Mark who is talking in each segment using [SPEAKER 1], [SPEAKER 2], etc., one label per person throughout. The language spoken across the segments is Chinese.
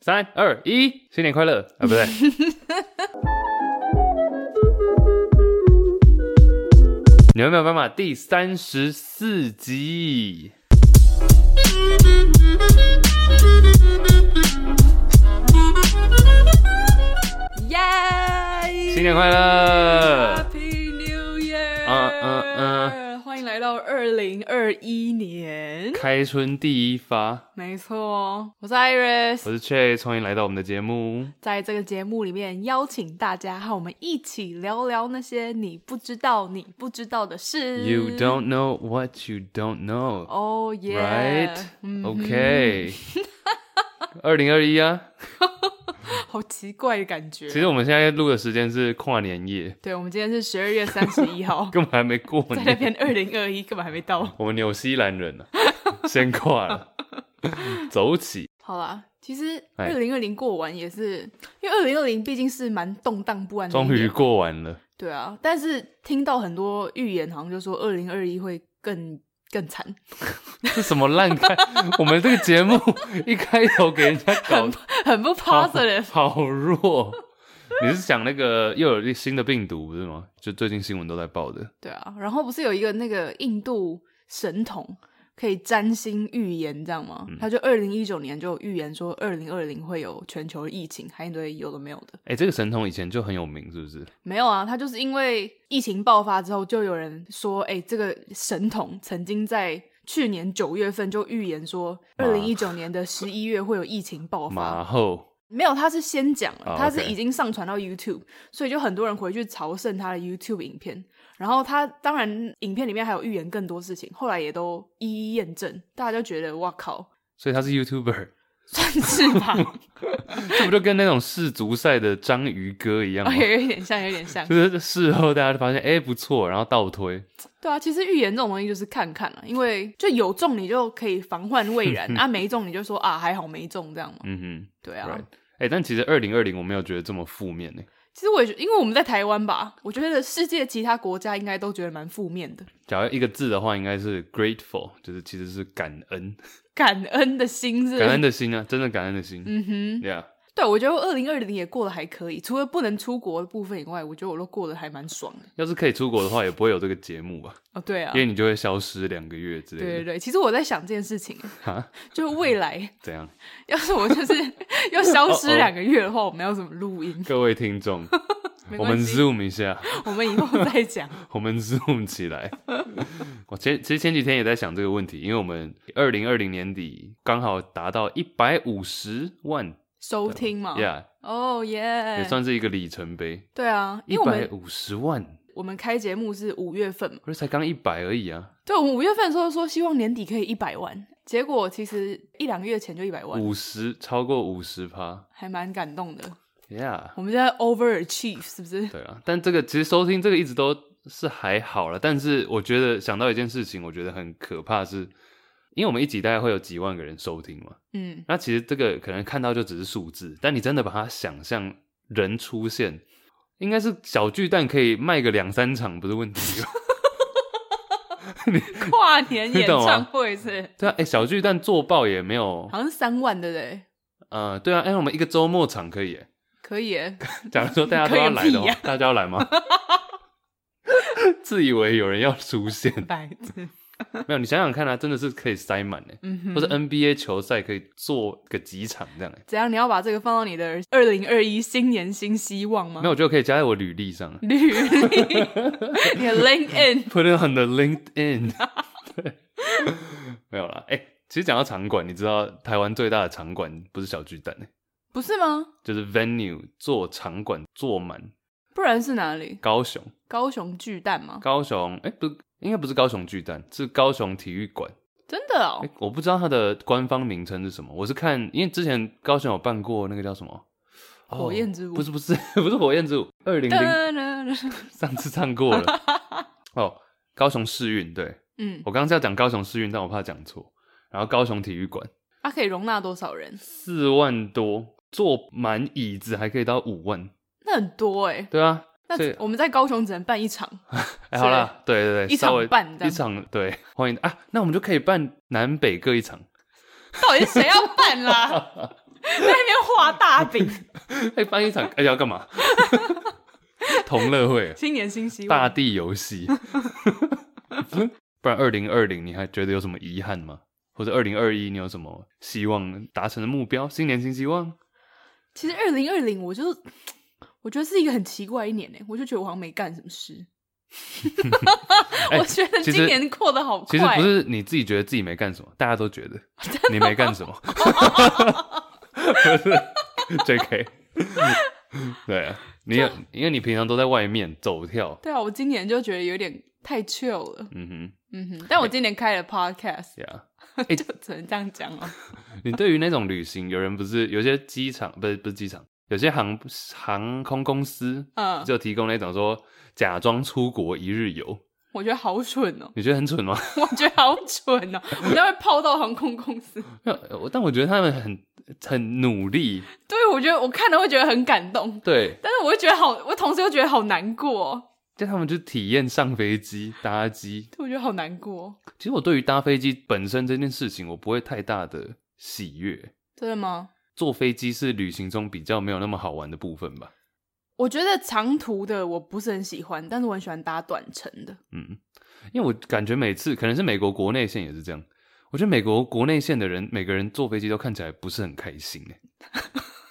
[SPEAKER 1] 三二一，新年快乐啊！不 对，你有没有办法？第三十四集，
[SPEAKER 2] 耶
[SPEAKER 1] 新年快乐！
[SPEAKER 2] ！Happy New Year！
[SPEAKER 1] 嗯嗯
[SPEAKER 2] 欢迎来到二零二一年。
[SPEAKER 1] 开春第一发，
[SPEAKER 2] 没错，我是 Iris，
[SPEAKER 1] 我是 Chase，欢迎来到我们的节目。
[SPEAKER 2] 在这个节目里面邀请大家和我们一起聊聊那些你不知道、你不知道的事。
[SPEAKER 1] You don't know what you don't know,
[SPEAKER 2] Mm-hmm. Oh yeah！
[SPEAKER 1] right?
[SPEAKER 2] 嗯
[SPEAKER 1] OK，二零二一啊，
[SPEAKER 2] 好奇怪的感觉。
[SPEAKER 1] 其实我们现在录的时间是跨年夜，
[SPEAKER 2] 对，我们今天是十二月三十一号
[SPEAKER 1] ，根本还没过
[SPEAKER 2] 在那
[SPEAKER 1] 年。
[SPEAKER 2] 边二零二一根本还没到。
[SPEAKER 1] 我们纽西兰人啊， 先挂了，走起。
[SPEAKER 2] 好啦，其实
[SPEAKER 1] 哎
[SPEAKER 2] 二零二零过完也是，因为二零二零毕竟是蛮动荡不安的一
[SPEAKER 1] 终
[SPEAKER 2] 年，
[SPEAKER 1] 于过完了，
[SPEAKER 2] 对啊。但是听到很多预言，好像就说二零二一会更更惨，
[SPEAKER 1] 这什么烂 开？我们这个节目一开头给人家搞
[SPEAKER 2] 很很不
[SPEAKER 1] 好
[SPEAKER 2] positive。
[SPEAKER 1] 好弱。你是想那个又有一新的病毒不是吗？就最近新闻都在报的，
[SPEAKER 2] 对啊，然后不是有一个那个印度神童可以占星预言这样吗？
[SPEAKER 1] 嗯
[SPEAKER 2] 他就二零一九年就预言说二零二零会有全球疫情，还一堆有的没有的。
[SPEAKER 1] 哎、这个神童以前就很有名，是不是？
[SPEAKER 2] 没有啊，他就是因为疫情爆发之后，就有人说，哎、这个神童曾经在去年九月份就预言说，
[SPEAKER 1] 妈
[SPEAKER 2] 二零一九年的十一月会有疫情爆
[SPEAKER 1] 马
[SPEAKER 2] 发。
[SPEAKER 1] 后
[SPEAKER 2] 没有，他是先讲了
[SPEAKER 1] 哦
[SPEAKER 2] 他是
[SPEAKER 1] OK
[SPEAKER 2] 已经上传到 YouTube，、所以就很多人回去朝圣他的 YouTube 影片。然后他当然影片里面还有预言更多事情，后来也都一一验证，大家就觉得哇靠，
[SPEAKER 1] 所以他是 YouTuber，
[SPEAKER 2] 算是 吧，
[SPEAKER 1] 这不就跟那种世足赛的章鱼哥一样吗？
[SPEAKER 2] 有一点像，有一点像
[SPEAKER 1] 就。是事后大家就发现，哎、不错，然后倒推，
[SPEAKER 2] 对啊，其实预言这种东西就是看看了、因为就有中你就可以防患未 然，啊没中你就说啊还好没中这样嘛。
[SPEAKER 1] 嗯
[SPEAKER 2] 对
[SPEAKER 1] 哼
[SPEAKER 2] 啊，
[SPEAKER 1] ，right，哎、但其实二零二零我没有觉得这么负面呢、欸
[SPEAKER 2] 其实我也觉因为我们在台湾吧，我觉得世界其他国家应该都觉得蛮负面的，
[SPEAKER 1] 假如一个字的话，应该是 grateful，就是其实是感恩，
[SPEAKER 2] 感恩的心是不是
[SPEAKER 1] 感恩的心啊，真的感恩的心。
[SPEAKER 2] 嗯哼，
[SPEAKER 1] Yeah，
[SPEAKER 2] 对我觉得二零二零也过得还可以，除了不能出国的部分以外，我觉得我都过得还蛮爽的。
[SPEAKER 1] 要是可以出国的话，也不会有这个节目吧，
[SPEAKER 2] 哦，对啊
[SPEAKER 1] 因，为你就会消失两个月之
[SPEAKER 2] 对对
[SPEAKER 1] 类的。
[SPEAKER 2] 对，其实我在想这件事情，
[SPEAKER 1] 哈，
[SPEAKER 2] 就是未来
[SPEAKER 1] 怎样？
[SPEAKER 2] 要是我 就是要消
[SPEAKER 1] 哦哦
[SPEAKER 2] 失两个月的话，我们要怎么录音？
[SPEAKER 1] 各位听众，
[SPEAKER 2] 没
[SPEAKER 1] 我
[SPEAKER 2] 关
[SPEAKER 1] 们
[SPEAKER 2] 系，
[SPEAKER 1] zoom 一下，
[SPEAKER 2] 我们以后再 讲。
[SPEAKER 1] 我们 zoom 起来。 我前其实前几天也在想这个问题，因为我们二零二零年底刚好达到一百五十万
[SPEAKER 2] 收听嘛。
[SPEAKER 1] ，Yeah，
[SPEAKER 2] 哦耶！
[SPEAKER 1] 也算是一个里程碑。
[SPEAKER 2] 对啊，
[SPEAKER 1] 一
[SPEAKER 2] 因为我
[SPEAKER 1] 百
[SPEAKER 2] 们
[SPEAKER 1] 五十万，
[SPEAKER 2] 我们开节目是五月份嘛，
[SPEAKER 1] 可是才刚一百而已啊，
[SPEAKER 2] 对，我们五月份的时候说希望年底可以一百万，结果其实一两个月前就一百万，
[SPEAKER 1] 五十超过五十趴
[SPEAKER 2] 还蛮感动的。
[SPEAKER 1] ，Yeah。
[SPEAKER 2] 我们现在 overachieve 是不是？
[SPEAKER 1] 对啊，但这个其实收听这个一直都是还好了，但是我觉得想到一件事情，我觉得很可怕是，因为我们一集大概会有几万个人收听嘛，
[SPEAKER 2] 嗯，
[SPEAKER 1] 那其实这个可能看到就只是数字，但你真的把它想象人出现，应该是小巨蛋可以卖个两三场不是问题吧？
[SPEAKER 2] 跨年
[SPEAKER 1] 你
[SPEAKER 2] 演
[SPEAKER 1] 懂吗
[SPEAKER 2] 唱会是
[SPEAKER 1] 对啊，哎、小巨蛋做爆也没有，
[SPEAKER 2] 好像是三万对不对？
[SPEAKER 1] 呃，对啊，哎、我们一个周末场可以耶，
[SPEAKER 2] 可以耶，
[SPEAKER 1] 假如说大家都要来的
[SPEAKER 2] 可以
[SPEAKER 1] 话，
[SPEAKER 2] 个屁呀
[SPEAKER 1] 大家要来吗？ 自以为有人要出现，
[SPEAKER 2] 白痴。
[SPEAKER 1] 没有，你想想看啊，真的是可以塞满哎，
[SPEAKER 2] 嗯哼
[SPEAKER 1] 或者 NBA 球赛可以做个几场这样哎，
[SPEAKER 2] 怎样？你要把这个放到你的二零二一新年新希望吗？
[SPEAKER 1] 没有，我觉得可以加在我履历上啊
[SPEAKER 2] 履历， 你的 LinkedIn
[SPEAKER 1] ，put it on the LinkedIn。对， 没有啦，哎、其实讲到场馆，你知道台湾最大的场馆不是小巨蛋哎，
[SPEAKER 2] 不是吗？
[SPEAKER 1] 就是 venue 做场馆坐满，
[SPEAKER 2] 不然是哪里？
[SPEAKER 1] 高雄，
[SPEAKER 2] 高雄巨蛋吗？
[SPEAKER 1] 高雄，哎、不是，应该不是高雄巨蛋，是高雄体育馆，
[SPEAKER 2] 真的哦
[SPEAKER 1] 诶，我不知道它的官方名称是什么，我是看，因为之前高雄有办过那个叫什么哦
[SPEAKER 2] 火焰之舞
[SPEAKER 1] 不是不是 不是火焰之舞，二零零
[SPEAKER 2] 哒哒哒
[SPEAKER 1] 上次唱过了哦，高雄市运对
[SPEAKER 2] 嗯，
[SPEAKER 1] 我刚刚是要讲高雄市运，但我怕讲错，然后高雄体育馆
[SPEAKER 2] 它啊可以容纳多少人？
[SPEAKER 1] 四万多，坐满椅子还可以到五万，
[SPEAKER 2] 那很多哎、
[SPEAKER 1] 对啊，所以
[SPEAKER 2] 那我们在高雄只能办一场，
[SPEAKER 1] 哎、好啦，对对对，
[SPEAKER 2] 一场
[SPEAKER 1] 稍微
[SPEAKER 2] 半这
[SPEAKER 1] 一
[SPEAKER 2] 样
[SPEAKER 1] 场对，欢迎啊，那我们就可以办南北各一场。
[SPEAKER 2] 到底是谁要办啦？ 在那边画大饼，
[SPEAKER 1] 哎，办一场，哎，要干嘛？ 同乐会、啊
[SPEAKER 2] 新年新希
[SPEAKER 1] 大
[SPEAKER 2] 望。
[SPEAKER 1] 地游戏， 不然二零二零你还觉得有什么遗憾吗？或者二零二一你有什么希望达成的目标？新年新希望，
[SPEAKER 2] 其实二零二零，我就我觉得是一个很奇怪的一年呢、我就觉得我好像没干什么 事。
[SPEAKER 1] 哎
[SPEAKER 2] 我觉得
[SPEAKER 1] 其实
[SPEAKER 2] 今年过得好
[SPEAKER 1] 其
[SPEAKER 2] 快，
[SPEAKER 1] 实不是你自己觉得自己没干什么，大家都 觉得你没干什么， 不是 J.K. 对啊，你有因为你平常都在外面走跳，
[SPEAKER 2] 对啊，我今年就觉得有点太 chill 了，
[SPEAKER 1] 嗯哼。
[SPEAKER 2] 嗯哼。但我今年开了 podcast，、
[SPEAKER 1] Yeah，哎
[SPEAKER 2] 就只能这样讲了。
[SPEAKER 1] 你对于那种旅行，有人不是有些机场不是不是机场，有些航航空公司
[SPEAKER 2] 嗯，
[SPEAKER 1] 就提供那种说假装出国一日游，
[SPEAKER 2] 我觉得好蠢哦、
[SPEAKER 1] 你觉得很蠢吗？
[SPEAKER 2] 我觉得好蠢哦、我们要被泡到航空公司。
[SPEAKER 1] 没有我但我觉得他们很很努力，
[SPEAKER 2] 对，我觉得我看了会觉得很感动，
[SPEAKER 1] 对，
[SPEAKER 2] 但是我又觉得好，我同时又觉得好难过、哦，
[SPEAKER 1] 就他们就体验上飞机搭机。
[SPEAKER 2] 对我觉得好难过、哦。
[SPEAKER 1] 其实我对于搭飞机本身这件事情，我不会太大的喜悦。
[SPEAKER 2] 真的吗？
[SPEAKER 1] 坐飞机是旅行中比较没有那么好玩的部分吧。
[SPEAKER 2] 我觉得长途的我不是很喜欢，但是我很喜欢搭短程的。
[SPEAKER 1] 嗯，因为我感觉每次可能是美国国内线也是这样，我觉得美国国内线的人每个人坐飞机都看起来不是很开心哎，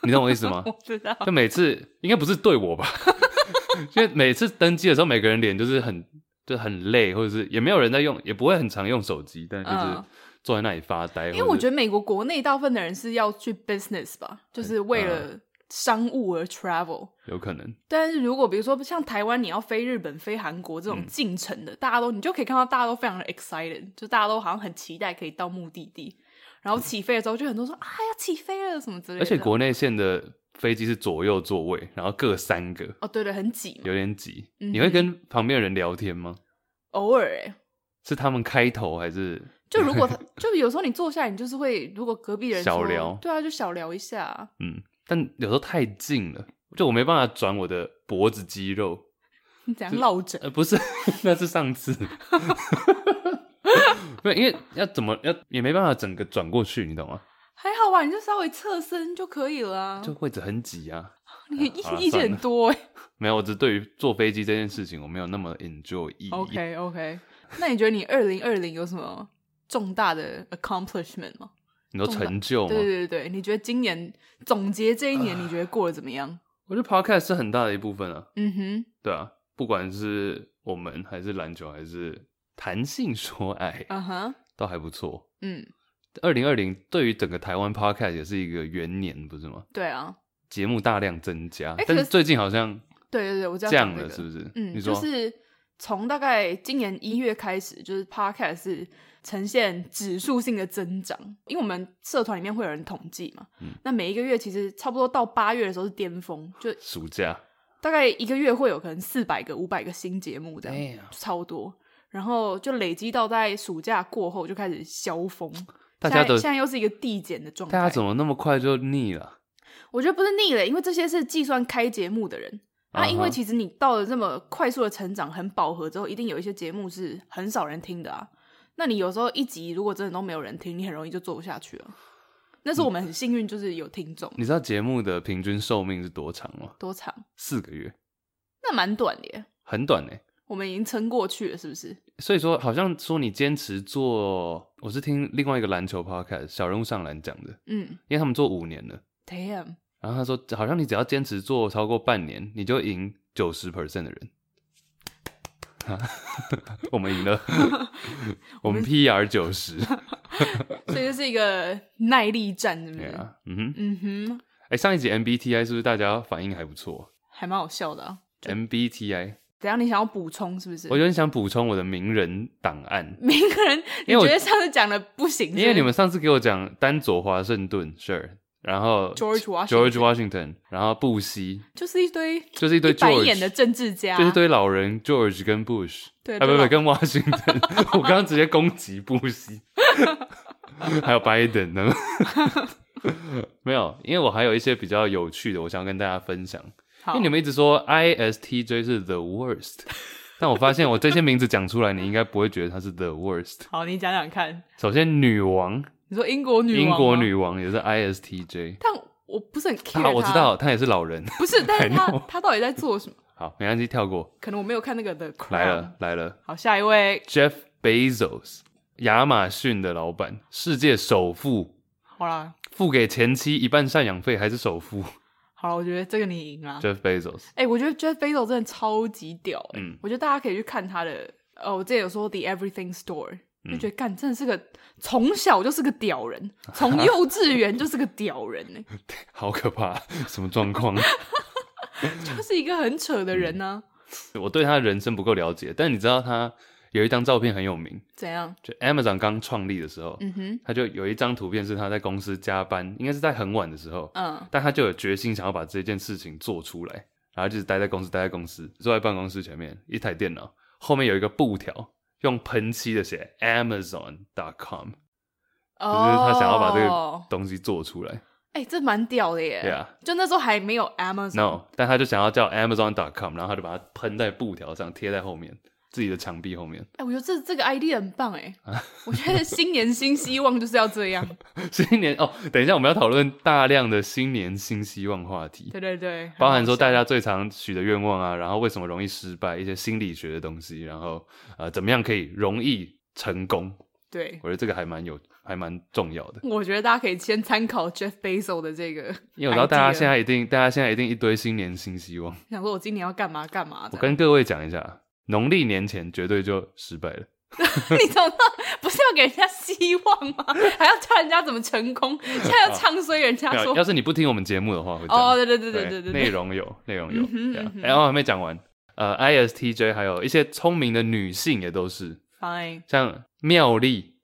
[SPEAKER 1] 你懂我意思吗
[SPEAKER 2] 我？知道，
[SPEAKER 1] 就每次应该不是对我吧， 因为每次登机的时候，每个人脸就是很就很累，或者是也没有人在用，也不会很常用手机，但是就是
[SPEAKER 2] 嗯
[SPEAKER 1] 坐在那里发呆。
[SPEAKER 2] 因为我觉
[SPEAKER 1] 得
[SPEAKER 2] 得美国国内大部分的人是要去 business 吧，就是为了商务而 travel。
[SPEAKER 1] 有可能，
[SPEAKER 2] 但是如果比如说像台湾，你要飞日本、飞韩国这
[SPEAKER 1] 嗯
[SPEAKER 2] 种进程的，大家都你就可以看到大家都非常的 excited，就大家都好像很期待可以到目的地。然后起飞的时候，就很多说啊要起飞了什么之类的。
[SPEAKER 1] 而且国内线的飞机是左右座位，然后各三个，
[SPEAKER 2] 哦对对，很挤嘛，
[SPEAKER 1] 有点挤。
[SPEAKER 2] 嗯哼
[SPEAKER 1] 你会跟旁边的人聊天吗？
[SPEAKER 2] 偶尔哎、
[SPEAKER 1] 是他们开头还是？
[SPEAKER 2] 就如果他就有时候你坐下来，你就是会如果隔壁人
[SPEAKER 1] 小
[SPEAKER 2] 说
[SPEAKER 1] 聊
[SPEAKER 2] 对啊，就小聊一下。
[SPEAKER 1] 嗯，但有时候太近了，就我没办法转我的脖子肌肉。
[SPEAKER 2] 你怎样落枕？
[SPEAKER 1] 呃，不是， 那是上次。 没有，因为要怎么要也没办法整个转过去，你懂吗？
[SPEAKER 2] 还好吧，你就稍微侧身就可以了啊。
[SPEAKER 1] 就会很挤啊。
[SPEAKER 2] 你
[SPEAKER 1] 好啦
[SPEAKER 2] 意意见
[SPEAKER 1] 算了
[SPEAKER 2] 很多哎、
[SPEAKER 1] 没有，我只对于坐飞机这件事情我没有那么 enjoy。
[SPEAKER 2] OK OK，那你觉得你二零二零有什么重大的 accomplishment 吗？
[SPEAKER 1] 你说成就吗
[SPEAKER 2] 对？对对对，你觉得今年总结这一年，你觉得过得怎么样？
[SPEAKER 1] 我觉得 podcast 是很大的一部分啊，
[SPEAKER 2] 嗯哼，
[SPEAKER 1] 对啊，不管是我们还是篮球还是谈性说爱，
[SPEAKER 2] 嗯哼，
[SPEAKER 1] 都还不错。
[SPEAKER 2] 嗯，
[SPEAKER 1] 二零二零对于整个台湾 podcast 也是一个元年，不是吗？
[SPEAKER 2] 对啊，
[SPEAKER 1] 节目大量增加，
[SPEAKER 2] 哎
[SPEAKER 1] 但
[SPEAKER 2] 可
[SPEAKER 1] 是
[SPEAKER 2] 是
[SPEAKER 1] 最近好像
[SPEAKER 2] 对对对，我知道
[SPEAKER 1] 降
[SPEAKER 2] 讲这
[SPEAKER 1] 了，
[SPEAKER 2] 个
[SPEAKER 1] 是不是？
[SPEAKER 2] 嗯，
[SPEAKER 1] 你说、
[SPEAKER 2] 就是从大概今年一月开始，就是 podcast 是呈现指数性的增长，因为我们社团里面会有人统计嘛，
[SPEAKER 1] 嗯
[SPEAKER 2] 那每一个月其实差不多到八月的时候是巅峰，就
[SPEAKER 1] 暑假，
[SPEAKER 2] 大概一个月会有可能四百个、五百个新节目这样
[SPEAKER 1] Damn，
[SPEAKER 2] 超多。然后就累积到在暑假过后就开始消峰，
[SPEAKER 1] 大家
[SPEAKER 2] 现在
[SPEAKER 1] 的
[SPEAKER 2] 现在又是一个递减的状态。
[SPEAKER 1] 大家怎么那么快就腻了？
[SPEAKER 2] 我觉得不是腻了，因为这些是计算开节目的人。啊，
[SPEAKER 1] 啊哈
[SPEAKER 2] 因为其实你到了这么快速的成长、很饱和之后，一定有一些节目是很少人听的啊。那你有时候一集如果真的都没有人听，你很容易就做不下去了。那是我们很幸运，就是有听众，
[SPEAKER 1] 你知道节目的平均寿命是多长吗？
[SPEAKER 2] 多长？
[SPEAKER 1] 四个月，
[SPEAKER 2] 那蛮短的耶，
[SPEAKER 1] 很短呢、
[SPEAKER 2] 我们已经撑过去了，是不是？
[SPEAKER 1] 所以说，好像说你坚持做，我是听另外一个篮球 podcast 小人物上篮讲的，
[SPEAKER 2] 嗯
[SPEAKER 1] 因为他们做五年了，
[SPEAKER 2] ，Damn，
[SPEAKER 1] 然后他说，好像你只要坚持做超过半年，你就赢九十 percent 的人。 啊我们赢了，我们 PR 九十，
[SPEAKER 2] 所以这是一个耐力战，是不
[SPEAKER 1] 对
[SPEAKER 2] 是
[SPEAKER 1] 啊，嗯哼。
[SPEAKER 2] 嗯哼，
[SPEAKER 1] 哎、上一集 MBTI 是不是大家反应还不错
[SPEAKER 2] 还蛮好笑的、啊。
[SPEAKER 1] ？MBTI
[SPEAKER 2] 等一下你想要补充是不是
[SPEAKER 1] 我？有点想补充我的名人档案，
[SPEAKER 2] 每个人，你
[SPEAKER 1] 因为我
[SPEAKER 2] 觉得上次讲的不行是不是
[SPEAKER 1] 因为你们上次给我讲丹佐华盛顿，sure，然后
[SPEAKER 2] George Washington
[SPEAKER 1] George Washington，然后布希，
[SPEAKER 2] 就是一堆
[SPEAKER 1] 就是一堆
[SPEAKER 2] 白眼的
[SPEAKER 1] George，
[SPEAKER 2] 政治家，
[SPEAKER 1] 就是一堆老人 George 跟 Bush，
[SPEAKER 2] 对
[SPEAKER 1] 啊不
[SPEAKER 2] 对
[SPEAKER 1] 不
[SPEAKER 2] 老
[SPEAKER 1] 跟 Washington，我刚 刚直接攻击布希，还有 Biden 呢， 没有，因为我还有一些比较有趣的，我想要跟大家分享。因
[SPEAKER 2] 好
[SPEAKER 1] 为你们一直说 ISTJ 是 the worst，但 我发现我这些名字讲出来，你应该不会觉得它是 the worst。
[SPEAKER 2] 好，你讲讲看，
[SPEAKER 1] 首先，女王，
[SPEAKER 2] 你说英国女王
[SPEAKER 1] 英
[SPEAKER 2] 吗
[SPEAKER 1] 国女，王也是 ISTJ，
[SPEAKER 2] 但我不是很 care，
[SPEAKER 1] 好，我
[SPEAKER 2] 啊她
[SPEAKER 1] 知，道她也是老人。
[SPEAKER 2] 不是，但是
[SPEAKER 1] I
[SPEAKER 2] 她
[SPEAKER 1] know
[SPEAKER 2] 她到底在做什么？
[SPEAKER 1] 好，没关系，跳过。
[SPEAKER 2] 可能我没有看那个的。
[SPEAKER 1] 来了，来了
[SPEAKER 2] 好，下一位，
[SPEAKER 1] ，Jeff Bezos，亚马逊的老板，世界首富，
[SPEAKER 2] 好啦，
[SPEAKER 1] 付给前妻一半赡养费，还是首富
[SPEAKER 2] 好了，我觉得这个你赢了。
[SPEAKER 1] Jeff Bezos。
[SPEAKER 2] 哎、我觉得 Jeff Bezos 真的超级屌、欸，
[SPEAKER 1] 嗯
[SPEAKER 2] 我觉得大家可以去看他的，呃，我之前有说 The Everything Store，就
[SPEAKER 1] 嗯
[SPEAKER 2] 觉得干、真的是个从小就是个屌人，从幼稚园就是个屌人、 欸，
[SPEAKER 1] 好可怕，什么状况？
[SPEAKER 2] 就是一个很扯的人啊呢、
[SPEAKER 1] 我对他的人生不够了解，但你知道他有一张照片很有名，
[SPEAKER 2] 怎样？
[SPEAKER 1] 就 Amazon 刚创立的时候，
[SPEAKER 2] 嗯哼，
[SPEAKER 1] 他就有一张图片是他在公司加班，应该是在很晚的时候，
[SPEAKER 2] 嗯，
[SPEAKER 1] 但他就有决心想要把这件事情做出来，然后就是待在公司，待在公司，坐在办公室前面一台电脑，后面有一个布条，用喷漆的写 Amazon.com，
[SPEAKER 2] 哦
[SPEAKER 1] 就是他想要把这个东西做出来。
[SPEAKER 2] 哎、这蛮屌的耶
[SPEAKER 1] Yeah
[SPEAKER 2] 就那时候还没有 Amazon，、
[SPEAKER 1] No，但他就想要叫 Amazon.com，然后他就把它喷在布条上，贴在后面自己的墙壁后面。
[SPEAKER 2] 哎、我觉得这这个 idea 很棒哎，我觉得新年新希望就是要这样，
[SPEAKER 1] 新年哦，等一下我们要讨论大量的新年新希望话题。
[SPEAKER 2] 对对对，
[SPEAKER 1] 包含说
[SPEAKER 2] 很好笑
[SPEAKER 1] 大家最常许的愿望啊，然后为什么容易失败，一些心理学的东西，然后呃，怎么样可以容易成功？
[SPEAKER 2] 对。
[SPEAKER 1] 我觉得这个还蛮有，还蛮重要的，
[SPEAKER 2] 我觉得大家可以先参考 Jeff Bezos 的这个 idea，
[SPEAKER 1] 因为我知道大家现在一定，大家现在一定一堆新年新希望。
[SPEAKER 2] 想说我今年要干嘛干嘛
[SPEAKER 1] 我
[SPEAKER 2] 的。
[SPEAKER 1] 跟各位讲一下，农历年前绝对就失败了。
[SPEAKER 2] 你怎么知道不是要给人家希望吗？还要教人家怎么成 功，现在要唱衰人家
[SPEAKER 1] 哦没有
[SPEAKER 2] 说
[SPEAKER 1] 要是你不听我们节目的话，会这样。
[SPEAKER 2] 哦，对对对对对对
[SPEAKER 1] 内
[SPEAKER 2] 对，
[SPEAKER 1] 容有，内容有。
[SPEAKER 2] 嗯哼
[SPEAKER 1] 对啊
[SPEAKER 2] 嗯哼
[SPEAKER 1] 哎，我还没讲完。呃，ISTJ 还有一些聪明的女性也都是，
[SPEAKER 2] fine
[SPEAKER 1] 像妙丽，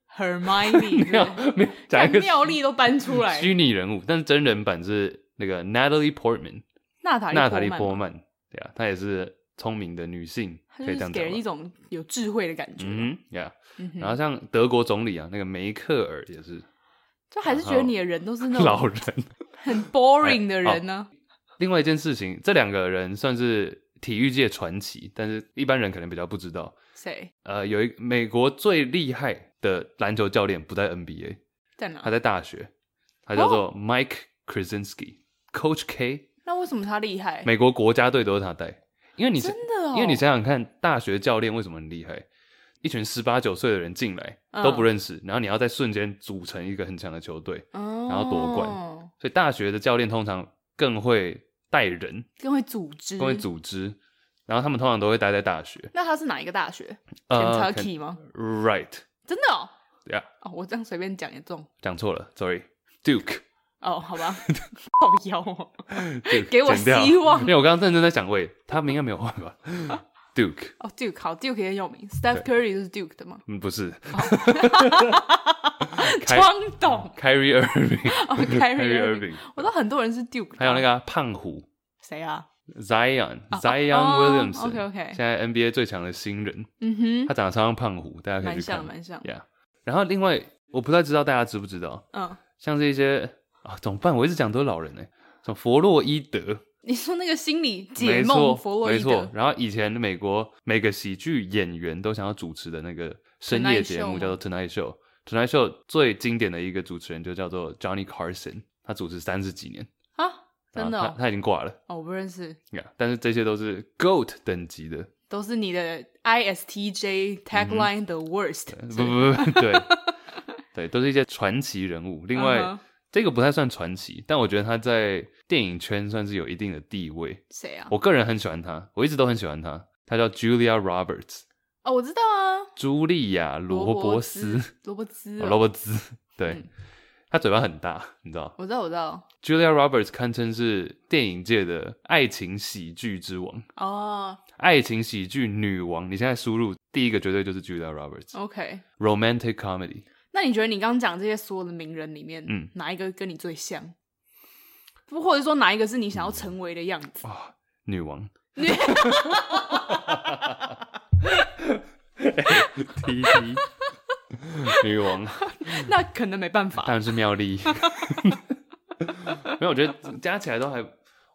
[SPEAKER 2] Hermione，
[SPEAKER 1] 妙
[SPEAKER 2] 对
[SPEAKER 1] 妙讲一
[SPEAKER 2] 看
[SPEAKER 1] 个
[SPEAKER 2] 嗯妙丽都搬出 来，
[SPEAKER 1] 虚拟人物，但是真人版是那个 Natalie Portman，
[SPEAKER 2] 娜塔
[SPEAKER 1] 娜塔莉
[SPEAKER 2] 利
[SPEAKER 1] 波
[SPEAKER 2] 波曼，
[SPEAKER 1] 曼，对啊，她也是聪明的女性，
[SPEAKER 2] 她
[SPEAKER 1] 可以这
[SPEAKER 2] 就是
[SPEAKER 1] 样
[SPEAKER 2] 给
[SPEAKER 1] 讲
[SPEAKER 2] 人一
[SPEAKER 1] 吧。
[SPEAKER 2] 种有智慧的感觉。
[SPEAKER 1] 嗯哼，Yeah，
[SPEAKER 2] 嗯哼
[SPEAKER 1] 然后像德国总理啊，那个梅克尔也是
[SPEAKER 2] 就还是觉得你的人都是那
[SPEAKER 1] 老哎
[SPEAKER 2] 种
[SPEAKER 1] 人。
[SPEAKER 2] 很 boring 的人呢。
[SPEAKER 1] 另外一件事情，这两个人算是体育界传奇，但是一般人可能比较不知道。
[SPEAKER 2] 谁
[SPEAKER 1] 呃，有一美国最厉害的篮球教练不在 NBA，
[SPEAKER 2] 在
[SPEAKER 1] 他
[SPEAKER 2] 哪？
[SPEAKER 1] 在大学，他叫
[SPEAKER 2] 哦
[SPEAKER 1] 做 Mike Krasinski，Coach K，
[SPEAKER 2] 那为什么他厉害？
[SPEAKER 1] 美国国家队都是他带。因为你是
[SPEAKER 2] 真的哦，
[SPEAKER 1] 因为你想想看，大学教练为什么很厉害？一群十八九岁的人进来
[SPEAKER 2] 嗯
[SPEAKER 1] 都不认识，然后你要在瞬间组成一个很强的球队，
[SPEAKER 2] 然
[SPEAKER 1] 然后夺冠所以大学的教练通常更会带人，
[SPEAKER 2] 更会组织，
[SPEAKER 1] 更会。组织，然后他们通常都会待在大学。
[SPEAKER 2] 那他是哪一个大学
[SPEAKER 1] 呃
[SPEAKER 2] ？Kentucky 吗？
[SPEAKER 1] ，right，
[SPEAKER 2] 真的哦，
[SPEAKER 1] 对啊，
[SPEAKER 2] 哦，我这样随便讲也中
[SPEAKER 1] 讲错了，sorry，Duke，
[SPEAKER 2] 哦，好 吧，好妖哦，
[SPEAKER 1] Duke，
[SPEAKER 2] 给我
[SPEAKER 1] 剪掉嗯
[SPEAKER 2] 希望
[SPEAKER 1] 因为我刚刚认真在想，喂，他们应该没有换 吧？Duke，
[SPEAKER 2] 哦，Duke 好，Duke 也有名，Steph Curry 就是 Duke 的嘛，
[SPEAKER 1] 嗯，不是开
[SPEAKER 2] 装懂
[SPEAKER 1] ，Kyrie Irving，Kyrie
[SPEAKER 2] 哦，Kyrie Irving，
[SPEAKER 1] Irving，
[SPEAKER 2] 我知道很多人是 Duke，
[SPEAKER 1] 还有那
[SPEAKER 2] 个
[SPEAKER 1] 个啊胖虎。
[SPEAKER 2] 谁啊？
[SPEAKER 1] Zion
[SPEAKER 2] 啊
[SPEAKER 1] Zion
[SPEAKER 2] 哦
[SPEAKER 1] Williamson，、
[SPEAKER 2] OK，OK
[SPEAKER 1] 现在 NBA 最强的新人，
[SPEAKER 2] 嗯哼，
[SPEAKER 1] 他长得超像胖虎，大家可以
[SPEAKER 2] 蛮
[SPEAKER 1] 去看
[SPEAKER 2] 像，。蛮像，
[SPEAKER 1] Yeah，然后另外我不太知道大家知不知道，
[SPEAKER 2] 嗯，
[SPEAKER 1] 像是一些啊怎么办？我一直讲都是老人呢、什么弗洛伊德，
[SPEAKER 2] 你说那个心理解
[SPEAKER 1] 没错
[SPEAKER 2] 梦弗洛
[SPEAKER 1] 没
[SPEAKER 2] 伊
[SPEAKER 1] 错
[SPEAKER 2] 德。，
[SPEAKER 1] 然后以前美国每个喜剧演员都想要主持的那个深夜
[SPEAKER 2] Tonight
[SPEAKER 1] 节
[SPEAKER 2] Show
[SPEAKER 1] 目
[SPEAKER 2] 吗
[SPEAKER 1] 叫做 Tonight Show。Tonight Show 最经典的一个主持人就叫做 Johnny Carson，他主持三十几年，
[SPEAKER 2] 啊，真的
[SPEAKER 1] 然后
[SPEAKER 2] 哦
[SPEAKER 1] 他，他已经挂了。
[SPEAKER 2] 哦我不认识，
[SPEAKER 1] Yeah, 但是这些都是 GOAT 等级的，
[SPEAKER 2] 都是你的 ISTJ tagline the worst，
[SPEAKER 1] 嗯呃不不不， 对对，都是一些传奇人物。另外
[SPEAKER 2] 嗯哼
[SPEAKER 1] 这个不太算传奇，但我觉得他在电影圈算是有一定的地位。
[SPEAKER 2] 谁啊？
[SPEAKER 1] 我个人很喜欢他，我一直都很喜欢他。他叫 Julia Roberts，
[SPEAKER 2] 哦，我知道啊，
[SPEAKER 1] 茱莉亚·罗伯
[SPEAKER 2] 伯
[SPEAKER 1] 斯，
[SPEAKER 2] 罗伯兹
[SPEAKER 1] 哦
[SPEAKER 2] 哦，
[SPEAKER 1] 罗伯兹，对。她嘴巴很大，你知道
[SPEAKER 2] 我知道，我知道。
[SPEAKER 1] ，Julia Roberts 堪称是电影界的爱情喜剧之王，
[SPEAKER 2] 哦
[SPEAKER 1] 爱情喜剧女王。你现在输入第一个绝对就是 Julia Roberts，romantic、
[SPEAKER 2] ，OK。
[SPEAKER 1] comedy。
[SPEAKER 2] 那你觉得你刚刚讲这些所有的名人里面，
[SPEAKER 1] 嗯
[SPEAKER 2] 哪一个跟你最像？不，或者说哪一个是你
[SPEAKER 1] 嗯
[SPEAKER 2] 想要成为的样子？
[SPEAKER 1] 啊、女王。T T 女王
[SPEAKER 2] 那可能没办法
[SPEAKER 1] 当。然是妙丽，没有，我觉得加起来都还，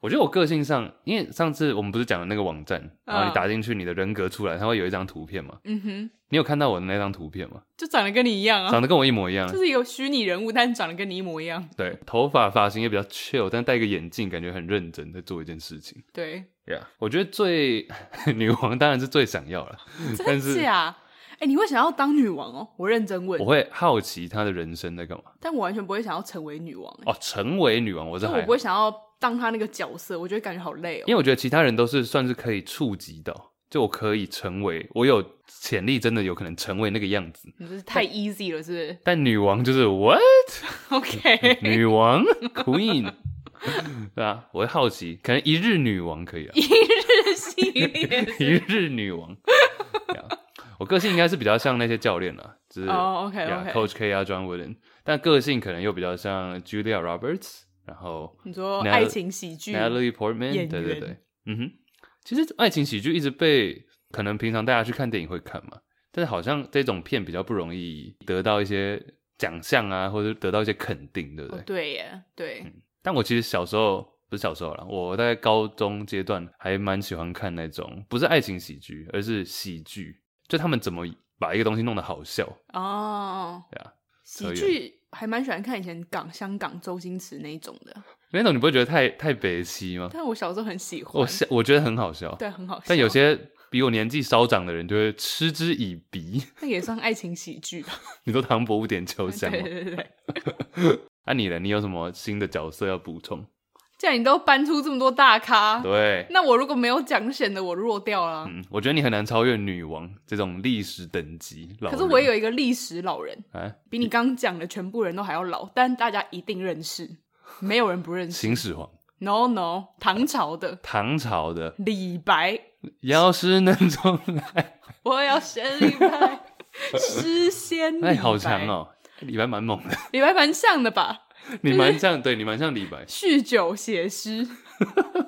[SPEAKER 1] 我觉得我个性上，因为上次我们不是讲了那个网站，然后你打进去你的人格出来，它会有一张图片嘛？
[SPEAKER 2] 嗯哼，
[SPEAKER 1] 你有看到我的那张图片吗？
[SPEAKER 2] 就长得跟你一样啊，
[SPEAKER 1] 长得跟我一模一样
[SPEAKER 2] 就，是一个虚拟人物，但长得跟你一模一样。
[SPEAKER 1] 对，头发发型也比较 chill，但戴个眼镜感觉很认真在做一件事情。
[SPEAKER 2] 对，
[SPEAKER 1] Yeah，我觉得最 女王当然是最想要了，但
[SPEAKER 2] 真
[SPEAKER 1] 是
[SPEAKER 2] 的假？哎、你会想要当女王哦？我认真问
[SPEAKER 1] 我，会好奇她的人生在干嘛。
[SPEAKER 2] 但我完全不会想要成为女王、欸，
[SPEAKER 1] 哦，成为女王我是
[SPEAKER 2] 就
[SPEAKER 1] 还
[SPEAKER 2] 我
[SPEAKER 1] 好
[SPEAKER 2] 不会想要当她那个角色，我觉得感觉好累哦
[SPEAKER 1] 因。为我觉得其他人都是算是可以触及到，就我可以成为，我有潜力，真的有可能成为那个样子。
[SPEAKER 2] 你就是太 easy 了，是
[SPEAKER 1] 但女王就是 what
[SPEAKER 2] 不是？OK，
[SPEAKER 1] 女王 queen，对啊，我会好奇，可能一日女王可以啊，
[SPEAKER 2] 一 日系列
[SPEAKER 1] 一
[SPEAKER 2] 是
[SPEAKER 1] 日女王。对啊我个性应该是比较像那些教练啦，就是
[SPEAKER 2] 哦，OK，OK
[SPEAKER 1] yeah, Coach K 啊，John Wooden，但个性可能又比较像 Julia Roberts，然后
[SPEAKER 2] 你说
[SPEAKER 1] Nat-
[SPEAKER 2] 爱情喜剧哦
[SPEAKER 1] Natalie Portman，
[SPEAKER 2] 演
[SPEAKER 1] 对对
[SPEAKER 2] 员
[SPEAKER 1] 对，嗯哼。其实爱情喜剧一直被可能平常大家去看电影会看嘛，但是好像这种片比较不容易得到一些奖项啊，或者得到一些肯定，对不
[SPEAKER 2] 哦
[SPEAKER 1] 对？，
[SPEAKER 2] 对耶，对，
[SPEAKER 1] 但我其实小时候不是小时候啦，我大概高中阶段还蛮喜欢看那种不是爱情喜剧，而是喜剧，就他们怎么把一个东西弄得好笑，
[SPEAKER 2] 哦，
[SPEAKER 1] 嗯对啊。
[SPEAKER 2] 喜剧还蛮喜欢看以前港香港周星驰那一种的，
[SPEAKER 1] 那种你不会觉得太太北西吗？
[SPEAKER 2] 但我小时候很喜欢，
[SPEAKER 1] 我笑，我觉得很好笑。
[SPEAKER 2] 对，很好笑，
[SPEAKER 1] 但有些比我年纪稍长的人就会嗤之以鼻。
[SPEAKER 2] 那也算爱情喜剧吧，
[SPEAKER 1] 你说唐伯虎点秋
[SPEAKER 2] 对
[SPEAKER 1] 香吗？
[SPEAKER 2] 对对对。
[SPEAKER 1] 那、啊你呢？你有什么新的角色要补充？
[SPEAKER 2] 既然你都搬出这么多大咖，
[SPEAKER 1] 对，
[SPEAKER 2] 那我如果没有讲，显得我弱掉啊啦。
[SPEAKER 1] 嗯，我觉得你很难超越女王这种历史等级老人。
[SPEAKER 2] 可是我也有一个历史老人，
[SPEAKER 1] 啊，
[SPEAKER 2] 比你刚讲的全部人都还要老，但大家一定认识，没有人不认识。
[SPEAKER 1] 秦始皇，
[SPEAKER 2] No No，唐朝的
[SPEAKER 1] 唐朝的，
[SPEAKER 2] 李白，
[SPEAKER 1] 要是能重来，
[SPEAKER 2] 我要选李白，诗仙李白。
[SPEAKER 1] 哎，好长。哦。李白蛮猛的，
[SPEAKER 2] 李白蛮像的吧？
[SPEAKER 1] 你蛮像，对你蛮像李 白。
[SPEAKER 2] 酗酒 写诗，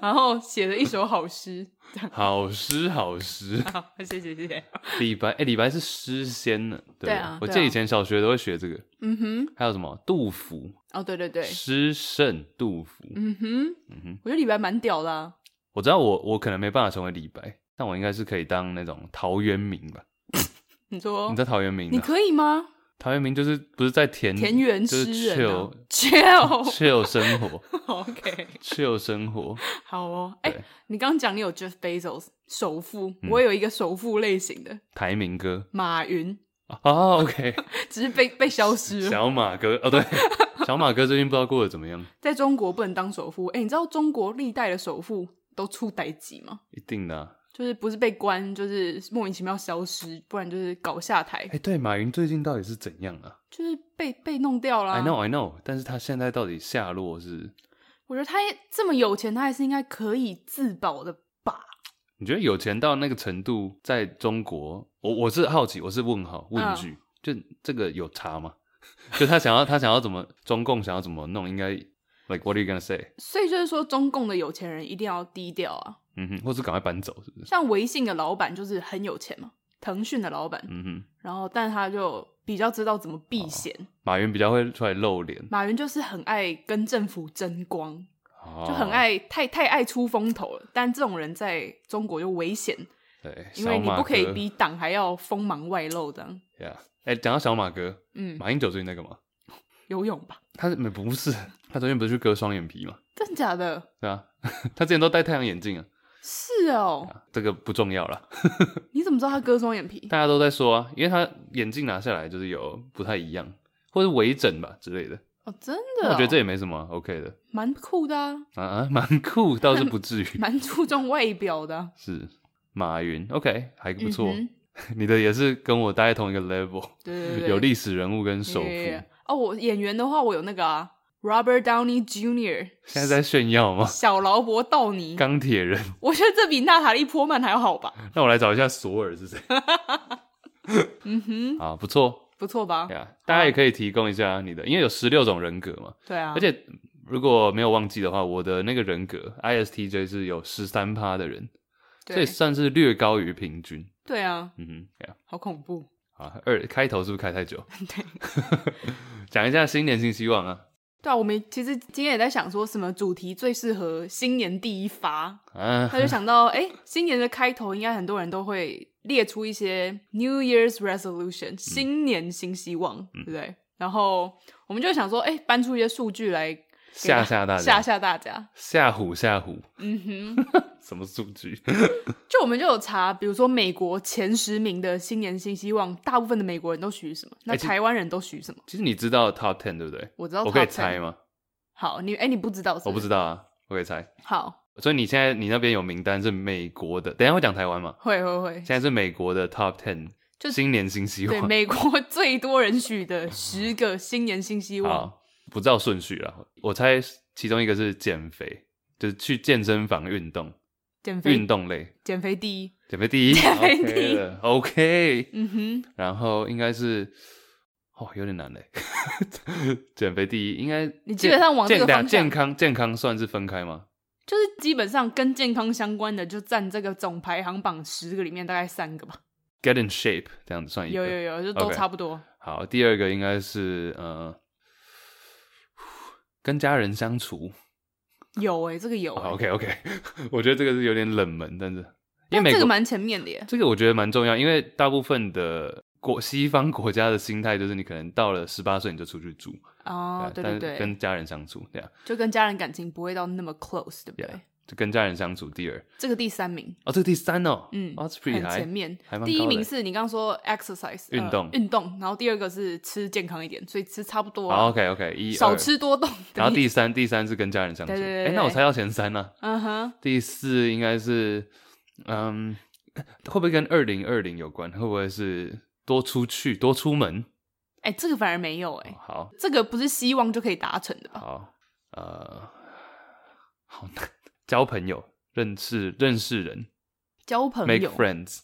[SPEAKER 2] 然后写了一首好诗。
[SPEAKER 1] 好诗，好诗，
[SPEAKER 2] 好，谢谢谢谢。
[SPEAKER 1] 李白，哎、李白是诗仙呢。对
[SPEAKER 2] 对啊
[SPEAKER 1] 我记
[SPEAKER 2] 对
[SPEAKER 1] 得
[SPEAKER 2] 啊
[SPEAKER 1] 以前小学都会学这个。
[SPEAKER 2] 嗯哼，
[SPEAKER 1] 还有什么杜甫，
[SPEAKER 2] 哦对对对，
[SPEAKER 1] 诗圣杜甫。
[SPEAKER 2] 嗯哼，我觉得李白蛮屌的、啊。
[SPEAKER 1] 我知道我我可能没办法成为李白，但我应该是可以当那种陶渊明吧？
[SPEAKER 2] 你说
[SPEAKER 1] 你知道陶渊明
[SPEAKER 2] 哦你
[SPEAKER 1] 的？
[SPEAKER 2] 可以吗？
[SPEAKER 1] 陶渊明就是不是在田
[SPEAKER 2] 田园
[SPEAKER 1] 嗯就是
[SPEAKER 2] 诗人、啊
[SPEAKER 1] chill
[SPEAKER 2] ，chill，OK，
[SPEAKER 1] chill 生活 chill 生活，
[SPEAKER 2] 好哦。哎、
[SPEAKER 1] 对嗯
[SPEAKER 2] 你刚刚讲你有 Jeff Bezos 首富，我也有一个首富类型的
[SPEAKER 1] 台明哥
[SPEAKER 2] 马云，
[SPEAKER 1] 哦，OK，
[SPEAKER 2] 只 是被被 消失了，
[SPEAKER 1] 小马哥 哦对，小马哥最近不知道过得怎么样，
[SPEAKER 2] 在中国不能当首富。哎、你知道中国历代的首富都出代级吗？
[SPEAKER 1] 一定的啊、
[SPEAKER 2] 就是不是被关，就是莫名其妙消失，不然就是搞下台
[SPEAKER 1] 哎、，对，马云最近到底是怎样啊
[SPEAKER 2] 就是被被弄掉啦。
[SPEAKER 1] ？I know I know，但是他现在到底下落是？
[SPEAKER 2] 我觉得他也这么有钱，他还是应该可以自保的吧？
[SPEAKER 1] 你觉得有钱到那个程度，在中国，我我是好奇，我是问号
[SPEAKER 2] 嗯
[SPEAKER 1] 问句，就这个有差吗？ 就他想要他想要怎么，中共想要怎么弄，应该 like what are you gonna say？
[SPEAKER 2] 所以就是说，中共的有钱人一定要低调啊。
[SPEAKER 1] 嗯哼，或是赶快搬走，是不是？
[SPEAKER 2] 像微信的老板就是很有钱嘛，腾讯的老板，
[SPEAKER 1] 嗯哦哼，
[SPEAKER 2] 然后但他就比较知道怎么避险。
[SPEAKER 1] 马云比较会出来露脸，
[SPEAKER 2] 马云就是很爱跟政府争光，
[SPEAKER 1] 就
[SPEAKER 2] 就
[SPEAKER 1] 哦
[SPEAKER 2] 很。爱太太爱出风头了。但这种人在中国就危险，
[SPEAKER 1] 对，
[SPEAKER 2] 因为你
[SPEAKER 1] 小马
[SPEAKER 2] 不可以
[SPEAKER 1] 哥
[SPEAKER 2] 比党还要锋芒外露这样。
[SPEAKER 1] Yeah，哎、讲到小马哥，
[SPEAKER 2] 嗯，
[SPEAKER 1] 马英九最近在干嘛？
[SPEAKER 2] 游泳吧？
[SPEAKER 1] 他是没不是他昨天不是去割双眼皮嘛？
[SPEAKER 2] 真假的？
[SPEAKER 1] 对啊， 他之前都戴太阳眼镜啊
[SPEAKER 2] 是哦，
[SPEAKER 1] 啊，这个不重要啦。
[SPEAKER 2] 你怎么知道他割双眼皮？
[SPEAKER 1] 大家都在说啊，因为他眼镜拿下来就是有不太一样，或是微整吧之类的。
[SPEAKER 2] 哦，真
[SPEAKER 1] 那
[SPEAKER 2] 的哦、
[SPEAKER 1] 我觉得这也没什么啊 OK 的
[SPEAKER 2] 蛮酷的啊，
[SPEAKER 1] 啊啊， 蛮酷，倒是不至于。
[SPEAKER 2] 蛮 注重外表的啊、
[SPEAKER 1] 是马云 OK 还不错，
[SPEAKER 2] 嗯哼
[SPEAKER 1] 你的也是跟我大概同一个 level，
[SPEAKER 2] 对对对，
[SPEAKER 1] 有历史人物跟首富。
[SPEAKER 2] Yeah, yeah, yeah. 哦，我演员的话，我有那个啊，Robert Downey Jr.
[SPEAKER 1] 现在在炫耀吗？
[SPEAKER 2] 小劳勃道尼，
[SPEAKER 1] 钢铁人，
[SPEAKER 2] 我觉得这比娜塔莉波曼还要好吧？
[SPEAKER 1] 那我来找一下索尔是谁
[SPEAKER 2] 嗯哼，
[SPEAKER 1] 啊？不错
[SPEAKER 2] 不错吧？
[SPEAKER 1] 呀大家也可以提供一下你的，因为有十六种人格嘛，
[SPEAKER 2] 对啊，
[SPEAKER 1] 而且如果没有忘记的话，我的那个人格 ISTJ 是有十三趴的人，所
[SPEAKER 2] 对
[SPEAKER 1] 以算是略高于平均。
[SPEAKER 2] 对啊，
[SPEAKER 1] 嗯哼，呀
[SPEAKER 2] 好恐怖。
[SPEAKER 1] 好，二开头是不是开太久？
[SPEAKER 2] 对
[SPEAKER 1] 讲一下新年新希望啊
[SPEAKER 2] 对啊，我们其实今天也在想说什么主题最适合新年第 一发，
[SPEAKER 1] 啊
[SPEAKER 2] 他就想到，哎、新年的开头应该很多人都会列出一些 New Year's
[SPEAKER 1] 嗯
[SPEAKER 2] Resolution，新年新希望，对不对？然后我们就想说，哎、搬出一些数据来给
[SPEAKER 1] 吓吓大家
[SPEAKER 2] 吓吓大家。
[SPEAKER 1] 吓唬吓唬，
[SPEAKER 2] 嗯哼，
[SPEAKER 1] 什么数据？
[SPEAKER 2] 就我们就有查，比如说美国前十名的新年新希望，大部分的美国人都许什么？那
[SPEAKER 1] 哎其
[SPEAKER 2] 台湾人都许什么？
[SPEAKER 1] 其实你知道 top ten 对不对？
[SPEAKER 2] 我知道，
[SPEAKER 1] 我可以猜？吗？
[SPEAKER 2] 好，你哎、你不知道是
[SPEAKER 1] 我不
[SPEAKER 2] 知
[SPEAKER 1] 知道啊，我可以猜。
[SPEAKER 2] 好，
[SPEAKER 1] 所以你现在你那边有名单是美国的，等一下会讲台湾嘛？
[SPEAKER 2] 会会会，
[SPEAKER 1] 现在是美国的 top ten，
[SPEAKER 2] 就
[SPEAKER 1] 新年新希
[SPEAKER 2] 对，
[SPEAKER 1] 望。
[SPEAKER 2] 美国最多人许的十个新年新希望，
[SPEAKER 1] 好，不照顺序啦，我猜其中一个是减肥，就是去健身房运动，
[SPEAKER 2] 减肥
[SPEAKER 1] 运动类，
[SPEAKER 2] 减肥第一。
[SPEAKER 1] 减肥第一，
[SPEAKER 2] 减肥第一
[SPEAKER 1] OK 的，OK。
[SPEAKER 2] 嗯哼，
[SPEAKER 1] 然后应该是，哦，有点难嘞， 减肥第一，应该
[SPEAKER 2] 你
[SPEAKER 1] 健
[SPEAKER 2] 基本上往这个
[SPEAKER 1] 健等下
[SPEAKER 2] 方向
[SPEAKER 1] 健康健康算是分开吗？
[SPEAKER 2] 就是基本上跟健康相关的，就占这个总排行榜十个里面大概三个吧。
[SPEAKER 1] get in shape 这样子算一个。
[SPEAKER 2] 有有有，就都
[SPEAKER 1] OK
[SPEAKER 2] 差不多。
[SPEAKER 1] 好，第二个应该是呃，跟家人相处。
[SPEAKER 2] 有哎、这个有、欸，
[SPEAKER 1] OK OK，我 觉得这个是有点冷门，但是因为
[SPEAKER 2] 但
[SPEAKER 1] 美
[SPEAKER 2] 这
[SPEAKER 1] 国
[SPEAKER 2] 个蛮前面的耶。
[SPEAKER 1] 这个我觉得蛮重要，因为大部分的国西方国家的心态就是你可能到了十八岁你就出去住，啊
[SPEAKER 2] 哦，对
[SPEAKER 1] 但
[SPEAKER 2] 对
[SPEAKER 1] 是
[SPEAKER 2] 对，
[SPEAKER 1] 跟家人相处对啊，
[SPEAKER 2] 就跟家人感情不会到那么 close，对不对
[SPEAKER 1] Yeah 就跟家人相处。第二
[SPEAKER 2] 这个第三名，
[SPEAKER 1] 哦，这个第三哦，
[SPEAKER 2] 嗯，
[SPEAKER 1] 哦，it's
[SPEAKER 2] 很
[SPEAKER 1] pretty high，
[SPEAKER 2] 前面
[SPEAKER 1] 还。蛮
[SPEAKER 2] 第一
[SPEAKER 1] 高的欸
[SPEAKER 2] 名是你刚刚说 exercise
[SPEAKER 1] 运
[SPEAKER 2] 呃
[SPEAKER 1] 动
[SPEAKER 2] 运动，然后第二个是吃健康一点，所以吃差不多啊、
[SPEAKER 1] 好 OK OK，一
[SPEAKER 2] 少
[SPEAKER 1] 二
[SPEAKER 2] 吃多动。
[SPEAKER 1] 然后第三第三是跟家人相处，
[SPEAKER 2] 对对对
[SPEAKER 1] 诶
[SPEAKER 2] 对
[SPEAKER 1] 那我猜到前三呢、
[SPEAKER 2] 嗯哼，
[SPEAKER 1] 第四应该是，嗯，会不会跟二零二零有关？会不会是多出去、多出门？
[SPEAKER 2] 哎、这个反而没
[SPEAKER 1] 哦
[SPEAKER 2] 有哎、
[SPEAKER 1] 好
[SPEAKER 2] 这个不是希望就可以达成的吧？
[SPEAKER 1] 好，呃，好难，交朋友、认识认识人
[SPEAKER 2] 交朋
[SPEAKER 1] ，make
[SPEAKER 2] 友，
[SPEAKER 1] friends。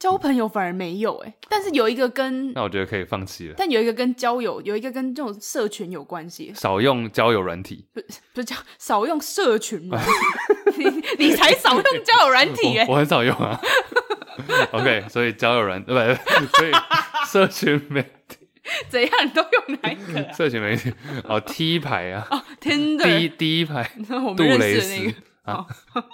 [SPEAKER 2] 交朋友反而没有哎、但是有一个跟，
[SPEAKER 1] 那我觉得可以放弃了，
[SPEAKER 2] 但有一个跟交友，有一个跟这种社群有关系，
[SPEAKER 1] 少用交友软体。
[SPEAKER 2] 不是不是叫少用社群嘛？ 你你才少用交友软体哎、
[SPEAKER 1] 我我很少用啊。OK，所以交友软 呃不，所以社群媒
[SPEAKER 2] 欸怎样你都用哪一个、啊？
[SPEAKER 1] 社群媒体哦 T 牌啊，
[SPEAKER 2] 哦
[SPEAKER 1] 第一
[SPEAKER 2] ，Tinder，
[SPEAKER 1] 第一排
[SPEAKER 2] 我
[SPEAKER 1] 杜
[SPEAKER 2] 们认
[SPEAKER 1] 蕾
[SPEAKER 2] 识的那
[SPEAKER 1] 斯
[SPEAKER 2] 个，
[SPEAKER 1] 啊
[SPEAKER 2] 好。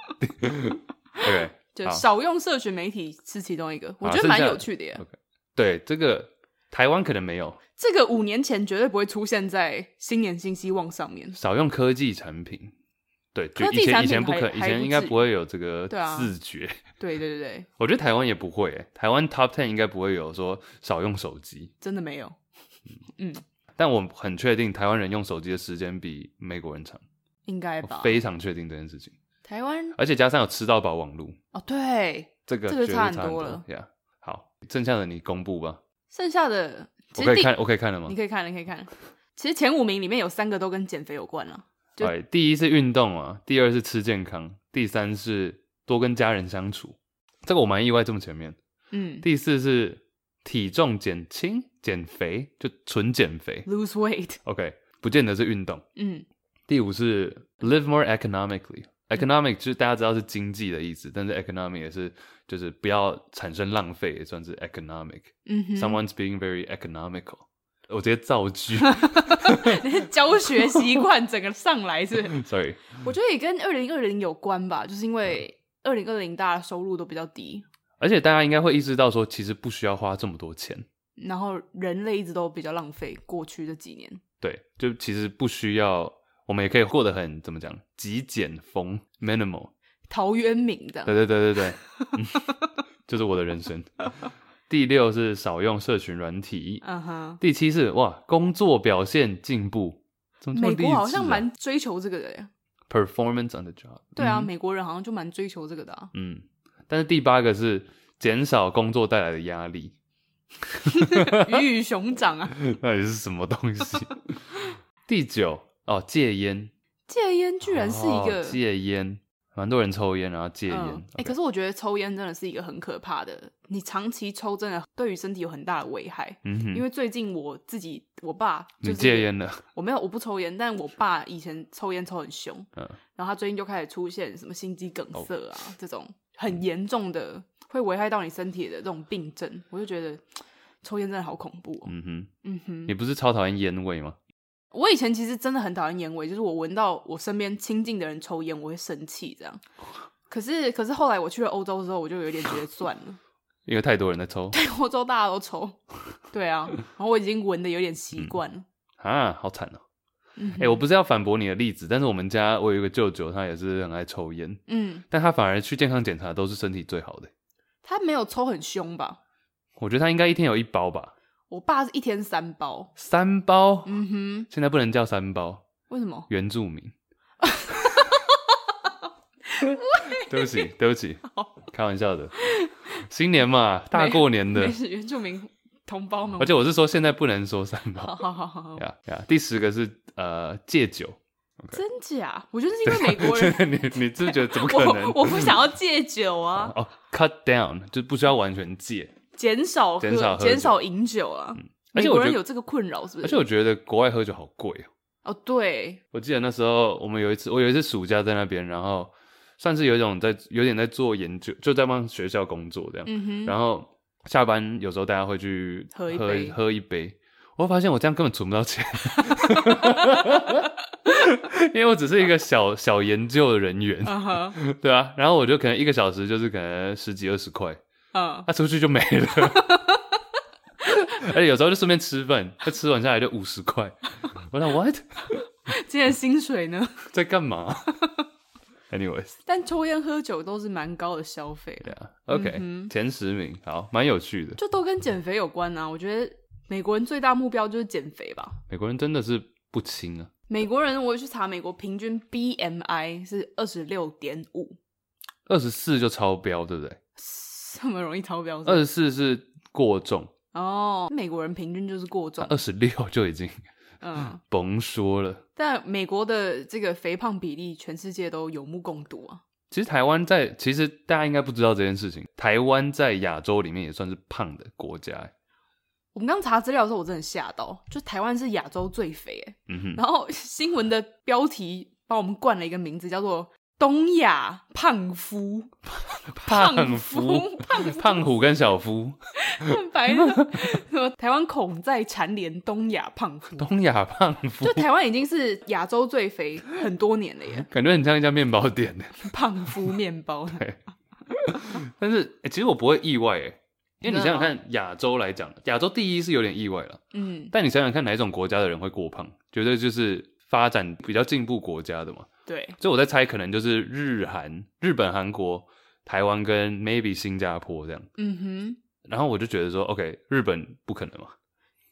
[SPEAKER 1] OK，
[SPEAKER 2] 就
[SPEAKER 1] 好
[SPEAKER 2] 少用社群媒体是其中一个，我觉
[SPEAKER 1] 剩
[SPEAKER 2] 得蛮
[SPEAKER 1] 下
[SPEAKER 2] 有趣的耶。
[SPEAKER 1] 对，这个台湾可能没有，
[SPEAKER 2] 这个五年前绝对不会出现在新年新希望上面。
[SPEAKER 1] 少用科技产品。对，就
[SPEAKER 2] 科技
[SPEAKER 1] 以前
[SPEAKER 2] 产
[SPEAKER 1] 以前
[SPEAKER 2] 品
[SPEAKER 1] 不
[SPEAKER 2] 还
[SPEAKER 1] 可，以
[SPEAKER 2] 还
[SPEAKER 1] 前
[SPEAKER 2] 不
[SPEAKER 1] 应该
[SPEAKER 2] 至于
[SPEAKER 1] 不会有这个
[SPEAKER 2] 对啊
[SPEAKER 1] 自觉。
[SPEAKER 2] 对对对对，
[SPEAKER 1] 我觉得台湾也不会、欸，台湾 Top Ten 应该不会有说少用手机，
[SPEAKER 2] 真的没有。
[SPEAKER 1] 但我很确定台湾人用手机的时间比美国人长，
[SPEAKER 2] 应该
[SPEAKER 1] 我
[SPEAKER 2] 吧？
[SPEAKER 1] 哦非常确定这件事情。
[SPEAKER 2] 台湾
[SPEAKER 1] 而且加上有吃到饱网络，
[SPEAKER 2] 哦，对，
[SPEAKER 1] 这个
[SPEAKER 2] 这个
[SPEAKER 1] 绝对
[SPEAKER 2] 差很
[SPEAKER 1] 很
[SPEAKER 2] 多
[SPEAKER 1] 多
[SPEAKER 2] 了。
[SPEAKER 1] Yeah，好，剩下的你公布吧。
[SPEAKER 2] 剩下的
[SPEAKER 1] 我
[SPEAKER 2] 其
[SPEAKER 1] 可
[SPEAKER 2] 实
[SPEAKER 1] 以
[SPEAKER 2] 第
[SPEAKER 1] 看，我可以看了吗
[SPEAKER 2] 你？可以看，你可以看。其实前五名里面有三个都跟减肥有关啊了、就
[SPEAKER 1] 对，第一是运动啊，第二是吃健康，第三是多跟家人相处。这个我蛮意外，这么前面。
[SPEAKER 2] 嗯
[SPEAKER 1] 第四是体重减轻、减肥，就纯减肥。
[SPEAKER 2] ，lose weight，
[SPEAKER 1] OK，不见得是运动。
[SPEAKER 2] 嗯，
[SPEAKER 1] 第五是 live more economically。economic 就是大家知道是经济的意思，但是 economic 也是就是不要产生浪费，也算是 economic。
[SPEAKER 2] 嗯哼
[SPEAKER 1] Someone's being very economical。我直接造句
[SPEAKER 2] 教学习惯整个上来是不是，
[SPEAKER 1] ，sorry。
[SPEAKER 2] 我觉得也跟二零二零有关吧，就是因为二零二零大家收入都比较低，
[SPEAKER 1] 而且大家应该会意识到说，其实不需要花这么多钱。
[SPEAKER 2] 然后人类一直都比较浪费，过去这几年，
[SPEAKER 1] 对，就其实不需要，我们也可以过得很怎么讲，极简风 （minimal）。
[SPEAKER 2] 陶渊明这
[SPEAKER 1] 对对
[SPEAKER 2] 样，
[SPEAKER 1] 对对对， 嗯、就是我的人生。第六是少用社群软体，
[SPEAKER 2] 嗯哼，
[SPEAKER 1] 第七是哇，工作表现进步，怎么这么
[SPEAKER 2] 美
[SPEAKER 1] 励
[SPEAKER 2] 国好
[SPEAKER 1] 志
[SPEAKER 2] 像
[SPEAKER 1] 啊
[SPEAKER 2] 蛮追求这个的耶，
[SPEAKER 1] performance on the job。
[SPEAKER 2] 对啊，
[SPEAKER 1] 嗯
[SPEAKER 2] 美国人好像就 蛮追求这个的、啊，
[SPEAKER 1] 嗯，但是第八个是减少工作带来的压力，
[SPEAKER 2] 鱼与熊掌啊，
[SPEAKER 1] 到底是什么东西？ 第九哦，戒烟，
[SPEAKER 2] 戒烟居然是一
[SPEAKER 1] 哦
[SPEAKER 2] 个
[SPEAKER 1] 戒烟，蛮多人抽烟然后戒烟。
[SPEAKER 2] 嗯欸可是我觉得抽烟真的是一个很可怕的，你长期抽真的对于身体有很大的危害。
[SPEAKER 1] 嗯哼，
[SPEAKER 2] 因为最近我自己，我爸就是
[SPEAKER 1] 你戒烟了，
[SPEAKER 2] 我没有，我不抽烟，但我爸以前抽烟抽很凶，
[SPEAKER 1] 嗯哦
[SPEAKER 2] 然后他最近就开始出现什么心肌梗塞啊、这种
[SPEAKER 1] 嗯
[SPEAKER 2] 很严重的会危害到你身体的这种病症，我就觉得抽烟真的好恐怖、哦。
[SPEAKER 1] 嗯哼，
[SPEAKER 2] 嗯哼，
[SPEAKER 1] 你不是超讨厌烟味吗？
[SPEAKER 2] 我以前其实真的很讨厌烟味，就是我闻到我身边亲近的人抽烟，我会生气 这样。可是，可是后来我去了欧洲之后，我就有点觉得算了，
[SPEAKER 1] 因为太多人在抽
[SPEAKER 2] 欧洲大家 都抽，对啊，然后我已经闻的有点习惯了。
[SPEAKER 1] 啊，好惨 哦。
[SPEAKER 2] 嗯
[SPEAKER 1] 哎、我不是要反驳你的例子，但是我们家我有一个舅舅，他也是很爱抽烟，
[SPEAKER 2] 嗯，
[SPEAKER 1] 但他反而去健康检查都是身体最好的。
[SPEAKER 2] 他没有抽很凶吧？
[SPEAKER 1] 我觉得他应该一天有一包吧，
[SPEAKER 2] 我爸是一天三包。
[SPEAKER 1] 三包，
[SPEAKER 2] 嗯哼，
[SPEAKER 1] 现在不能叫三包，
[SPEAKER 2] 为什么？
[SPEAKER 1] 原住 民。对不起，对不起，开玩笑的。新年嘛，大过年的
[SPEAKER 2] 没，事，原住民同胞们
[SPEAKER 1] 而。且我是说现在不能说三
[SPEAKER 2] 好
[SPEAKER 1] 包
[SPEAKER 2] 好好好，好
[SPEAKER 1] 呀呀。第十个是呃戒酒，
[SPEAKER 2] 真假？我觉得是因为美国人，
[SPEAKER 1] 你你 是不是觉得怎么可能
[SPEAKER 2] 我？我不想要戒 酒啊，
[SPEAKER 1] 哦，cut down 就不需要完全戒，
[SPEAKER 2] 减少喝
[SPEAKER 1] 减少喝酒嗯
[SPEAKER 2] 减少饮酒啊。
[SPEAKER 1] 而
[SPEAKER 2] 美
[SPEAKER 1] 且
[SPEAKER 2] 国
[SPEAKER 1] 我觉
[SPEAKER 2] 人
[SPEAKER 1] 得
[SPEAKER 2] 有这个困扰是不
[SPEAKER 1] 而
[SPEAKER 2] 是
[SPEAKER 1] 且？我觉得国外喝酒好贵哦。
[SPEAKER 2] 哦，对，
[SPEAKER 1] 我记得那时候我们有一次，我有一次暑假在那边，然后算是有一种在有点在做研究，就在帮学校工作这样。
[SPEAKER 2] 嗯哼，
[SPEAKER 1] 然后下班有时候大家会去
[SPEAKER 2] 喝一
[SPEAKER 1] 喝
[SPEAKER 2] 杯
[SPEAKER 1] 喝一杯，我发现我这样根本存不到 钱，因为我只是一个小小研究的人员，
[SPEAKER 2] 嗯哼，
[SPEAKER 1] 对啊。然后我就可能一个小时就是可能十几二十块，啊
[SPEAKER 2] 嗯，
[SPEAKER 1] 他、出去就没 了。而且有时候就顺便吃饭，他吃完下来就五十块。我想 what
[SPEAKER 2] 今天的薪水呢？
[SPEAKER 1] 在干嘛 ？Anyways，
[SPEAKER 2] 但抽烟喝酒都是蛮高的消费
[SPEAKER 1] 对
[SPEAKER 2] 的，
[SPEAKER 1] 啊，OK，、前十名，好，蛮有趣的。
[SPEAKER 2] 就都跟减肥有关啊。我觉得美国人最大目标就是减肥吧。
[SPEAKER 1] 美国人真的是不轻啊，
[SPEAKER 2] 美国人，我去查美国平均 BMI 是二十六点五，
[SPEAKER 1] 二十四就超标，对不对？
[SPEAKER 2] 这么容易超标是不
[SPEAKER 1] 二十
[SPEAKER 2] 是？
[SPEAKER 1] 四是过重，
[SPEAKER 2] 哦，美国人平均就是过重，
[SPEAKER 1] 二十六就已经
[SPEAKER 2] 嗯，
[SPEAKER 1] 甭说了。
[SPEAKER 2] 但美国的这个肥胖比例，全世界都有目共睹啊。
[SPEAKER 1] 其实台湾在，其实大家应该不知道这件事情，台湾在亚洲里面也算是胖的国家欸。
[SPEAKER 2] 我们刚查资料的时候，我真的吓到，就台湾是亚洲最肥、欸，
[SPEAKER 1] 嗯哼，
[SPEAKER 2] 然后新闻的标题把我们冠了一个名字，叫做“东亚胖夫”，
[SPEAKER 1] 胖
[SPEAKER 2] 夫
[SPEAKER 1] 夫、
[SPEAKER 2] 胖夫
[SPEAKER 1] 胖虎跟小夫，
[SPEAKER 2] 很白的，什么台湾孔在蝉联东亚胖夫，
[SPEAKER 1] 东亚 胖夫
[SPEAKER 2] 就，台湾已经是亚洲最肥很多年了 耶，
[SPEAKER 1] 感觉很像一家面包店呢。
[SPEAKER 2] 胖夫面包。
[SPEAKER 1] 但是、欸其实我不会意外诶，因为你
[SPEAKER 2] 真
[SPEAKER 1] 想
[SPEAKER 2] 的
[SPEAKER 1] 想
[SPEAKER 2] 哦
[SPEAKER 1] 看，亚洲来讲，亚洲第一是有点意外了，
[SPEAKER 2] 嗯，
[SPEAKER 1] 但你想想看，哪一种国家的人会过胖？绝对就是发展比较进步国家的嘛。
[SPEAKER 2] 对，
[SPEAKER 1] 所以我在猜，可能就是日韩、日本、韩国、台湾跟 maybe 新加坡这样。
[SPEAKER 2] 嗯哼。
[SPEAKER 1] 然后我就觉得说，OK，日本不可能嘛。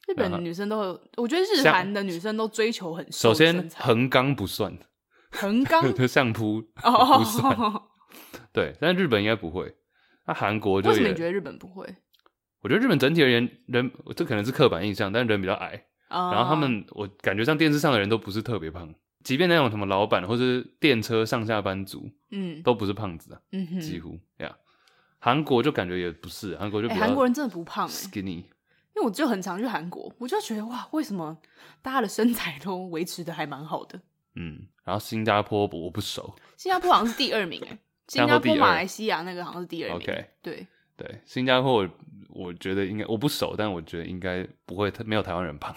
[SPEAKER 2] 日本的
[SPEAKER 1] 嗯
[SPEAKER 2] 女生都有，我觉得日
[SPEAKER 1] 像
[SPEAKER 2] 韩的女生都追求很瘦
[SPEAKER 1] 首
[SPEAKER 2] 的
[SPEAKER 1] 先
[SPEAKER 2] 身，材嗯
[SPEAKER 1] 横纲不算，
[SPEAKER 2] 横纲
[SPEAKER 1] 就相扑
[SPEAKER 2] 哦哦
[SPEAKER 1] 不算。对，但日本应该不会。那韩国就
[SPEAKER 2] 为什么
[SPEAKER 1] 也
[SPEAKER 2] 你觉，得日本不会？
[SPEAKER 1] 我觉得日本整体而言，人这可能是刻板印象，但人比较矮。
[SPEAKER 2] 啊，
[SPEAKER 1] 然后他们，我感觉上电视上的人都不是特别胖，即便那种什么老板或是电车上下班族，
[SPEAKER 2] 嗯
[SPEAKER 1] 都不是胖子啊，
[SPEAKER 2] 嗯哼，
[SPEAKER 1] 几乎呀。韩国就感觉也不是，啊韩国就
[SPEAKER 2] 哎
[SPEAKER 1] 比较
[SPEAKER 2] 韩国人真的不胖哎、
[SPEAKER 1] skinny，
[SPEAKER 2] 因为我就很常去韩国，我就觉得哇，为什么大家的身材都维持的还蛮好的？
[SPEAKER 1] 嗯，然后新加坡我不熟
[SPEAKER 2] 新加坡好像是第二名哎、
[SPEAKER 1] 新
[SPEAKER 2] 新
[SPEAKER 1] 加
[SPEAKER 2] 加
[SPEAKER 1] 坡第二
[SPEAKER 2] 坡、马来西亚那个好像是第二名。
[SPEAKER 1] ，OK，
[SPEAKER 2] 对，
[SPEAKER 1] 对，新加坡我我觉得应该我不熟，但我觉得应该不会没有台湾人胖，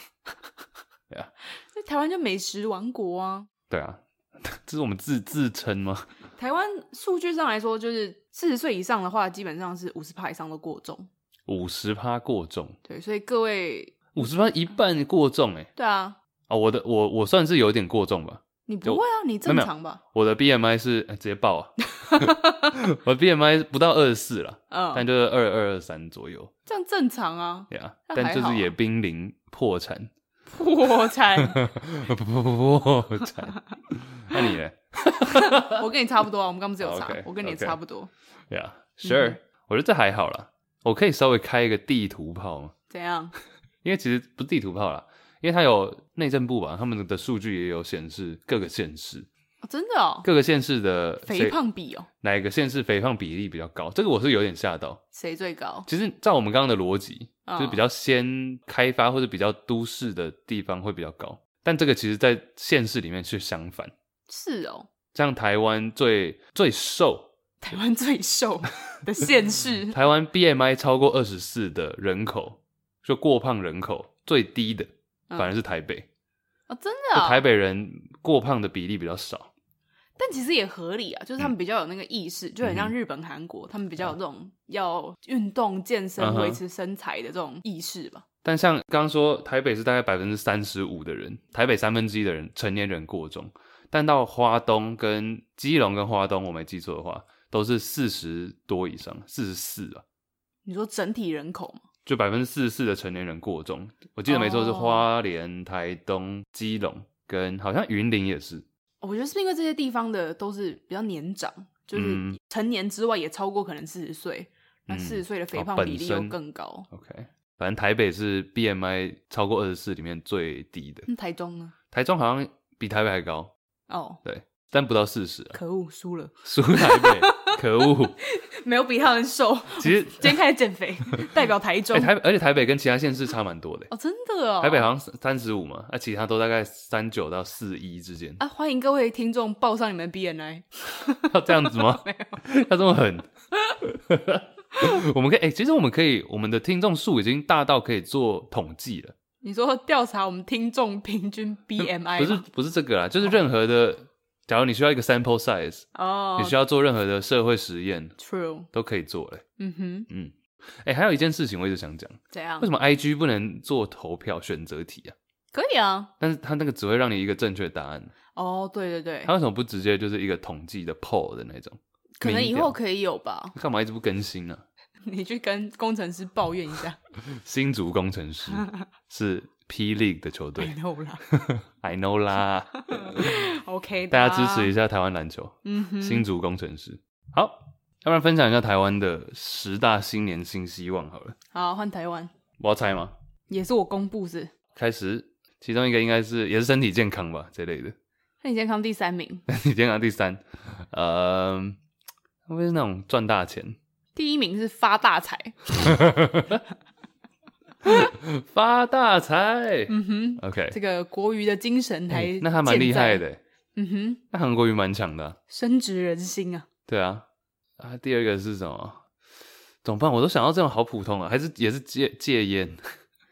[SPEAKER 2] 那台湾就美食王国啊。
[SPEAKER 1] 对啊， 这是我们自自称吗？
[SPEAKER 2] 台湾数据上来说，就是四十岁以上的话，基本上是五十趴以上都过重。
[SPEAKER 1] 五十趴过重，
[SPEAKER 2] 对，所以各位，
[SPEAKER 1] 五十趴一半过重、欸，哎
[SPEAKER 2] 对啊，
[SPEAKER 1] 啊，我的我我算是有点过重吧，
[SPEAKER 2] 你不会啊，你正常吧？
[SPEAKER 1] 我的 BMI 是、哎直接爆啊， 我的 BMI 不到二十四了，但
[SPEAKER 2] 嗯，
[SPEAKER 1] 就是二二二三左右，
[SPEAKER 2] 这样正 常啊。
[SPEAKER 1] 呀、
[SPEAKER 2] 那
[SPEAKER 1] 但
[SPEAKER 2] 还
[SPEAKER 1] 就
[SPEAKER 2] 好
[SPEAKER 1] 是
[SPEAKER 2] 啊
[SPEAKER 1] 也濒临破 产，
[SPEAKER 2] 破 产，
[SPEAKER 1] 不不不不破产，那你呢？
[SPEAKER 2] 我跟你差不多啊，我们刚不是有查
[SPEAKER 1] OK，
[SPEAKER 2] 我跟你也
[SPEAKER 1] OK
[SPEAKER 2] 差不多。
[SPEAKER 1] 对啊，Sure，、我觉得这还好啦。我可以稍微开一个地图炮吗？
[SPEAKER 2] 怎样？
[SPEAKER 1] 因为其实不是地图炮啦，因为它有内政部吧，他们的数据也有显示各个县市，
[SPEAKER 2] 哦真的哦，
[SPEAKER 1] 各个县市的谁
[SPEAKER 2] 肥胖比哦，
[SPEAKER 1] 哪一个县市肥胖比例比较高，这个我是有点吓到。
[SPEAKER 2] 谁最高？
[SPEAKER 1] 其实照我们刚刚的逻辑，
[SPEAKER 2] 嗯
[SPEAKER 1] 就是比较先开发或者比较都市的地方会比较高，但这个其实在县市里面却相反。
[SPEAKER 2] 是哦，
[SPEAKER 1] 像台湾最最瘦，
[SPEAKER 2] 台湾最瘦的 县市
[SPEAKER 1] 台湾 BMI 超过二十四的人口，就过胖人口最低的，
[SPEAKER 2] 嗯
[SPEAKER 1] 反而是台北。
[SPEAKER 2] 哦，真
[SPEAKER 1] 就
[SPEAKER 2] 的哦、
[SPEAKER 1] 台北人过胖的比例比较少，
[SPEAKER 2] 但其实也合理啊，就是他们比较有那个意
[SPEAKER 1] 嗯
[SPEAKER 2] 识，就很像日本、韩国，他们比较有这种要运动、健
[SPEAKER 1] 嗯
[SPEAKER 2] 身、
[SPEAKER 1] 哼
[SPEAKER 2] 维持身材的这种意识吧。
[SPEAKER 1] 但像刚刚说，台北是大概百分之三十五的人，台北三分之一的人成年人过重，但到花东跟基隆跟花东，我没记错的话，都是四十多以上，四十四啊，
[SPEAKER 2] 你说整体人口嘛，
[SPEAKER 1] 就百分之四十四的成年人过重。我记得没错，是
[SPEAKER 2] 哦
[SPEAKER 1] 花莲、台东、基隆跟好像云林也是，
[SPEAKER 2] 我觉得是不是因为这些地方的都是比较年长，就是
[SPEAKER 1] 嗯
[SPEAKER 2] 成年之外也超过可能四十岁，那
[SPEAKER 1] 嗯
[SPEAKER 2] 四十岁的肥
[SPEAKER 1] 哦
[SPEAKER 2] 胖
[SPEAKER 1] 本
[SPEAKER 2] 比例又
[SPEAKER 1] 身
[SPEAKER 2] 更高。
[SPEAKER 1] OK，反正台北是 BMI 超过二十四里面最低的，
[SPEAKER 2] 那台中呢？
[SPEAKER 1] 台中好像比台北还高，
[SPEAKER 2] 哦，
[SPEAKER 1] 但不到四十、啊，
[SPEAKER 2] 可恶，输了，
[SPEAKER 1] 输台北，可恶！
[SPEAKER 2] 没有比他们瘦。
[SPEAKER 1] 其实
[SPEAKER 2] 今天开始 减肥，代表台中。
[SPEAKER 1] 哎、台北，而且台北跟其他县市差蛮多的、
[SPEAKER 2] 哦，真的哦，
[SPEAKER 1] 台北好像三十五嘛，那、啊其他都大概三九到四一之间，
[SPEAKER 2] 啊！欢迎各位听众报上你们 BNI，
[SPEAKER 1] 要这样子 吗？ 要这么狠？我们可以，哎、其实我们可以，我们的听众数已经大到可以做统计了。
[SPEAKER 2] 你说调查我们听众平均 BMI
[SPEAKER 1] 不是
[SPEAKER 2] 吗
[SPEAKER 1] 不是这个啦，就是任何的，假如你需要一个 sample size，、
[SPEAKER 2] 哦
[SPEAKER 1] 你需要做任何的社会实验
[SPEAKER 2] True，
[SPEAKER 1] 都可以做嘞、
[SPEAKER 2] 嗯哼，
[SPEAKER 1] 嗯，哎、还有一件事情我一直想讲，
[SPEAKER 2] 怎样
[SPEAKER 1] 为？什么 IG 不能做投票选择题啊？
[SPEAKER 2] 可以啊。
[SPEAKER 1] 但是它那个只会让你一个正确答案，
[SPEAKER 2] 哦，对对对
[SPEAKER 1] 它，为什么不直接就是一个统计的 poll 的那种？
[SPEAKER 2] 可能以后
[SPEAKER 1] 民
[SPEAKER 2] 可以有吧。
[SPEAKER 1] 调干嘛一直不更新呢、
[SPEAKER 2] 你去跟工程师抱怨一下，
[SPEAKER 1] 新竹工程 师是 P League 的球队
[SPEAKER 2] 没有啦。哎
[SPEAKER 1] ，I know 啦，
[SPEAKER 2] OK，的
[SPEAKER 1] 大
[SPEAKER 2] 啊
[SPEAKER 1] 家支持一。下台湾篮球，
[SPEAKER 2] 嗯哼，
[SPEAKER 1] 新竹工程师。好，要不然分享一下台湾的十大新年新希望好了，
[SPEAKER 2] 好，换台湾，
[SPEAKER 1] 我要猜吗？
[SPEAKER 2] 也是我公布是
[SPEAKER 1] 开始，其中一个应该是也是身体健康吧这类的。
[SPEAKER 2] 身体健康第三名，
[SPEAKER 1] 你健康第三，呃，会不会是那种赚大钱？
[SPEAKER 2] 第一名是发大财。
[SPEAKER 1] 发大财、
[SPEAKER 2] 嗯哼，
[SPEAKER 1] o k
[SPEAKER 2] 这个国语的精神还、
[SPEAKER 1] 哎那还蛮厉害。的，欸
[SPEAKER 2] 嗯哼，
[SPEAKER 1] 那韩国瑜蛮强的啊、
[SPEAKER 2] 深植人心啊。
[SPEAKER 1] 对啊，啊，第二个是什么？怎么办？我都想到这种好普通啊，还是也是戒戒烟、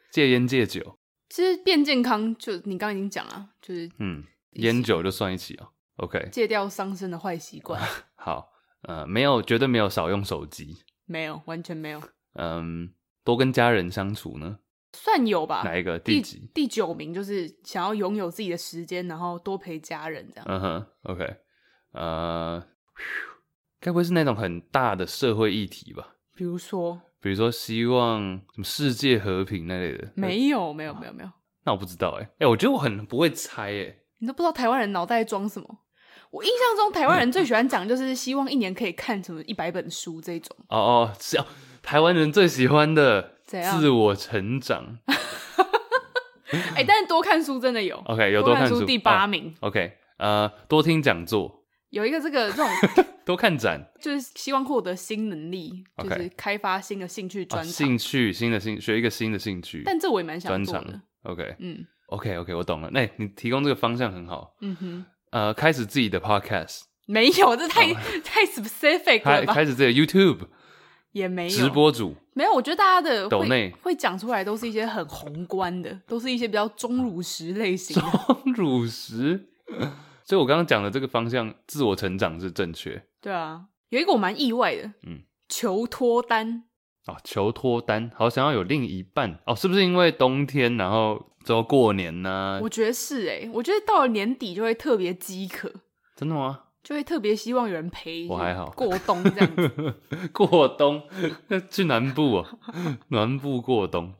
[SPEAKER 1] 戒烟戒酒，
[SPEAKER 2] 其实变健康，就你刚刚已经讲了，就是
[SPEAKER 1] 嗯，烟酒就算一起哦。OK，
[SPEAKER 2] 戒掉伤身的坏 习惯。
[SPEAKER 1] 好，呃，没有，绝对没有少用手机，
[SPEAKER 2] 没有，完全没有，
[SPEAKER 1] 嗯，多跟家人相处呢，
[SPEAKER 2] 算有吧。
[SPEAKER 1] 哪一个第
[SPEAKER 2] 第
[SPEAKER 1] 几？
[SPEAKER 2] 第九名就是想要拥有自己的时间，然后多陪家人这样。
[SPEAKER 1] 嗯哼，OK，呃，该不会是那种很大的社会议题吧？
[SPEAKER 2] 比如说，
[SPEAKER 1] 比如说希望什么世界和平那类的，
[SPEAKER 2] 没有，没有，没有，没有，
[SPEAKER 1] 那我不知道哎、欸，哎、我觉得我很不会猜哎、
[SPEAKER 2] 你都不知道台湾人脑袋装什么。我印象中，台湾人最喜欢讲就是希望一年可以看什么一百本书这一种。
[SPEAKER 1] 哦哦，是哦，台湾人最喜欢的
[SPEAKER 2] 怎样
[SPEAKER 1] 自我成长。
[SPEAKER 2] 哎、但是多看书真的有
[SPEAKER 1] OK，有哦
[SPEAKER 2] 多
[SPEAKER 1] 看
[SPEAKER 2] 书
[SPEAKER 1] 书
[SPEAKER 2] 第八、
[SPEAKER 1] 哦
[SPEAKER 2] 名、
[SPEAKER 1] OK，呃，多听讲座，
[SPEAKER 2] 有一个这 个这种
[SPEAKER 1] 多看展，哦
[SPEAKER 2] 就是希望获得新能力，就
[SPEAKER 1] OK
[SPEAKER 2] 是开发新的兴趣
[SPEAKER 1] 啊、
[SPEAKER 2] 专长。
[SPEAKER 1] 兴趣新的兴，学一个新的兴趣
[SPEAKER 2] 但这我也蛮想
[SPEAKER 1] 专
[SPEAKER 2] 做
[SPEAKER 1] 长
[SPEAKER 2] 的。。
[SPEAKER 1] OK
[SPEAKER 2] 嗯
[SPEAKER 1] OK OK，我懂了。那、你提供这个方向很好。
[SPEAKER 2] 嗯哼，
[SPEAKER 1] 呃，开始自己的 Podcast，
[SPEAKER 2] 没有，这太、太 specific
[SPEAKER 1] 哦开
[SPEAKER 2] 了吧？
[SPEAKER 1] 开始自己的 YouTube
[SPEAKER 2] 也没有
[SPEAKER 1] 直播主。
[SPEAKER 2] 没有，我觉得大家的
[SPEAKER 1] 抖内
[SPEAKER 2] 会会讲出来都是一些很宏观的，都是一些比较钟乳石类型的。
[SPEAKER 1] 钟乳石。 所以我刚刚讲的这个方向，自我成长是正确
[SPEAKER 2] 对啊，有一个我蛮意外的，
[SPEAKER 1] 嗯，
[SPEAKER 2] 求脱单，
[SPEAKER 1] 哦。求脱单，好想要有另一半哦，是不是因为冬天，然后之后过年呢、
[SPEAKER 2] 我觉得是哎、我觉得到了年底就会特别饥渴，
[SPEAKER 1] 真的吗？
[SPEAKER 2] 就会特别希望有人陪
[SPEAKER 1] 我还好
[SPEAKER 2] 过冬这样子。
[SPEAKER 1] 过冬去南部哦，南部过冬。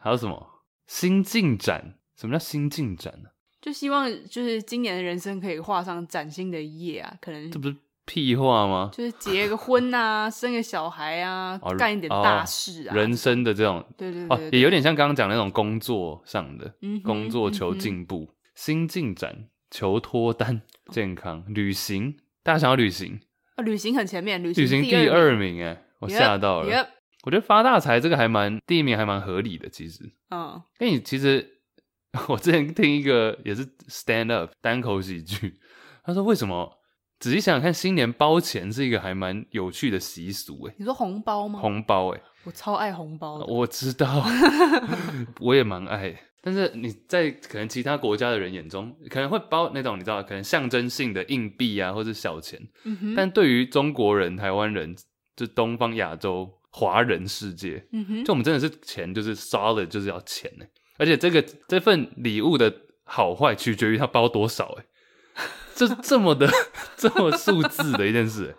[SPEAKER 1] 还有什么新进展？什么叫新进展呢、
[SPEAKER 2] 就希望就是今年的人生可以画上崭新的一页啊，可能
[SPEAKER 1] 这不是屁话吗？
[SPEAKER 2] 就是结个婚啊，生个小孩啊
[SPEAKER 1] 哦，
[SPEAKER 2] 干一点大事啊，
[SPEAKER 1] 人生的这种
[SPEAKER 2] 对对
[SPEAKER 1] 哦
[SPEAKER 2] 对，
[SPEAKER 1] 也
[SPEAKER 2] 对，
[SPEAKER 1] 有点像刚刚讲的那种工作上的，
[SPEAKER 2] 嗯哼
[SPEAKER 1] 工作求
[SPEAKER 2] 嗯哼
[SPEAKER 1] 进步、新进展、求脱单、健康、旅行。大家想要旅行，
[SPEAKER 2] 啊旅行很前面，旅
[SPEAKER 1] 旅行
[SPEAKER 2] 第
[SPEAKER 1] 第
[SPEAKER 2] 二
[SPEAKER 1] 二
[SPEAKER 2] 名，
[SPEAKER 1] 名，哎，我
[SPEAKER 2] Yep，
[SPEAKER 1] 吓到
[SPEAKER 2] yep，
[SPEAKER 1] 了。我觉得发大财这个还蛮第一名，还蛮合理的。其实，
[SPEAKER 2] 嗯，
[SPEAKER 1] 因为你其实 我之前听一个也是 stand up 单口喜剧，他说为什么仔细想想看，新年包钱是一个还蛮有趣的习俗，哎，
[SPEAKER 2] 你说红包吗？
[SPEAKER 1] 红哦包，哎，
[SPEAKER 2] 我超爱红包的，
[SPEAKER 1] 我知 道，我也蛮爱，但是你在可能其他国家的人眼中，可能会包那种你知道，可能象征性的硬币啊，或者小钱。
[SPEAKER 2] 嗯哼，
[SPEAKER 1] 但对于中国人、台湾人，就东方亚洲华人世界，
[SPEAKER 2] 嗯哼，
[SPEAKER 1] 就我们真的是钱就是 solid 就是要钱呢、而且这个这份礼物的好坏取决于它包多少哎、这这么的 这么数字的一件事、欸，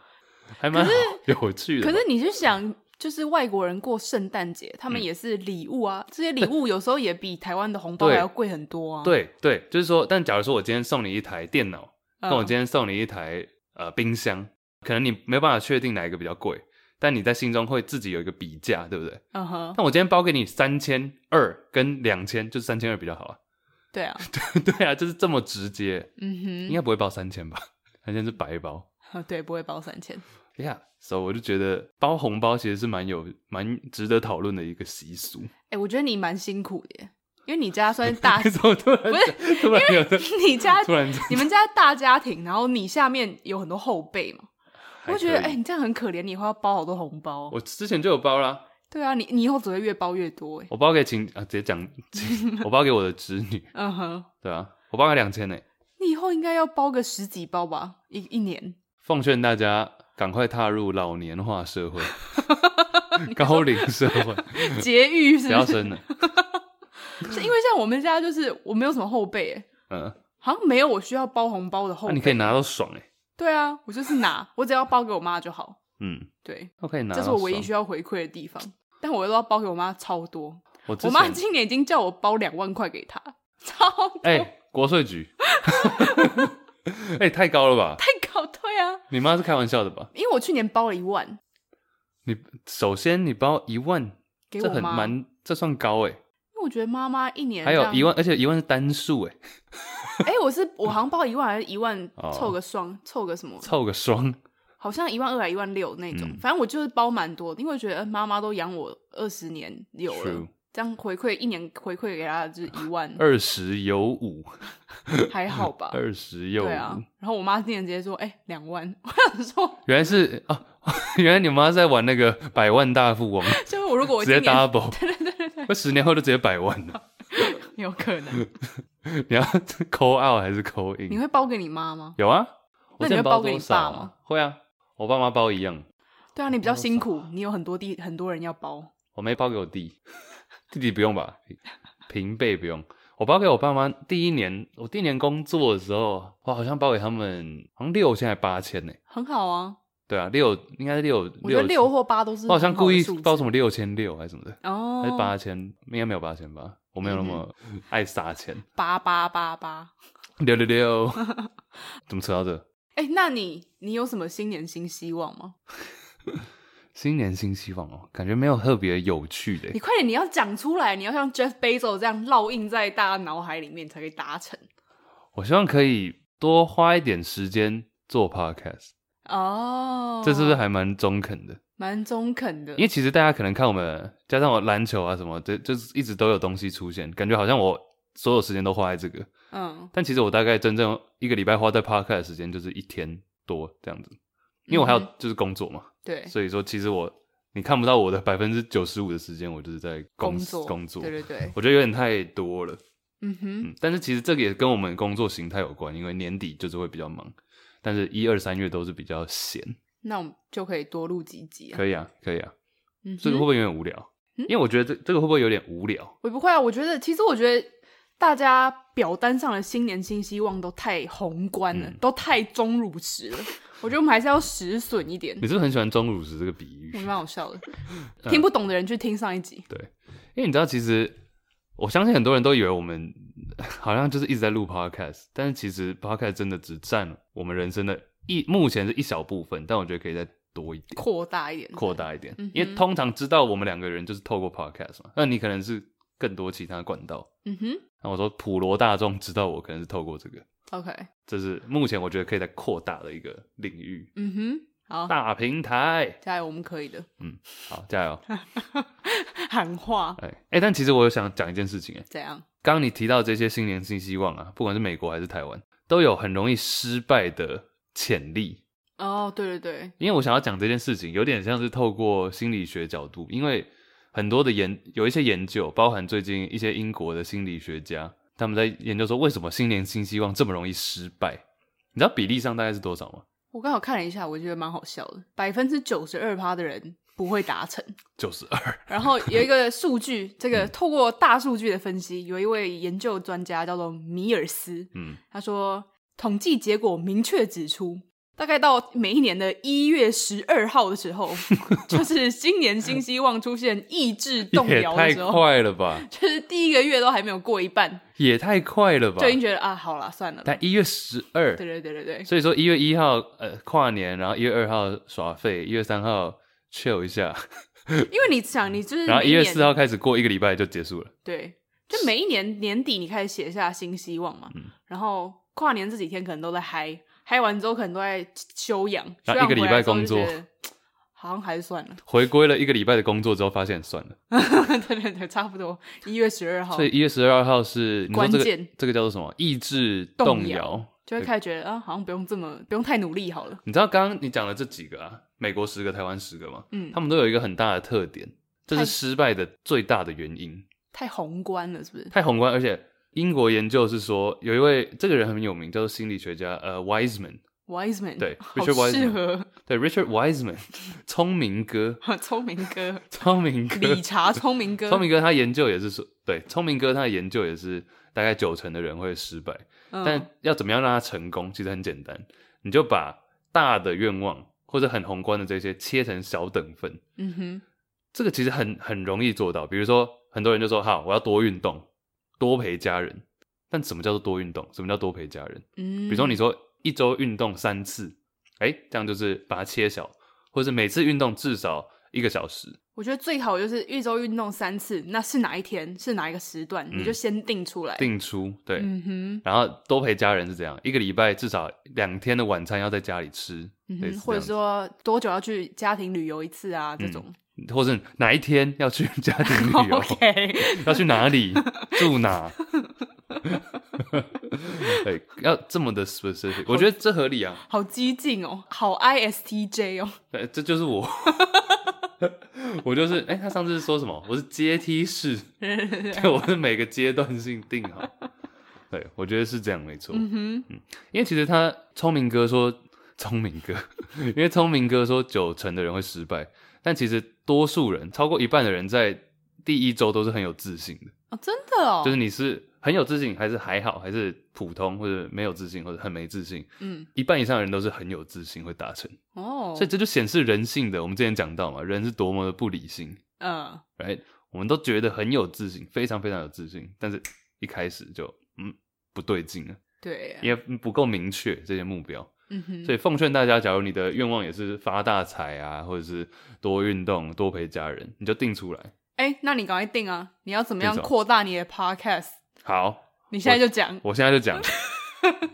[SPEAKER 1] 还蛮好有趣的吧。
[SPEAKER 2] 可是你去想，就是外国人过圣诞节，他
[SPEAKER 1] 嗯
[SPEAKER 2] 们也是礼物啊，这些礼物有时候也比台湾的红包
[SPEAKER 1] 对
[SPEAKER 2] 还要贵很多啊。，
[SPEAKER 1] 对对，就是说，但假如说我今天送你一台电脑，
[SPEAKER 2] 嗯
[SPEAKER 1] 跟我今天送你一台呃冰箱，可能你没办法确定哪一个比较贵，但你在心中会自己有一个比价，对不对？
[SPEAKER 2] 嗯哼，
[SPEAKER 1] 但我今天包给你三千二跟两千，就是三千二比较好啊。
[SPEAKER 2] 对啊，
[SPEAKER 1] 对啊，就是这么直接，应
[SPEAKER 2] 嗯
[SPEAKER 1] 该不会包三千吧？ 三千是白包。
[SPEAKER 2] 哼，对，不会包三千。
[SPEAKER 1] Yeah，所、以我就觉得包红包其实是蛮有蛮值得讨论的一个习俗。，
[SPEAKER 2] 哎，我觉得你蛮辛苦的耶，因为你家算是大
[SPEAKER 1] 怎么突然
[SPEAKER 2] 不是
[SPEAKER 1] 讲突然有的
[SPEAKER 2] 你家
[SPEAKER 1] 突然间
[SPEAKER 2] 你们家大家庭，然后你下面有很多后辈嘛，我就觉得
[SPEAKER 1] 还可
[SPEAKER 2] 哎、
[SPEAKER 1] 以
[SPEAKER 2] 你这样很可怜，你以后要包好多红包。
[SPEAKER 1] 我之前就有包啦，
[SPEAKER 2] 对啊，你你以后只会越包越多哎。
[SPEAKER 1] 我包给情啊，直接讲， 我包给我的侄女，
[SPEAKER 2] 嗯哼，
[SPEAKER 1] 对啊，我包给两千呢。
[SPEAKER 2] 你以后应该要包个十几包吧，一一年。
[SPEAKER 1] 奉劝大家赶快踏入老年化社 会，高龄社会，
[SPEAKER 2] 节育是
[SPEAKER 1] 不要
[SPEAKER 2] 不是？
[SPEAKER 1] 生了。
[SPEAKER 2] 是因为像我们家就是我没有什么后辈哎。
[SPEAKER 1] 嗯，
[SPEAKER 2] 好像没有我需要包红包的后
[SPEAKER 1] 那、啊
[SPEAKER 2] 辈。
[SPEAKER 1] 你可以拿到爽哎，
[SPEAKER 2] 对啊，我就是拿，我只要包给我妈就好。
[SPEAKER 1] 嗯，
[SPEAKER 2] 对，
[SPEAKER 1] 我可以拿到
[SPEAKER 2] 这
[SPEAKER 1] 爽。
[SPEAKER 2] 是我唯一需要回馈的地方。但我都要包给我妈超多，
[SPEAKER 1] 我之
[SPEAKER 2] 我妈
[SPEAKER 1] 前
[SPEAKER 2] 今年已经叫我包两万块给她，超多
[SPEAKER 1] 哎、国税局， 哎、太高了吧？
[SPEAKER 2] 太搞对啊！
[SPEAKER 1] 你妈是开玩笑的吧？
[SPEAKER 2] 因为我去年包了一万
[SPEAKER 1] 你首先你包一万，
[SPEAKER 2] 给
[SPEAKER 1] 这
[SPEAKER 2] 我
[SPEAKER 1] 很
[SPEAKER 2] 妈，因
[SPEAKER 1] 蛮，这算高哎，
[SPEAKER 2] 为我觉得妈妈一年
[SPEAKER 1] 还有一
[SPEAKER 2] 万，
[SPEAKER 1] 万，而且一万是单数哎，
[SPEAKER 2] 哎、我是我好像包一万还是一万
[SPEAKER 1] 哦
[SPEAKER 2] 凑个双，凑个什么，
[SPEAKER 1] 凑个双，
[SPEAKER 2] 嗯好像一万二还一万六那种，
[SPEAKER 1] 嗯
[SPEAKER 2] 反正我就是包蛮多的，因为我觉得呃妈妈都养我二十年有了
[SPEAKER 1] True，，
[SPEAKER 2] 这样回馈一年回馈给她就是一万
[SPEAKER 1] 二十有五，
[SPEAKER 2] 还好吧？
[SPEAKER 1] 二十有五。
[SPEAKER 2] 啊对啊，然后我妈今年直接说：“哎、两万。” 我想说，
[SPEAKER 1] 原来是啊， 原来你妈在玩那个百万大富翁，
[SPEAKER 2] 就是我如果我
[SPEAKER 1] 直
[SPEAKER 2] 今
[SPEAKER 1] 接
[SPEAKER 2] 年
[SPEAKER 1] double，对对 对对，那十年后就直接百万了。
[SPEAKER 2] 有可 能，
[SPEAKER 1] 你要 call out 还是 call
[SPEAKER 2] 你
[SPEAKER 1] in？
[SPEAKER 2] 会包给你妈吗？
[SPEAKER 1] 有啊，我
[SPEAKER 2] 那
[SPEAKER 1] 之
[SPEAKER 2] 你
[SPEAKER 1] 前
[SPEAKER 2] 会包给
[SPEAKER 1] 多
[SPEAKER 2] 你
[SPEAKER 1] 少
[SPEAKER 2] 爸吗
[SPEAKER 1] 啊？会啊，我爸妈包一样，
[SPEAKER 2] 对啊，你比较辛苦，你有很多地很多人要包。
[SPEAKER 1] 我没包给我弟，弟弟不用吧，平辈不用。我包给我爸妈第一年，我第一年工作的时候，我好像包给他们，好像六千还八千呢。
[SPEAKER 2] 很好啊，
[SPEAKER 1] 对啊，六应该是六，
[SPEAKER 2] 我觉得六
[SPEAKER 1] 千，
[SPEAKER 2] 或八都是
[SPEAKER 1] 我好像故意包什
[SPEAKER 2] 么
[SPEAKER 1] 么六千六还是什么的。
[SPEAKER 2] 哦，嗯
[SPEAKER 1] 还是八千，应该没有八千吧？我没有那么爱撒钱。
[SPEAKER 2] 八八八八。
[SPEAKER 1] 六六 六，怎么扯到这？
[SPEAKER 2] 哎、那你你有什么新年新希望吗？
[SPEAKER 1] 新年新希望哦，感觉没有特别有趣的
[SPEAKER 2] 你。快点，你要讲出来，你要像 Jeff Bezos 这样烙印在大家脑海里面，才可以达成
[SPEAKER 1] 我希望可以多花一点时间做 podcast，
[SPEAKER 2] 哦。
[SPEAKER 1] 这是不是还蛮中肯的？
[SPEAKER 2] 蛮中肯的？
[SPEAKER 1] 因为其实大家可能看我们，加上我篮球啊什么，这就是一直都有东西出现，感觉好像我所有时间都花在这个。
[SPEAKER 2] 嗯，
[SPEAKER 1] 但其实我大概真正一个礼拜花在 podcast 的时间就是一天多这样子，因为我还有
[SPEAKER 2] 嗯哼
[SPEAKER 1] 就是工作嘛。
[SPEAKER 2] 对，
[SPEAKER 1] 所以说，其实我你看不到我的百分之九十五的时间，我就是在
[SPEAKER 2] 工
[SPEAKER 1] 公司
[SPEAKER 2] 作
[SPEAKER 1] 工作
[SPEAKER 2] 对。对对，
[SPEAKER 1] 我觉得有点太多了，
[SPEAKER 2] 嗯哼。
[SPEAKER 1] 嗯，但是其实这个也跟我们工作形态有关，因为年底就是会比较忙，但是一二三月都是比较闲，
[SPEAKER 2] 那我们就可以多录几集啊。
[SPEAKER 1] 可以啊，可以啊，
[SPEAKER 2] 嗯哼，嗯
[SPEAKER 1] 这个会不会有点无聊？因为我觉得这这个会不会有点无聊？
[SPEAKER 2] 我不会啊。我觉得，其实我觉得大家表单上的新年新希望都太宏观了，
[SPEAKER 1] 嗯
[SPEAKER 2] 都太中乳石 了。我觉得我们还是要实损一点
[SPEAKER 1] 你。是不是很喜欢钟乳石这个比喻
[SPEAKER 2] 我觉？得蛮好笑的，
[SPEAKER 1] 嗯
[SPEAKER 2] 听不懂的人去听上一集。
[SPEAKER 1] 因为你知道，其实我相信很多人都以为我们好像就是一直在录 podcast，但是其实 podcast 真的只占我们人生的一目前是一小部分，但我觉得可以再多一点，
[SPEAKER 2] 扩大一点，
[SPEAKER 1] 扩大一点，
[SPEAKER 2] 嗯哼
[SPEAKER 1] 因为通常知道我们两个人就是透过 podcast 嘛，那你可能是更多其他管道。
[SPEAKER 2] 嗯哼
[SPEAKER 1] 那我说普罗大众知道我，可能是透过这个，
[SPEAKER 2] ，OK，
[SPEAKER 1] 这是目前我觉得可以再扩大的一个领域，
[SPEAKER 2] 嗯哼，好，
[SPEAKER 1] 大平台。
[SPEAKER 2] 加油，我们可以的，
[SPEAKER 1] 嗯，好，加油！
[SPEAKER 2] 喊话
[SPEAKER 1] 哎哎，但其实我有想讲一件事情，哎，
[SPEAKER 2] 怎样？
[SPEAKER 1] 刚刚你提到这些新年新希望啊，不管是美国还是台湾，都有很容易失败的潜力。
[SPEAKER 2] 哦，对对对，
[SPEAKER 1] 因为我想要讲这件事情，有点像是透过心理学角度，因为很多的研有一些研究，包含最近一些英国的心理学家，他们在研究说为什么新年新希望这么容易失败。你知道比例上大概是多少吗？
[SPEAKER 2] 我刚好看了一下，我觉得蛮好笑的，百分之九十二趴的人不会达成。
[SPEAKER 1] 九十二，
[SPEAKER 2] 然后有一个数据，这个透过大数据的分析，有一位研究专家叫做米尔斯，
[SPEAKER 1] 嗯，
[SPEAKER 2] 他说，统计结果明确指出，大概到每一年的一月十二号的时 候，就是新年新希望出现意志动
[SPEAKER 1] 嗯也
[SPEAKER 2] 摇的
[SPEAKER 1] 太
[SPEAKER 2] 时候，
[SPEAKER 1] 快了吧，
[SPEAKER 2] 就是第一个月都还没有过一半，
[SPEAKER 1] 也太快了吧
[SPEAKER 2] 就已！经觉得啊，好了，算了啦。
[SPEAKER 1] 但一月十二，
[SPEAKER 2] 对对对对对，
[SPEAKER 1] 所以说一月一号呃跨年，然后一月二号耍废，一月三号 chill 一下，
[SPEAKER 2] 因为你想，你就是
[SPEAKER 1] 然后
[SPEAKER 2] 每
[SPEAKER 1] 一月
[SPEAKER 2] 年
[SPEAKER 1] 四号开始过一个礼拜就结束了。
[SPEAKER 2] 对，就每一年年底你开始写下新希望嘛，
[SPEAKER 1] 嗯
[SPEAKER 2] 然后跨年这几天可能都在嗨，嗨完之后可能都在休养，
[SPEAKER 1] 然后
[SPEAKER 2] 休养
[SPEAKER 1] 一个礼
[SPEAKER 2] 回来
[SPEAKER 1] 拜
[SPEAKER 2] 之后就
[SPEAKER 1] 工作
[SPEAKER 2] 觉得，好像还是算了，
[SPEAKER 1] 回归了一个礼拜的工作之后，发现算了。
[SPEAKER 2] 对对对，差不多一月十二号
[SPEAKER 1] 所以一月十二号是你说
[SPEAKER 2] 关
[SPEAKER 1] 这个
[SPEAKER 2] 键
[SPEAKER 1] 这个叫做什么？意志
[SPEAKER 2] 动
[SPEAKER 1] 动
[SPEAKER 2] 摇
[SPEAKER 1] 摇。
[SPEAKER 2] 就会开始觉得啊，好像不用这么不用太努力好了，
[SPEAKER 1] 你知道刚刚你讲的这几个啊，美国十个，台湾十个吗？
[SPEAKER 2] 嗯
[SPEAKER 1] 他，们都有一个很大的特点，这是
[SPEAKER 2] 太
[SPEAKER 1] 失败的最大的原因。
[SPEAKER 2] 太宏观了是不是？
[SPEAKER 1] 太宏观，而且英国研究是说，有一位这个人很有名，叫做心理学家呃 Wiseman，
[SPEAKER 2] Wiseman
[SPEAKER 1] 对
[SPEAKER 2] 好
[SPEAKER 1] Richard
[SPEAKER 2] 适合
[SPEAKER 1] 对 Richard Wiseman，聪明哥，
[SPEAKER 2] 聪明 哥，
[SPEAKER 1] 聪明哥，
[SPEAKER 2] 理查聪明哥，
[SPEAKER 1] 聪明哥他研究也是说，对，聪明哥他的研究也是大概九成的人会失败，
[SPEAKER 2] 嗯
[SPEAKER 1] 但要怎么样让他成功，其实很简单，你就把大的愿望或者很宏观的这些切成小等份，
[SPEAKER 2] 嗯哼，
[SPEAKER 1] 这个其实很很容易做到。比如说，很多人就说，好，我要多运动，多陪家人。但什么叫做多运动？什么叫多陪家人？
[SPEAKER 2] 嗯，
[SPEAKER 1] 比如说，你说一周运动三次，哎、这样就是把它切小，或者每次运动至少一个小时，
[SPEAKER 2] 我觉得最好就是一周运动三次，那是哪一天，是哪一个时段，你就先定出来。
[SPEAKER 1] 嗯定出对。
[SPEAKER 2] 嗯哼，
[SPEAKER 1] 然后多陪家人是这样，一个礼拜至少两天的晚餐要在家里吃，
[SPEAKER 2] 嗯
[SPEAKER 1] 类似
[SPEAKER 2] 哼，
[SPEAKER 1] 这
[SPEAKER 2] 或者
[SPEAKER 1] 样子，
[SPEAKER 2] 说多久要去家庭旅游一次啊？这种。
[SPEAKER 1] 或者哪一天要去 家庭旅游，
[SPEAKER 2] OK，
[SPEAKER 1] 要去哪里住 哪，对，要这么的 specific，我觉得这合理啊，
[SPEAKER 2] 好激进哦，好 ISTJ 哦，
[SPEAKER 1] 对，这就是我， 我就是，哎、他上次是说什么？我是阶梯式， 对，我是每个阶段性定好，对，我觉得是这样，没错，
[SPEAKER 2] 嗯哼，
[SPEAKER 1] 因为其实他聪明哥说，聪明哥，因为聪明哥说九成的人会失败，但其实多数人，超过一半的人在第一周都是很有自信的，
[SPEAKER 2] 哦，真的哦，
[SPEAKER 1] 就是你是很有自信，还是还好，还是普通，或者没有自信，或者很没自信，
[SPEAKER 2] 嗯，
[SPEAKER 1] 一半以上的人都是很有自信会达成，
[SPEAKER 2] 哦，
[SPEAKER 1] 所以这就显示人性的。我们之前讲到嘛，人是多么的不理性
[SPEAKER 2] 嗯，
[SPEAKER 1] ，right？我们都觉得很有自信，非常非常有自信，但是一开始就嗯不对劲了，
[SPEAKER 2] 对，
[SPEAKER 1] 因为不够明确这些目标。
[SPEAKER 2] 嗯哼，
[SPEAKER 1] 所以奉劝大家，假如你的愿望也是发大财啊，或者是多运动、多陪家人，你就定出来。
[SPEAKER 2] 哎、那你赶快定啊，你要怎么样
[SPEAKER 1] 定什么
[SPEAKER 2] 扩大你的 Podcast？
[SPEAKER 1] 好，
[SPEAKER 2] 你现在就讲，
[SPEAKER 1] 我现在就讲，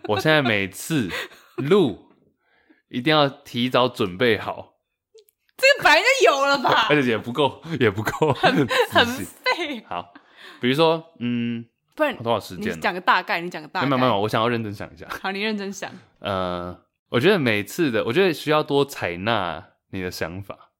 [SPEAKER 1] 我现在每次录一定要提早准备好，
[SPEAKER 2] 这个本来就有了 吧，
[SPEAKER 1] 而且也不够，也不够
[SPEAKER 2] 很
[SPEAKER 1] 仔细。
[SPEAKER 2] 废，
[SPEAKER 1] 好，比如说，嗯，
[SPEAKER 2] 不然
[SPEAKER 1] 多少哦时
[SPEAKER 2] 你
[SPEAKER 1] 间了？哦
[SPEAKER 2] 讲个大概，你讲个大
[SPEAKER 1] 没
[SPEAKER 2] 概，
[SPEAKER 1] 有没有没有，我想要认真想一下。
[SPEAKER 2] 好，你认真想，
[SPEAKER 1] 呃，我觉得每次的，我觉得需要多采纳你的想法，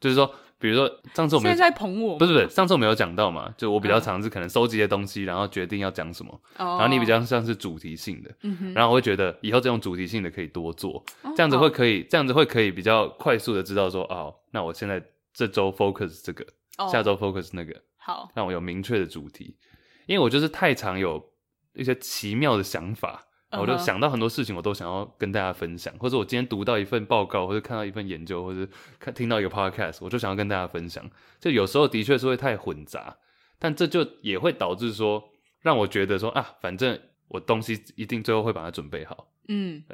[SPEAKER 1] 就是说，比如说上次我
[SPEAKER 2] 现
[SPEAKER 1] 们
[SPEAKER 2] 在在捧我吗，
[SPEAKER 1] 不是不是，上次我们有讲到嘛，就我比较
[SPEAKER 2] 嗯
[SPEAKER 1] 常是可能收集一些东西，然后决定要讲什么，然
[SPEAKER 2] 哦，
[SPEAKER 1] 后你比较像是主题性的，
[SPEAKER 2] 嗯哼，
[SPEAKER 1] 然后我会觉得以后这种主题性的可以多做，这样子
[SPEAKER 2] 哦
[SPEAKER 1] 会可以，这样子会可以比较快速的知道说，哦，那我现在这周 focus 这个，
[SPEAKER 2] 哦
[SPEAKER 1] 下周 focus 那个，
[SPEAKER 2] 好，
[SPEAKER 1] 让我有明确的主题，因为我就是太常有一些奇妙的想法。
[SPEAKER 2] 嗯哼
[SPEAKER 1] 我就想到很多事情，我都想要跟大家分享，或者我今天读到一份报告，或者看到一份研究，或者看听到一个 podcast，我就想要跟大家分享。就有时候的确是会太混杂，但这就也会导致说，让我觉得说啊，反正我东西一定最后会把它准备好。
[SPEAKER 2] 嗯，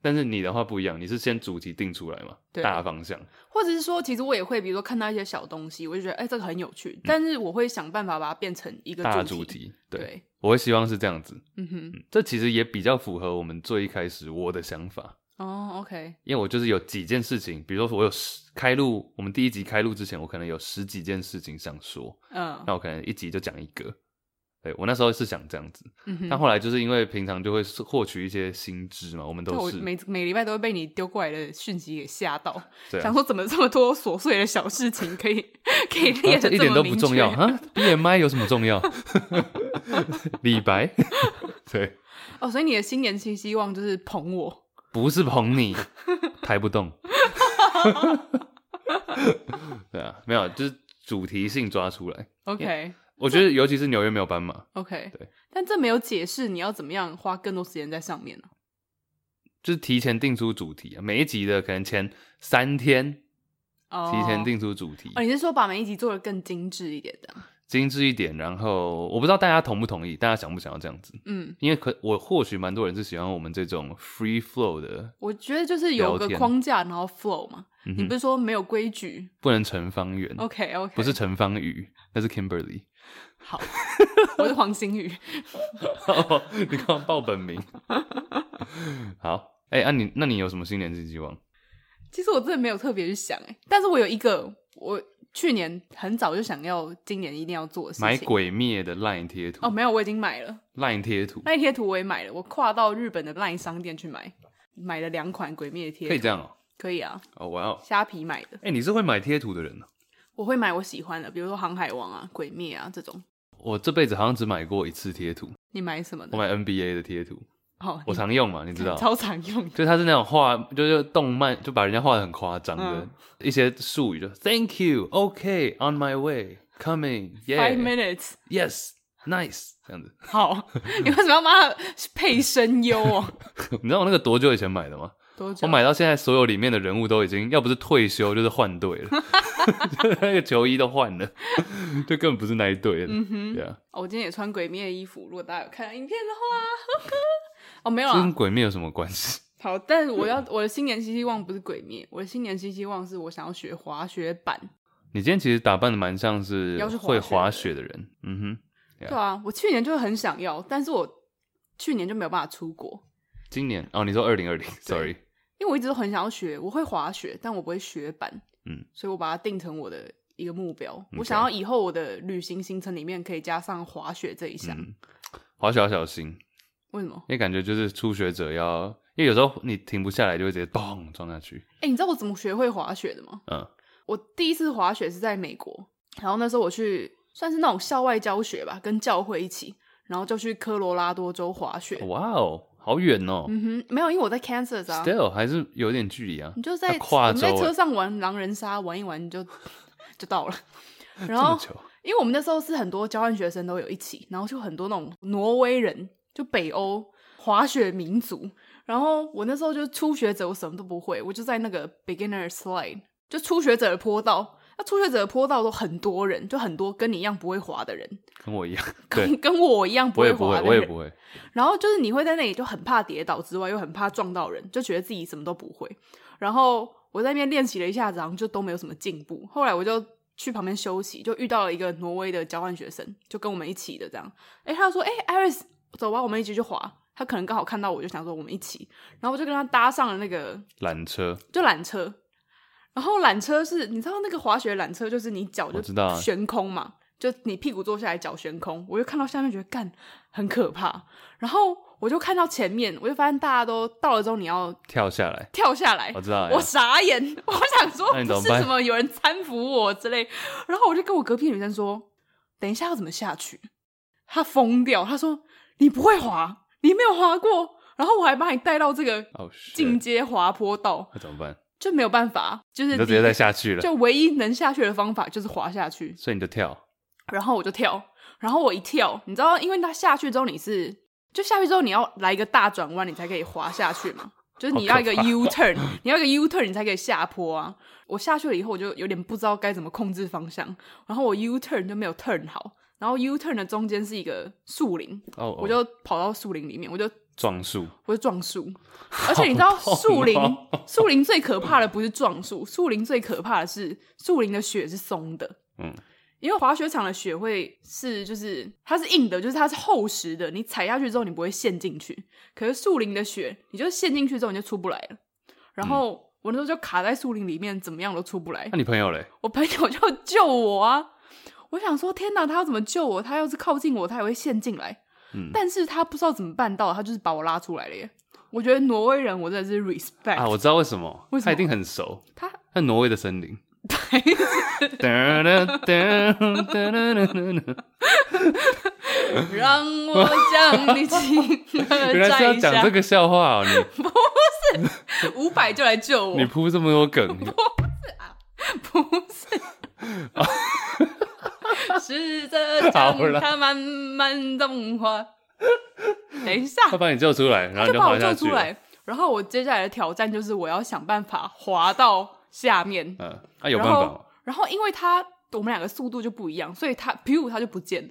[SPEAKER 1] 但是你的话不一样，你是先主题定出来嘛，
[SPEAKER 2] 对
[SPEAKER 1] 大方向。
[SPEAKER 2] 或者是说，其实我也会，比如说看到一些小东西，我就觉得哎、这个很有趣，但是我会想办法把它变成一个
[SPEAKER 1] 嗯大
[SPEAKER 2] 主
[SPEAKER 1] 主
[SPEAKER 2] 题。
[SPEAKER 1] 题，
[SPEAKER 2] 对，
[SPEAKER 1] 对，我会希望是这样子。
[SPEAKER 2] 嗯哼，
[SPEAKER 1] 这其实也比较符合我们最一开始我的想法，
[SPEAKER 2] 哦，OK，
[SPEAKER 1] 因为我就是有几件事情，比如说我有十开录，我们第一集开录之前，我可能有十几件事情想说，
[SPEAKER 2] 嗯
[SPEAKER 1] 那我可能一集就讲一个。对我那时候是想这样子，
[SPEAKER 2] 嗯
[SPEAKER 1] 但
[SPEAKER 2] 哼，
[SPEAKER 1] 后来就是因为平常就会获取一些新知嘛，我们
[SPEAKER 2] 但
[SPEAKER 1] 都
[SPEAKER 2] 我
[SPEAKER 1] 是
[SPEAKER 2] 每每礼拜都会被你丢过来的讯息给吓到，
[SPEAKER 1] 对啊
[SPEAKER 2] 想说怎么这么多琐碎的小事情可以 可以列
[SPEAKER 1] 啊
[SPEAKER 2] 的、
[SPEAKER 1] 这一点都不重要啊，BMI 有什么重要？ 李 白，对，
[SPEAKER 2] 哦，所以你的新年新希望就是捧我，
[SPEAKER 1] 不是捧 你，抬不动。 对啊，没有，就是主题性抓出来。
[SPEAKER 2] OK
[SPEAKER 1] 我觉得尤其是纽约没有斑马，
[SPEAKER 2] OK，
[SPEAKER 1] 对，
[SPEAKER 2] 但这没有解释你要怎么样花更多时间在上面啊呢、
[SPEAKER 1] 就是提前定出主题啊，每一集的可能前三天
[SPEAKER 2] 哦，
[SPEAKER 1] 提前定出主题，
[SPEAKER 2] 哦，你是说把每一集做的更精致一点的？
[SPEAKER 1] 精致一点。然后我不知道大家同不同意，大家想不想要这样子？
[SPEAKER 2] 嗯，
[SPEAKER 1] 因为可我或许蛮多人是喜欢我们这种 free flow 的，
[SPEAKER 2] 我觉得就是有个
[SPEAKER 1] 聊天
[SPEAKER 2] 框架，然后 flow 嘛。
[SPEAKER 1] 嗯
[SPEAKER 2] 你
[SPEAKER 1] 哼
[SPEAKER 2] 不是说没有规矩
[SPEAKER 1] 不能成方圆。
[SPEAKER 2] ？OK OK，
[SPEAKER 1] 不是陈芳宇，那是 Kimberly。
[SPEAKER 2] 好，我是黄星宇。
[SPEAKER 1] 你刚刚报本名。 好，哎、啊你，那你有什么新年新希望？
[SPEAKER 2] 其实我真的没有特别去想哎、但是我有一个，我去年很早就想要，今年一定要做的事情。
[SPEAKER 1] 买鬼灭的 LINE 贴图
[SPEAKER 2] 哦，没有，我已经买了
[SPEAKER 1] line 贴图
[SPEAKER 2] 那一贴图，我也买了，我跨到日本的 LINE 商店去买，买了两款鬼灭的贴，
[SPEAKER 1] 可以这样哦、
[SPEAKER 2] 可以啊，
[SPEAKER 1] 哦，哇哦，
[SPEAKER 2] 虾皮买的，
[SPEAKER 1] 哎、你是会买贴图的人哦、
[SPEAKER 2] 我会买我喜欢的，比如说航海王啊、鬼灭啊这种。
[SPEAKER 1] 我这辈子好像只买过一次贴图，
[SPEAKER 2] 你买什么的
[SPEAKER 1] 我？买 NBA 的贴图，
[SPEAKER 2] 哦，
[SPEAKER 1] 我常用嘛，你知道。
[SPEAKER 2] 超常用的。
[SPEAKER 1] 就它是那种画，就是动漫，就把人家画的很夸张
[SPEAKER 2] 嗯
[SPEAKER 1] 的、一些术语，就 Thank you, OK, on my way, coming, yeah,
[SPEAKER 2] Five minutes，
[SPEAKER 1] yes, nice，这样子。
[SPEAKER 2] 好，你为什么要把它配声优哦？
[SPEAKER 1] 你知道我那个多久以前买的吗？
[SPEAKER 2] 多
[SPEAKER 1] 我
[SPEAKER 2] 久？
[SPEAKER 1] 买到现在，所有里面的人物都已经要不是退休，就是换队了， 就是那个球衣都换了，就根本不是那一队了。对啊，
[SPEAKER 2] 哦，我今天也穿鬼灭的衣服，如果大家有看影片的话，呵 呵。哦，没有
[SPEAKER 1] 这跟
[SPEAKER 2] 啊。
[SPEAKER 1] 鬼灭有什么关系？
[SPEAKER 2] 好，但我要我的新年新希望不是鬼灭，我的新年新希望是我想要学滑雪板。
[SPEAKER 1] 你今天其实打扮的蛮像是
[SPEAKER 2] 要是滑雪
[SPEAKER 1] 会
[SPEAKER 2] 的
[SPEAKER 1] 滑雪的人，嗯哼，Yeah
[SPEAKER 2] 对啊，我去年就很想要，但是我去年就没有办法出国，
[SPEAKER 1] 今年哦，你说二零二零，sorry，
[SPEAKER 2] 因为我一直都很想要学，我会滑雪，但我不会雪板，
[SPEAKER 1] 嗯，
[SPEAKER 2] 所以我把它定成我的一个目标。我想要以后我的旅行行程里面可以加上滑雪这一项。
[SPEAKER 1] 嗯，滑雪要小心，
[SPEAKER 2] 为什么？
[SPEAKER 1] 因为感觉就是初学者要，因为有时候你停不下来就会直接嘣撞下去，
[SPEAKER 2] 哎、你知道我怎么学会滑雪的吗？
[SPEAKER 1] 嗯，
[SPEAKER 2] 我第一次滑雪是在美国，然后那时候我去算是那种校外教学吧，跟教会一起，然后就去科罗拉多州滑雪。
[SPEAKER 1] 哇哦，好远哦、
[SPEAKER 2] 嗯哼，没有，因为我在 Kansas 啊
[SPEAKER 1] s t i l l 还是有点距离啊
[SPEAKER 2] 你，就在
[SPEAKER 1] 要跨
[SPEAKER 2] 我们在
[SPEAKER 1] 州欸
[SPEAKER 2] 车上玩狼人杀，玩一玩你就 就到 了。然
[SPEAKER 1] 这么
[SPEAKER 2] 后，
[SPEAKER 1] 久，
[SPEAKER 2] 因为我们那时候是很多交换学生都有一起，然后就很多那种挪威人，就北欧滑雪民族。然后我那时候就初学者，我什么都不会，我就在那个 beginner slide，就初学者的坡道。那初学者的坡道都很多人，就很多跟你一样不会滑的人，
[SPEAKER 1] 跟我一样，对
[SPEAKER 2] 跟跟我一样不
[SPEAKER 1] 我
[SPEAKER 2] 会
[SPEAKER 1] 也不
[SPEAKER 2] 滑
[SPEAKER 1] 会，
[SPEAKER 2] 的人。
[SPEAKER 1] 我也不会。
[SPEAKER 2] 然后就是你会在那里就很怕跌倒之外，又很怕撞到人，就觉得自己什么都不会。然后我在那边练习了一下子，然后就都没有什么进步。后来我就去旁边休息，就遇到了一个挪威的交换学生，就跟我们一起的这样。哎，他就说：“哎，Iris，走吧，我们一起去滑。”他可能刚好看到我，就想说我们一起，然后我就跟他搭上了那个
[SPEAKER 1] 缆车，
[SPEAKER 2] 就缆车。然后缆车是你知道那个滑雪缆车就是你脚就
[SPEAKER 1] 我知道啊
[SPEAKER 2] 悬空嘛，就你屁股坐下来脚悬空，我就看到下面觉得干很可怕，然后我就看到前面，我就发现大家都到了之后你要
[SPEAKER 1] 跳下来，
[SPEAKER 2] 跳下来
[SPEAKER 1] 我，知道呀。
[SPEAKER 2] 哎我傻眼，我想说
[SPEAKER 1] 那你怎
[SPEAKER 2] 不
[SPEAKER 1] 么
[SPEAKER 2] 是
[SPEAKER 1] 办
[SPEAKER 2] 什么有人搀扶我之类，然后我就跟我隔壁的女生说，等一下要怎么下去？她疯掉，她说你不会滑，你没有滑过，然后我还把你带到这个
[SPEAKER 1] 哦，
[SPEAKER 2] 进
[SPEAKER 1] 进
[SPEAKER 2] 阶滑坡道，
[SPEAKER 1] 那怎么办？
[SPEAKER 2] 就没有办法，就是
[SPEAKER 1] 你就直接再下去了，
[SPEAKER 2] 就唯一能下去的方法就是滑下去，
[SPEAKER 1] 所以你就跳。
[SPEAKER 2] 然后我就跳，然后我一跳，你知道，因为它下去之后你是就下去之后你要来一个大转弯，你才可以滑下去嘛，就是你要一个
[SPEAKER 1] 好可
[SPEAKER 2] U turn，你要一个 U turn 你才可以下坡啊。我下去了以后，我就有点不知道该怎么控制方向，然后我 U turn 就没有 turn 好，然后 U turn 的中间是一个树林，
[SPEAKER 1] 哦，哦
[SPEAKER 2] 我就跑到树林里面，我就
[SPEAKER 1] 撞树，
[SPEAKER 2] 我是撞树，而且你知道树林，树林最可怕的不是撞树，树林最可怕的是树林的雪是松的，
[SPEAKER 1] 嗯，
[SPEAKER 2] 因为滑雪场的雪会是就是它是硬的，就是它是厚实的，你踩下去之后你不会陷进去，可是树林的雪，你就陷进去之后你就出不来了，然后。我那时候就卡在树林里面，怎么样都出不来
[SPEAKER 1] 那。你朋友嘞？
[SPEAKER 2] 我朋友就救我啊！我想说，天哪，他要怎么救我？他要是靠近我，他也会陷进来。
[SPEAKER 1] 嗯
[SPEAKER 2] 但是他不知道怎么办到，他就是把我拉出来了耶。我觉得挪威人，我真的是 respect、
[SPEAKER 1] 啊，我知道为什么，
[SPEAKER 2] 哎为什么
[SPEAKER 1] 他一定很熟，
[SPEAKER 2] 他。
[SPEAKER 1] 他挪威的森 林。
[SPEAKER 2] 让我将你情
[SPEAKER 1] 原来是要
[SPEAKER 2] 摘
[SPEAKER 1] 讲这
[SPEAKER 2] 下，
[SPEAKER 1] 个笑话哦，
[SPEAKER 2] 五百就来救 我
[SPEAKER 1] 你你。铺这么多 梗，你
[SPEAKER 2] 不是，试着 将
[SPEAKER 1] 好啦
[SPEAKER 2] 它慢慢 融化。等一下，
[SPEAKER 1] 他把你救出来，然后
[SPEAKER 2] 就
[SPEAKER 1] 你
[SPEAKER 2] 把
[SPEAKER 1] 滑
[SPEAKER 2] 我
[SPEAKER 1] 下
[SPEAKER 2] 救
[SPEAKER 1] 去
[SPEAKER 2] 出
[SPEAKER 1] 了。
[SPEAKER 2] 来。然后我接下来的挑战就是我要想办法滑到下面。
[SPEAKER 1] 嗯，啊，有
[SPEAKER 2] 然
[SPEAKER 1] 办法吗
[SPEAKER 2] 后，然后因为他我们两个速度就不一样，所以他 pew 他就不见了。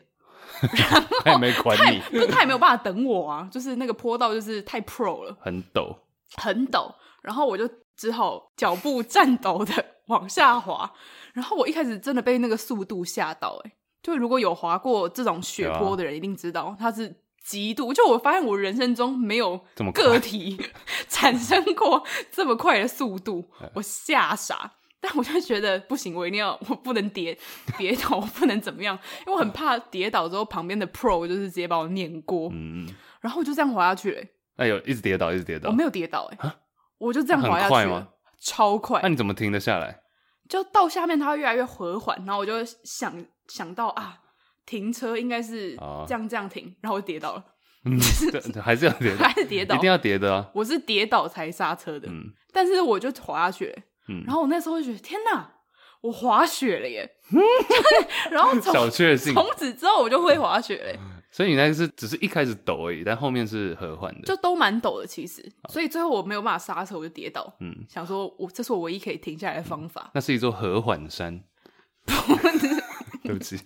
[SPEAKER 1] 他也没管
[SPEAKER 2] 太
[SPEAKER 1] 你，
[SPEAKER 2] 就他也没有办法等我啊，就是那个坡道就是太 pro 了，
[SPEAKER 1] 很陡。
[SPEAKER 2] 很陡。然后我就只好脚步颤抖的往下滑。然后我一开始真的被那个速度吓到、欸，哎，就如果有滑过这种雪
[SPEAKER 1] 有
[SPEAKER 2] 坡
[SPEAKER 1] 啊
[SPEAKER 2] 的人一定知道，它是。极度，就我发现我人生中没有
[SPEAKER 1] 这么快
[SPEAKER 2] 个体 产生过这么快的速度，
[SPEAKER 1] 嗯
[SPEAKER 2] 我吓傻。但我就觉得不行，我一定要，我不能跌跌倒，我不能怎么样，因为我很怕跌倒之后旁边的 pro 就是直接把我碾过，
[SPEAKER 1] 嗯，
[SPEAKER 2] 然后我就这样滑下去、欸，
[SPEAKER 1] 那有一直跌倒，一直跌
[SPEAKER 2] 我
[SPEAKER 1] 倒。
[SPEAKER 2] 没有跌倒、欸，我就这样
[SPEAKER 1] 啊那
[SPEAKER 2] 滑
[SPEAKER 1] 很
[SPEAKER 2] 下去
[SPEAKER 1] 快
[SPEAKER 2] 了
[SPEAKER 1] 吗
[SPEAKER 2] 超快
[SPEAKER 1] 那，你怎么停得下来？
[SPEAKER 2] 就到下面它会越来越和缓，然后我就想想到啊，停车应该是
[SPEAKER 1] 哦
[SPEAKER 2] 这样这样停，然后我就跌倒了，
[SPEAKER 1] 嗯，对，还是要跌倒
[SPEAKER 2] 还，是跌倒
[SPEAKER 1] 一定，要跌的啊。
[SPEAKER 2] 我是跌倒才刹车的，
[SPEAKER 1] 嗯
[SPEAKER 2] 但是我就滑下去了，
[SPEAKER 1] 嗯
[SPEAKER 2] 然，后我那时候就觉得天哪，我滑雪 了耶，然后
[SPEAKER 1] 小嗯
[SPEAKER 2] 从
[SPEAKER 1] 确幸。
[SPEAKER 2] 从此之后我就会滑雪了耶，
[SPEAKER 1] 所以你那个是只是一开始抖而已，但后面是和缓的。
[SPEAKER 2] 就都蛮陡的其实，所以最后我没有办法刹车，我就跌倒，
[SPEAKER 1] 嗯，
[SPEAKER 2] 想说我这是我唯一可以停下来的方法，
[SPEAKER 1] 那是一座和缓 山。对不起，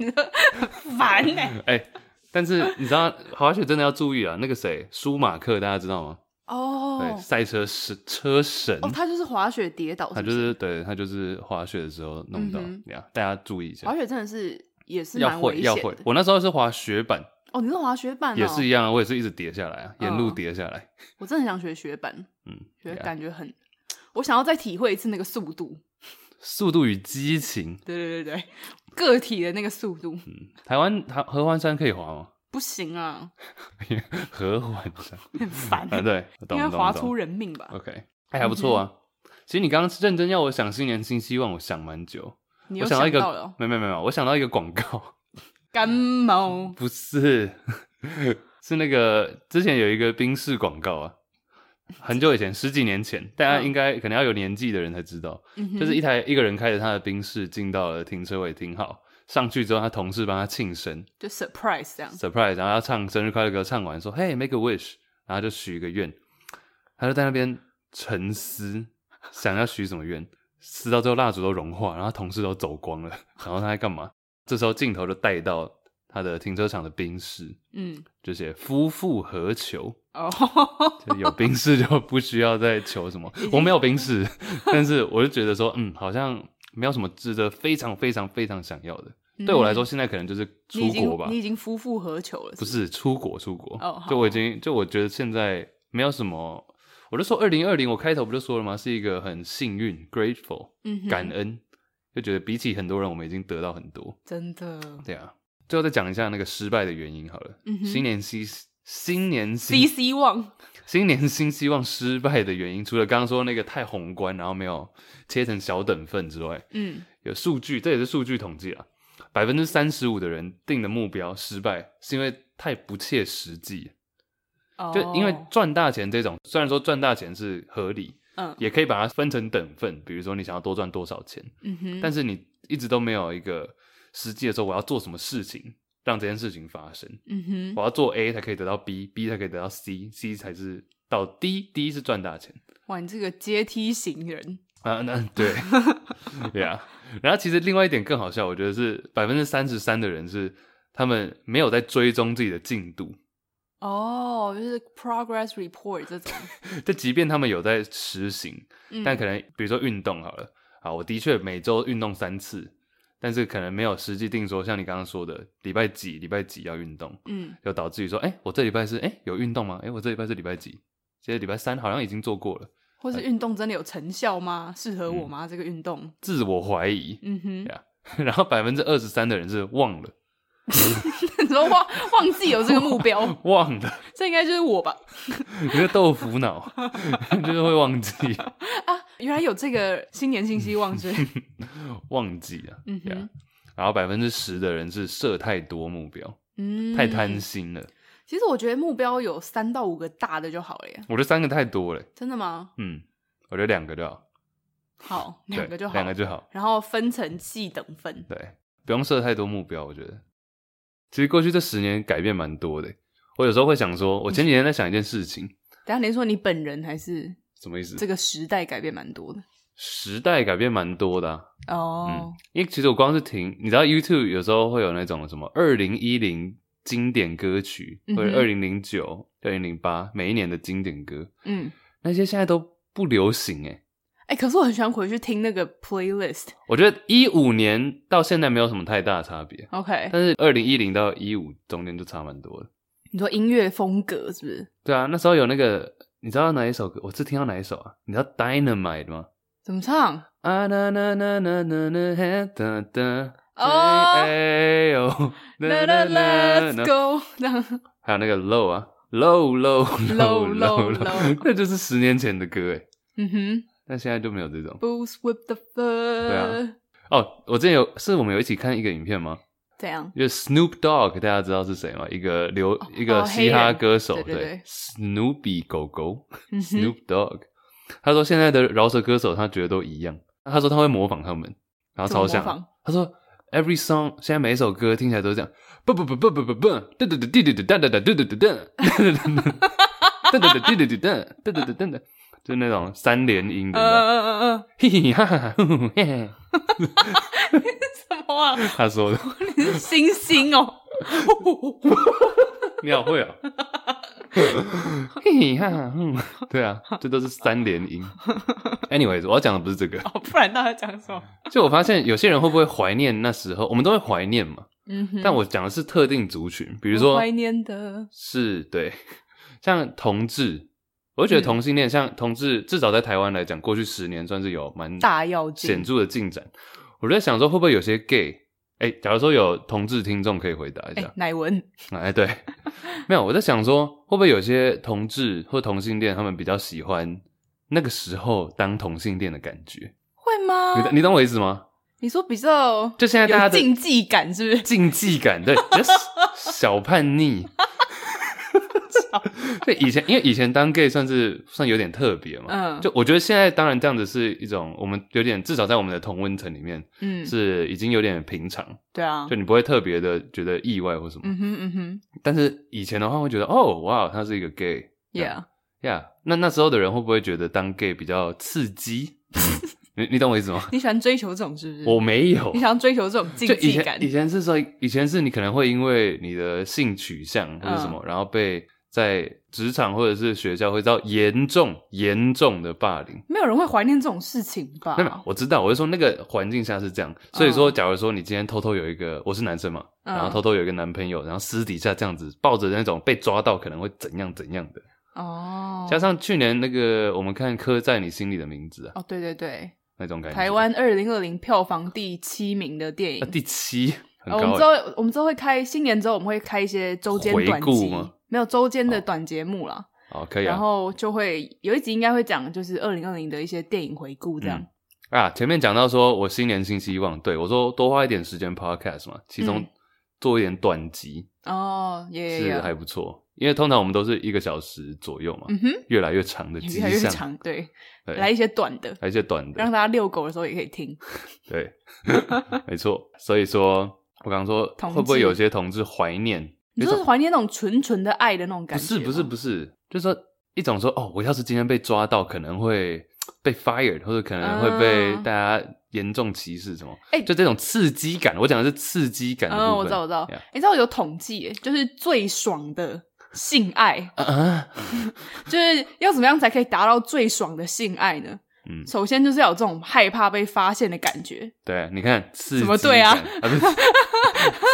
[SPEAKER 2] 烦呢、
[SPEAKER 1] 哎、但是你知道滑雪真的要注意啊。那个谁，舒马克，大家知道吗？对，
[SPEAKER 2] 哦。
[SPEAKER 1] 赛车神车神，
[SPEAKER 2] 哦，他就是滑雪跌倒
[SPEAKER 1] 他
[SPEAKER 2] 不
[SPEAKER 1] 就是对他就是滑雪的时候弄到
[SPEAKER 2] 嗯
[SPEAKER 1] 呀，大家注意一下
[SPEAKER 2] 滑，雪真的是也是
[SPEAKER 1] 要
[SPEAKER 2] 蛮
[SPEAKER 1] 会
[SPEAKER 2] 危
[SPEAKER 1] 要
[SPEAKER 2] 险
[SPEAKER 1] 会
[SPEAKER 2] 的。。
[SPEAKER 1] 我那时候是滑雪板，
[SPEAKER 2] 哦，你是滑雪板、哦？
[SPEAKER 1] 也是一样啊，我也是一直跌下来啊，沿路
[SPEAKER 2] 嗯
[SPEAKER 1] 跌下来，
[SPEAKER 2] 我真的很想学雪板，
[SPEAKER 1] 嗯，
[SPEAKER 2] 觉得
[SPEAKER 1] yeah
[SPEAKER 2] 感觉很，我想要再体会一次那个速度。
[SPEAKER 1] 速度与激情。
[SPEAKER 2] 对对对对，个体的那个速度
[SPEAKER 1] 嗯台湾台合欢山可以滑吗？
[SPEAKER 2] 不行啊，
[SPEAKER 1] 合欢山
[SPEAKER 2] 很烦，
[SPEAKER 1] 啊，对，我
[SPEAKER 2] 应
[SPEAKER 1] 懂呃
[SPEAKER 2] 该
[SPEAKER 1] 我懂
[SPEAKER 2] 滑
[SPEAKER 1] 我
[SPEAKER 2] 出
[SPEAKER 1] 懂。
[SPEAKER 2] 人嗯命吧？
[SPEAKER 1] OK，还还不错啊。其实你刚刚认真要我想新年新希望，我想蛮久。
[SPEAKER 2] 你
[SPEAKER 1] 我
[SPEAKER 2] 又
[SPEAKER 1] 想到一
[SPEAKER 2] 到
[SPEAKER 1] 个
[SPEAKER 2] 了哦，
[SPEAKER 1] 没有没有没有，我想到一个广告，
[SPEAKER 2] 感冒
[SPEAKER 1] 不是， 是那个之前有一个冰室广告啊，很久以前，十几年前，大家应该可能要有年纪的人才知道，
[SPEAKER 2] 嗯哼
[SPEAKER 1] 就是一台一个人开着他的冰室进到了停车位停好，上去之后他同事帮他庆生
[SPEAKER 2] 就 surprise 这样。
[SPEAKER 1] ，surprise，然后要唱生日快乐歌，唱完说 Hey make a wish，然后就许一个愿，他就在那边沉思，想要许什么愿，思到最后蜡烛都融化，然后他同事都走光了，然后他在干嘛？这时候镜头就带到他的停车场的冰室，
[SPEAKER 2] 嗯，
[SPEAKER 1] 就写夫妇合求，
[SPEAKER 2] 哦，
[SPEAKER 1] 就有冰室就不需要再求什么。我没有冰室，但是我就觉得说，嗯，好像没有什么值得非常非常非常想要的。 对我来说，现在可能就是
[SPEAKER 2] 嗯
[SPEAKER 1] 出
[SPEAKER 2] 你已
[SPEAKER 1] 国
[SPEAKER 2] 经
[SPEAKER 1] 吧
[SPEAKER 2] 你，已经夫复何求了？
[SPEAKER 1] 不
[SPEAKER 2] 是
[SPEAKER 1] 是出国出国。
[SPEAKER 2] 哦好
[SPEAKER 1] 就我已经就我觉得现在没有什么，我就说二零二零，我开头不就说了吗？是一个很幸运，grateful，
[SPEAKER 2] 嗯哼
[SPEAKER 1] 感恩，就觉得比起很多人，我们已经得到很多。
[SPEAKER 2] 真的
[SPEAKER 1] 对啊，最后再讲一下那个失败的原因好了。
[SPEAKER 2] 嗯哼
[SPEAKER 1] 新年新新年新
[SPEAKER 2] ，C C 望
[SPEAKER 1] 新年新希望失败的原因，除了刚刚说那个太宏观，然后没有切成小等份之外，
[SPEAKER 2] 嗯，
[SPEAKER 1] 有数据，这也是数据统计啊，百分之三十五的人定的目标失败，是因为太不切实际。
[SPEAKER 2] 哦
[SPEAKER 1] 就因为赚大钱这种，虽然说赚大钱是合理，
[SPEAKER 2] 嗯
[SPEAKER 1] 也可以把它分成等份，比如说你想要多赚多少钱，
[SPEAKER 2] 嗯哼，
[SPEAKER 1] 但是你一直都没有一个实际的说我要做什么事情让这件事情发生。
[SPEAKER 2] 嗯哼，
[SPEAKER 1] 我要做 A 才可以得到 B，B 才可以得到 C，C 才是到 D，D 是赚大钱
[SPEAKER 2] 哇，你这个阶梯型人，
[SPEAKER 1] 啊。那 对，对啊。然后其实另外一点更好笑，我觉得是百分之三十三的人是他们没有在追踪自己的进度，
[SPEAKER 2] 哦，就是 progress report 这种，嗯
[SPEAKER 1] 但即便他们有在实行，但可能比如说运动好了，啊，我的确每周运动三次，但是可能没有实际定说，像你刚刚说的，礼拜几礼拜几要运动，
[SPEAKER 2] 嗯，
[SPEAKER 1] 就导致于说，哎、我这礼拜是哎、有运动吗？哎、我这礼拜是礼拜几？其实礼拜三好像已经做过了，
[SPEAKER 2] 或是运动真的有成效吗？适合
[SPEAKER 1] 嗯
[SPEAKER 2] 我吗？这个运动，
[SPEAKER 1] 自我怀疑，
[SPEAKER 2] 嗯 哼，
[SPEAKER 1] 然后百分之二十三的人是忘了，
[SPEAKER 2] 你说忘忘记有这个目 标，
[SPEAKER 1] 忘了，
[SPEAKER 2] 这应该就是我吧？
[SPEAKER 1] 你是豆腐 脑，就是会忘记，
[SPEAKER 2] 啊，原来有这个新年信息忘 记，
[SPEAKER 1] 忘记啊，
[SPEAKER 2] 嗯
[SPEAKER 1] 对啊
[SPEAKER 2] 哼，
[SPEAKER 1] 然后百分之十的人是设太多目标，
[SPEAKER 2] 嗯，
[SPEAKER 1] 太贪。心了，
[SPEAKER 2] 其实我觉得目标有三到五个大的就好了耶，
[SPEAKER 1] 我觉得三个太多了、
[SPEAKER 2] 真的吗？
[SPEAKER 1] 嗯，我觉得两个就好，
[SPEAKER 2] 好，
[SPEAKER 1] 对
[SPEAKER 2] 两个就好，
[SPEAKER 1] 两个就好，
[SPEAKER 2] 然后分成细等分。
[SPEAKER 1] 对，不用设太多目标，我觉得。其实过去这十年改变蛮多的，我有时候会想说，
[SPEAKER 2] 嗯
[SPEAKER 1] 我前几天在想一件事情，
[SPEAKER 2] 等一下你说你本人还是
[SPEAKER 1] 什么意思？
[SPEAKER 2] 这个时代改变蛮多的
[SPEAKER 1] 时代改变蛮多的啊、
[SPEAKER 2] 哦
[SPEAKER 1] 嗯，因为其实我光是听，你知道 YouTube 有时候会有那种什么二零一零经典歌曲，
[SPEAKER 2] 嗯
[SPEAKER 1] 或
[SPEAKER 2] 哼
[SPEAKER 1] 者二零零九、二零零八每一年的经典歌，
[SPEAKER 2] 嗯，
[SPEAKER 1] 那些现在都不流行诶、
[SPEAKER 2] 哎、可是我很喜欢回去听那个 playlist。
[SPEAKER 1] 我觉得一五年到现在没有什么太大的差别，
[SPEAKER 2] OK，
[SPEAKER 1] 但是二零一零到一五中间就差蛮多了。
[SPEAKER 2] 你说音乐风格是不是？
[SPEAKER 1] 对啊，那时候有那个，你知道哪一首歌？我是听到哪一首啊？你知道 Dynamite 吗？
[SPEAKER 2] 怎么唱？
[SPEAKER 1] 啊啦啦啦啦啦啦嘿哒哒，
[SPEAKER 2] 哦
[SPEAKER 1] 哎呦， 啦
[SPEAKER 2] 啦
[SPEAKER 1] 啦
[SPEAKER 2] 啦
[SPEAKER 1] 啦
[SPEAKER 2] ，Let's
[SPEAKER 1] 啦
[SPEAKER 2] go！这样
[SPEAKER 1] 还有那个 low 啊，low low low
[SPEAKER 2] Low, low,
[SPEAKER 1] low，
[SPEAKER 2] low
[SPEAKER 1] 那就是十年前的歌诶，
[SPEAKER 2] 嗯哼
[SPEAKER 1] 但现在就没有这种。
[SPEAKER 2] ，Boots with the
[SPEAKER 1] 啊
[SPEAKER 2] fur，
[SPEAKER 1] 哦，我之前有是我们有一起看一个影片吗？
[SPEAKER 2] 怎样？
[SPEAKER 1] 就是 Snoop Dogg，大家知道是谁吗？一个流一个
[SPEAKER 2] 哦
[SPEAKER 1] 嘻哈
[SPEAKER 2] 黑人
[SPEAKER 1] 歌手，
[SPEAKER 2] 对对对
[SPEAKER 1] ，Snoopy 狗狗
[SPEAKER 2] 嗯哼，
[SPEAKER 1] Snoop Dogg，他说现在的饶舌歌手他觉得都一样，他说他会模仿他们，然后
[SPEAKER 2] 怎
[SPEAKER 1] 超
[SPEAKER 2] 么模
[SPEAKER 1] 像啊
[SPEAKER 2] 仿，
[SPEAKER 1] 他说 Every song 现在每一首歌听起来都是这样，不不不不不不不，哒哒哒滴滴哒哒哒哒哒哒哒，哒哒哒滴滴哒哒哒哒哒哒，就是那种三连音
[SPEAKER 2] 嗯嗯
[SPEAKER 1] 的，
[SPEAKER 2] 嗯嗯嗯，
[SPEAKER 1] 嘿嘿哈哈嘿嘿，
[SPEAKER 2] 什么啊？
[SPEAKER 1] 他说的，
[SPEAKER 2] 你是星星哦？
[SPEAKER 1] 你好会啊。嘿嘿哈哈，嗯，对啊，这都是三连音。Anyways，我要讲的不是这个，
[SPEAKER 2] 哦，不然大家讲什么？
[SPEAKER 1] 就我发现有些人会不会怀念那时候，我们都会怀念嘛。
[SPEAKER 2] 嗯哼，
[SPEAKER 1] 但我讲的是特定族群，比
[SPEAKER 2] 比
[SPEAKER 1] 如说
[SPEAKER 2] 怀念的，
[SPEAKER 1] 是对，像同志，我就觉得
[SPEAKER 2] 嗯
[SPEAKER 1] 同性恋像同志，至少在台湾来讲，过去十年算是有蛮
[SPEAKER 2] 大要
[SPEAKER 1] 显
[SPEAKER 2] 进，
[SPEAKER 1] 著的进展。我就在想说，会不会有些 gay？哎、假如说有同志听众可以回答一
[SPEAKER 2] 哎、
[SPEAKER 1] 下，
[SPEAKER 2] 乃文，
[SPEAKER 1] 哎、对，没有，我在想说，会不会有些同志或同性恋，他们比较喜欢那个时候当同性恋的感觉？
[SPEAKER 2] 会吗？
[SPEAKER 1] 你你懂我意思吗？
[SPEAKER 2] 你说比较
[SPEAKER 1] 就现在大家
[SPEAKER 2] 有
[SPEAKER 1] 的
[SPEAKER 2] 竞技感是不是？
[SPEAKER 1] 竞技感， 对，比较小叛逆。对，以前因为以前当 gay 算是算有点特别嘛，
[SPEAKER 2] 嗯
[SPEAKER 1] 就我觉得现在当然这样子是一种我们有点至少在我们的同温层里面
[SPEAKER 2] 嗯，
[SPEAKER 1] 是已经有点平常，
[SPEAKER 2] 对啊
[SPEAKER 1] 就，你不会特别的觉得意外或什么。
[SPEAKER 2] 嗯哼嗯哼
[SPEAKER 1] 但是以前的话会觉得哦，哇，他是一个 gay，
[SPEAKER 2] ，Yeah，
[SPEAKER 1] 呀、yeah,，那那时候的人会不会觉得当 gay 比较刺激？你你懂我意思吗？
[SPEAKER 2] 你喜欢追求这种是不是？
[SPEAKER 1] 我没有
[SPEAKER 2] 你，想要追求这种竞
[SPEAKER 1] 就以
[SPEAKER 2] 技感
[SPEAKER 1] 前以前是说，以前是你可能会因为你的性取向或者
[SPEAKER 2] 嗯
[SPEAKER 1] 什么，然后被在职场或者是学校会遭严重严重的霸凌。
[SPEAKER 2] 没有人会怀念这种事情吧
[SPEAKER 1] 那？么我知道，我是说那个环境下是这样，所以说，假如说你今天偷偷有一个，我是男生嘛，
[SPEAKER 2] 哦嗯
[SPEAKER 1] 然后偷偷有一个男朋友，然后私底下这样子抱着那种被抓到可能会怎样怎样的，
[SPEAKER 2] 哦
[SPEAKER 1] 加，上去年那个我们看《刻在你心里的名字》啊，
[SPEAKER 2] 哦，对对对，
[SPEAKER 1] 那种感觉，
[SPEAKER 2] 台湾二零二零票房第七名的电影
[SPEAKER 1] 啊。第七很
[SPEAKER 2] 呃我们
[SPEAKER 1] 高
[SPEAKER 2] 之
[SPEAKER 1] 欸、
[SPEAKER 2] 后我们之后会开新年之后，我们会开一些周间
[SPEAKER 1] 回
[SPEAKER 2] 短
[SPEAKER 1] 顾
[SPEAKER 2] 集
[SPEAKER 1] 吗，
[SPEAKER 2] 没有周间
[SPEAKER 1] 哦
[SPEAKER 2] 的短节目啦。
[SPEAKER 1] 好可以啊。
[SPEAKER 2] 然后就会有一集应该会讲，就是二零二零的一些电影回顾这样。
[SPEAKER 1] 嗯啊，前面讲到说我新年新希望，对我说多花一点时间 podcast 嘛，其中
[SPEAKER 2] 嗯
[SPEAKER 1] 做一点短集
[SPEAKER 2] 哦，也
[SPEAKER 1] 嗯是还不错，因为通常我们都是一个小时左右嘛，
[SPEAKER 2] 嗯哼，
[SPEAKER 1] 越来越长的迹
[SPEAKER 2] 越来越
[SPEAKER 1] 象，
[SPEAKER 2] 长，对，
[SPEAKER 1] 对，
[SPEAKER 2] 来一些短的，
[SPEAKER 1] 来一些短
[SPEAKER 2] 让
[SPEAKER 1] 的，
[SPEAKER 2] 大家遛狗的时候也可以听。
[SPEAKER 1] 对， 没错。所以说我刚刚说
[SPEAKER 2] 同志
[SPEAKER 1] 会不会有些同志怀念？
[SPEAKER 2] 你就是怀念那种纯纯的爱的那种
[SPEAKER 1] 不
[SPEAKER 2] 感觉
[SPEAKER 1] 是
[SPEAKER 2] 吗，
[SPEAKER 1] 不是不是，就是说一种说哦，我要是今天被抓到，可能会被 fired，或者可能会被
[SPEAKER 2] 嗯
[SPEAKER 1] 大家严重歧视什么，
[SPEAKER 2] 哎
[SPEAKER 1] 就这种刺激感。我讲的是刺激感的部
[SPEAKER 2] 嗯，
[SPEAKER 1] 分。
[SPEAKER 2] 我知道，我知道。
[SPEAKER 1] Yeah
[SPEAKER 2] 你知道有统计耶，就是最爽的性爱，
[SPEAKER 1] 啊，
[SPEAKER 2] 就是要怎么样才可以达到最爽的性爱呢？
[SPEAKER 1] 嗯
[SPEAKER 2] 首先就是要有这种害怕被发现的感觉。
[SPEAKER 1] 对，你看刺激
[SPEAKER 2] 怎么对啊
[SPEAKER 1] 感？啊，不是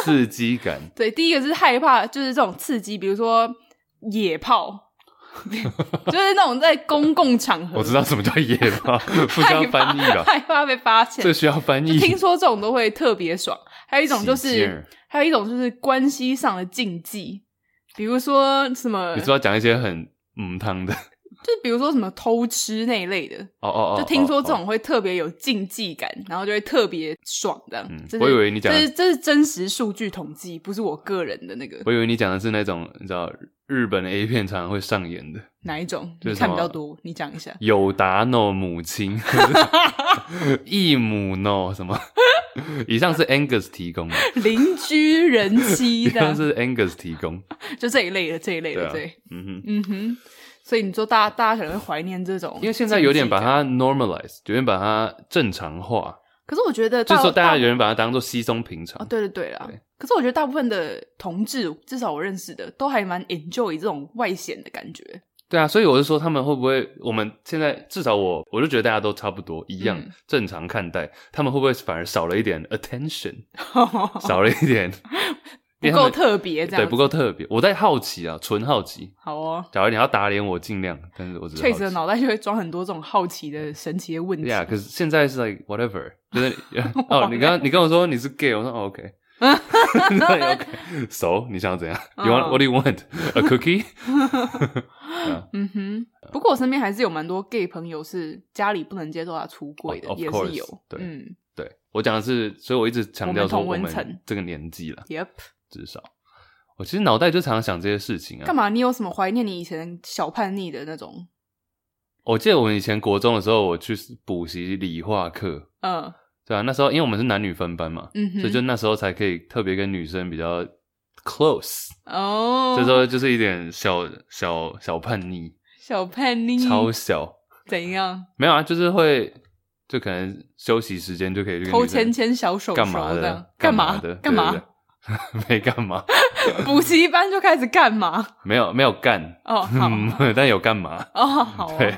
[SPEAKER 1] 刺激 感，
[SPEAKER 2] 对，第一个是害怕，就是这种刺激，比如说野 炮，就是那种在公共场合，
[SPEAKER 1] 我知道什么叫野炮，不需要
[SPEAKER 2] 害怕
[SPEAKER 1] 翻译吧？
[SPEAKER 2] 害怕被发现
[SPEAKER 1] 这。需要翻译。
[SPEAKER 2] 听说这种都会特别爽，还有一
[SPEAKER 1] 一
[SPEAKER 2] 种就是，还有一种就是关系上的禁忌，比如说什么，
[SPEAKER 1] 你知
[SPEAKER 2] 就
[SPEAKER 1] 道讲一些很嗯汤的。
[SPEAKER 2] 比如说什么偷吃那一类的，
[SPEAKER 1] 哦哦哦，
[SPEAKER 2] 就听说
[SPEAKER 1] 哦
[SPEAKER 2] 这种会特别有禁忌感，然后就会特别爽这样。
[SPEAKER 1] 嗯
[SPEAKER 2] 这是
[SPEAKER 1] 我以为你讲
[SPEAKER 2] 这是这是真实数据统计，不是我个人的那个
[SPEAKER 1] 我以为你讲的是那种你知道日本的 A 片常常会上演的
[SPEAKER 2] 哪一种，
[SPEAKER 1] 就是
[SPEAKER 2] 你
[SPEAKER 1] 什
[SPEAKER 2] 看
[SPEAKER 1] 么
[SPEAKER 2] 比较多，你讲一下。
[SPEAKER 1] 有达诺母亲， 一母 no 什么？以上是 Angus 提供 的，
[SPEAKER 2] 邻居人 妻
[SPEAKER 1] 以
[SPEAKER 2] 这
[SPEAKER 1] 上
[SPEAKER 2] 样，
[SPEAKER 1] 是 Angus 提供。
[SPEAKER 2] 就这一类的，这一类
[SPEAKER 1] 对
[SPEAKER 2] 的，
[SPEAKER 1] 啊
[SPEAKER 2] 对，
[SPEAKER 1] 嗯哼，
[SPEAKER 2] 嗯哼。所以你说大家大家可能会怀念这种，
[SPEAKER 1] 因为现在有点把，它 normalize，有点把它正常化，
[SPEAKER 2] 可是我觉得
[SPEAKER 1] 就是说大家
[SPEAKER 2] 部
[SPEAKER 1] 有人把它当做稀松平
[SPEAKER 2] 啊，
[SPEAKER 1] 常。
[SPEAKER 2] 对对对啦
[SPEAKER 1] 对。
[SPEAKER 2] 可是我觉得大部分的同志，至少我认识的，都还蛮 enjoy 这种外显的感觉。
[SPEAKER 1] 对啊，所以我就说他们会不会，我们现在至少我，我就觉得大家都差不多一样、
[SPEAKER 2] 嗯
[SPEAKER 1] 正常看待，他们会不会反而少了一点 attention，少了一 点，
[SPEAKER 2] 哦不
[SPEAKER 1] 因为他
[SPEAKER 2] 够
[SPEAKER 1] 们
[SPEAKER 2] 特别，这样
[SPEAKER 1] 对，
[SPEAKER 2] 子
[SPEAKER 1] 不够特别。我在好奇啊，纯好奇。
[SPEAKER 2] 好哦。
[SPEAKER 1] 假如你要打脸我，尽量，但是我只是好
[SPEAKER 2] 翠
[SPEAKER 1] 奇
[SPEAKER 2] 子的脑袋就会装很多这种好奇的、神奇的问题。
[SPEAKER 1] Yeah，可是现在是 like whatever，就是你 哦，你刚刚你跟我说你是 gay，我说、哦、OK。OK，so 你想要怎样？You want what do you want? A cookie？
[SPEAKER 2] 嗯哼。
[SPEAKER 1] 呃
[SPEAKER 2] 不过我身边还是有蛮多 gay 朋友是家里不能接受他出柜的
[SPEAKER 1] Of- of
[SPEAKER 2] 也是
[SPEAKER 1] course，
[SPEAKER 2] 有。
[SPEAKER 1] 对
[SPEAKER 2] 嗯
[SPEAKER 1] 对我讲的是，所以我一直强调说
[SPEAKER 2] 我
[SPEAKER 1] 我
[SPEAKER 2] 们同温
[SPEAKER 1] 们
[SPEAKER 2] 层
[SPEAKER 1] 这个年纪了，
[SPEAKER 2] ，Yep。
[SPEAKER 1] 至少我其实脑袋就常常想这些事情啊。
[SPEAKER 2] 干嘛？你有什么怀念你以前小叛逆的那种？
[SPEAKER 1] 我记得我们以前国中的时候，我去补习理化课，
[SPEAKER 2] 嗯
[SPEAKER 1] 对啊，那时候因为我们是男女分班嘛，
[SPEAKER 2] 嗯哼，
[SPEAKER 1] 所以就那时候才可以特别跟女生比较 close，
[SPEAKER 2] 哦，
[SPEAKER 1] 这时候就是一点小小小叛逆，
[SPEAKER 2] 小叛逆
[SPEAKER 1] 超小。
[SPEAKER 2] 怎样？
[SPEAKER 1] 没有啊，就是会，就可能休息时间就可以去跟
[SPEAKER 2] 偷
[SPEAKER 1] 女生
[SPEAKER 2] 牵牵小手手
[SPEAKER 1] 干嘛
[SPEAKER 2] 这
[SPEAKER 1] 的
[SPEAKER 2] 样，干
[SPEAKER 1] 嘛
[SPEAKER 2] 嘛
[SPEAKER 1] 的，
[SPEAKER 2] 干嘛
[SPEAKER 1] 对？对 对没干嘛，
[SPEAKER 2] 补习班就开始干嘛？
[SPEAKER 1] 没有没有干，
[SPEAKER 2] 哦，好
[SPEAKER 1] 嗯，但有干嘛？
[SPEAKER 2] 哦，好哦，
[SPEAKER 1] 对，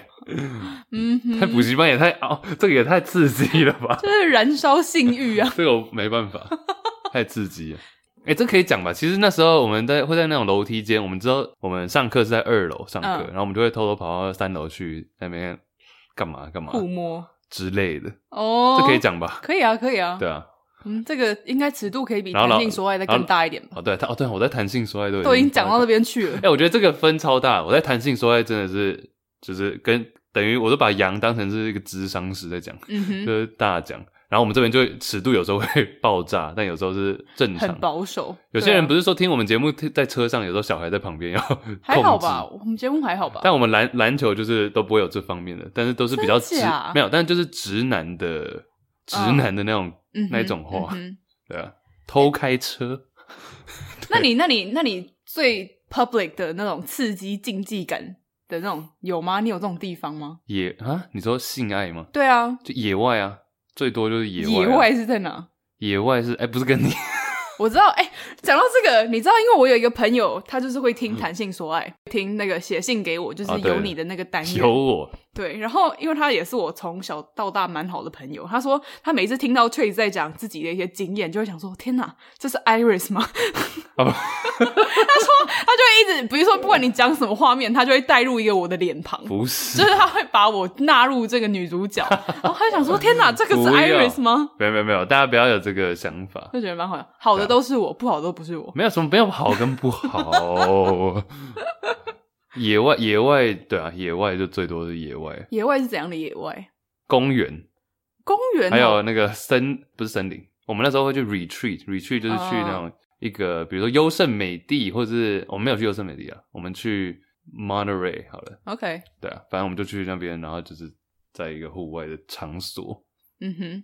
[SPEAKER 2] 嗯哼，
[SPEAKER 1] 但补习班也太哦， 这个也太刺激了 吧？
[SPEAKER 2] 就是燃烧性欲啊
[SPEAKER 1] ，这个我没办 法，太刺激了。哎、这可以讲吧？其实那时候我们在会在那种楼梯间，我们知道我们上课是在二楼上课，
[SPEAKER 2] 嗯
[SPEAKER 1] 然后我们就会偷偷跑到三楼去那边干嘛干嘛
[SPEAKER 2] 互摸
[SPEAKER 1] 之类的，
[SPEAKER 2] 哦，
[SPEAKER 1] 这可以，讲吧？
[SPEAKER 2] 可以啊，可以啊，
[SPEAKER 1] 对啊，
[SPEAKER 2] 嗯，这个应该尺度可以比
[SPEAKER 1] 然后
[SPEAKER 2] 弹
[SPEAKER 1] 老
[SPEAKER 2] 性说爱再
[SPEAKER 1] 然后
[SPEAKER 2] 更大一点吧，
[SPEAKER 1] 哦对，他哦对，我在弹性说爱都
[SPEAKER 2] 都已经讲到 这
[SPEAKER 1] 了。
[SPEAKER 2] 边去了
[SPEAKER 1] 哎、，我觉得这个分超大，我在弹性说爱真的是就是跟等于我都把羊当成是一个智商师在讲，
[SPEAKER 2] 嗯
[SPEAKER 1] 就
[SPEAKER 2] 哼，
[SPEAKER 1] 是大讲。然后我们这边就会尺度有时候会爆炸，但有时候是正常
[SPEAKER 2] 很。啊保守，
[SPEAKER 1] 有些人不
[SPEAKER 2] 是
[SPEAKER 1] 是说听我们节目听在车上，有时候小孩在旁边要
[SPEAKER 2] 还好
[SPEAKER 1] 控制
[SPEAKER 2] 吧？。我们节目还好吧？
[SPEAKER 1] 但我们篮篮球就是都不会有这方面的，但是都是比较直
[SPEAKER 2] 真假，
[SPEAKER 1] 没有，但就是直男的直
[SPEAKER 2] 嗯
[SPEAKER 1] 男的那种、
[SPEAKER 2] 嗯哼
[SPEAKER 1] 那一种话
[SPEAKER 2] 嗯
[SPEAKER 1] 对啊，偷开车。
[SPEAKER 2] 哼那你那你那你最 public 的那种刺激竞技感的那种有吗？你有这种地方吗？
[SPEAKER 1] 野啊，你说性爱吗？
[SPEAKER 2] 对啊，
[SPEAKER 1] 就野外啊，最多就是野外、啊。
[SPEAKER 2] 野外是在哪？
[SPEAKER 1] 野外是哎、不是跟你
[SPEAKER 2] 我知道，哎、讲到这个，你知道，因为我有一个朋友，他就是会听《谈性说爱》听那个写信给我，就是
[SPEAKER 1] 啊对
[SPEAKER 2] 有你的那个单元。
[SPEAKER 1] 有我，
[SPEAKER 2] 对，然后因为他也是我从小到大蛮好的朋友，他说他每次听到 Trace 在讲自己的一些经验，就会想说：天哪，这是 Iris 吗？
[SPEAKER 1] 啊 不
[SPEAKER 2] 他就会一直，比如说不管你讲什么画面，他就会带入一个我的脸庞。
[SPEAKER 1] 不，
[SPEAKER 2] 就是是他会把我纳入这个女 主角，然后他就想说：“天哪，这个是
[SPEAKER 1] 不要
[SPEAKER 2] Iris 吗
[SPEAKER 1] 没有没有没有，大家不要有这个想法？”，
[SPEAKER 2] 就觉得蛮好笑，好
[SPEAKER 1] 对
[SPEAKER 2] 的
[SPEAKER 1] 啊
[SPEAKER 2] 都是我，不好的都不是我。
[SPEAKER 1] 没有什么没有好跟不好。野外野外对啊，野外就最多是野外
[SPEAKER 2] 野外是怎样的野外？
[SPEAKER 1] 公园，
[SPEAKER 2] 公园、哦、
[SPEAKER 1] 还有那个森不是森林，我们那时候会去 retreat，retreat 就是去那种一个、比如说优胜美地，或者是我们没有去优胜美地啊，我们去 Monterey 好了，
[SPEAKER 2] OK，
[SPEAKER 1] 对啊，反正我们就去那边，然后就是在一个户外的场所。
[SPEAKER 2] 嗯哼，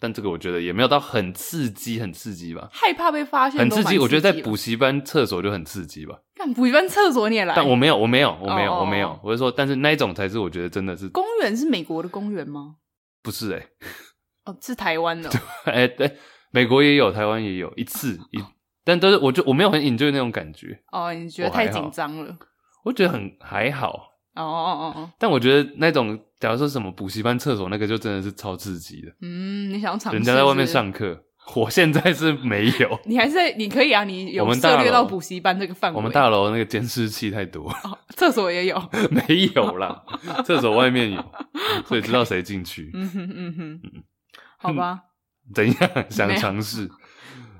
[SPEAKER 1] 但这个我觉得也没有到很刺激，很刺激吧，
[SPEAKER 2] 害怕被发现，
[SPEAKER 1] 很刺激。我觉得在
[SPEAKER 2] 补
[SPEAKER 1] 补习班厕所就很刺激吧，
[SPEAKER 2] 干补习班厕所你也来，
[SPEAKER 1] 但我没有，我没有，我没有，
[SPEAKER 2] 哦哦
[SPEAKER 1] 我没有
[SPEAKER 2] 哦。
[SPEAKER 1] 我是说，但是那一种才是我觉得真的是
[SPEAKER 2] 公园是美国的公园吗？
[SPEAKER 1] 不是 哎、
[SPEAKER 2] 哦，是台湾的哦、
[SPEAKER 1] 欸，哎、对，美国也有，台湾也有，一次一但都是我就我没有很 enjoy 那种感觉，
[SPEAKER 2] 哦，你觉得
[SPEAKER 1] 我还
[SPEAKER 2] 太
[SPEAKER 1] 好
[SPEAKER 2] 紧张了？
[SPEAKER 1] 我觉得很还好。
[SPEAKER 2] 哦哦哦哦，
[SPEAKER 1] 但我觉得那种，假如说什么补习班厕所那个，就真的是超刺激的。
[SPEAKER 2] 嗯，你想尝试？
[SPEAKER 1] 人家在外面
[SPEAKER 2] 是不是，。
[SPEAKER 1] 上课，我现在是没有
[SPEAKER 2] 你还是在你可以啊，你
[SPEAKER 1] 我
[SPEAKER 2] 有
[SPEAKER 1] 们大
[SPEAKER 2] 涉猎到
[SPEAKER 1] 楼
[SPEAKER 2] 补习班这个范围，
[SPEAKER 1] 我们大楼那个监视器太多，
[SPEAKER 2] 哦厕所也有，
[SPEAKER 1] 没有啦，厕所外面有，所以知道谁进去。
[SPEAKER 2] 嗯哼嗯哼，好吧，
[SPEAKER 1] 怎样？想
[SPEAKER 2] 没有
[SPEAKER 1] 尝试？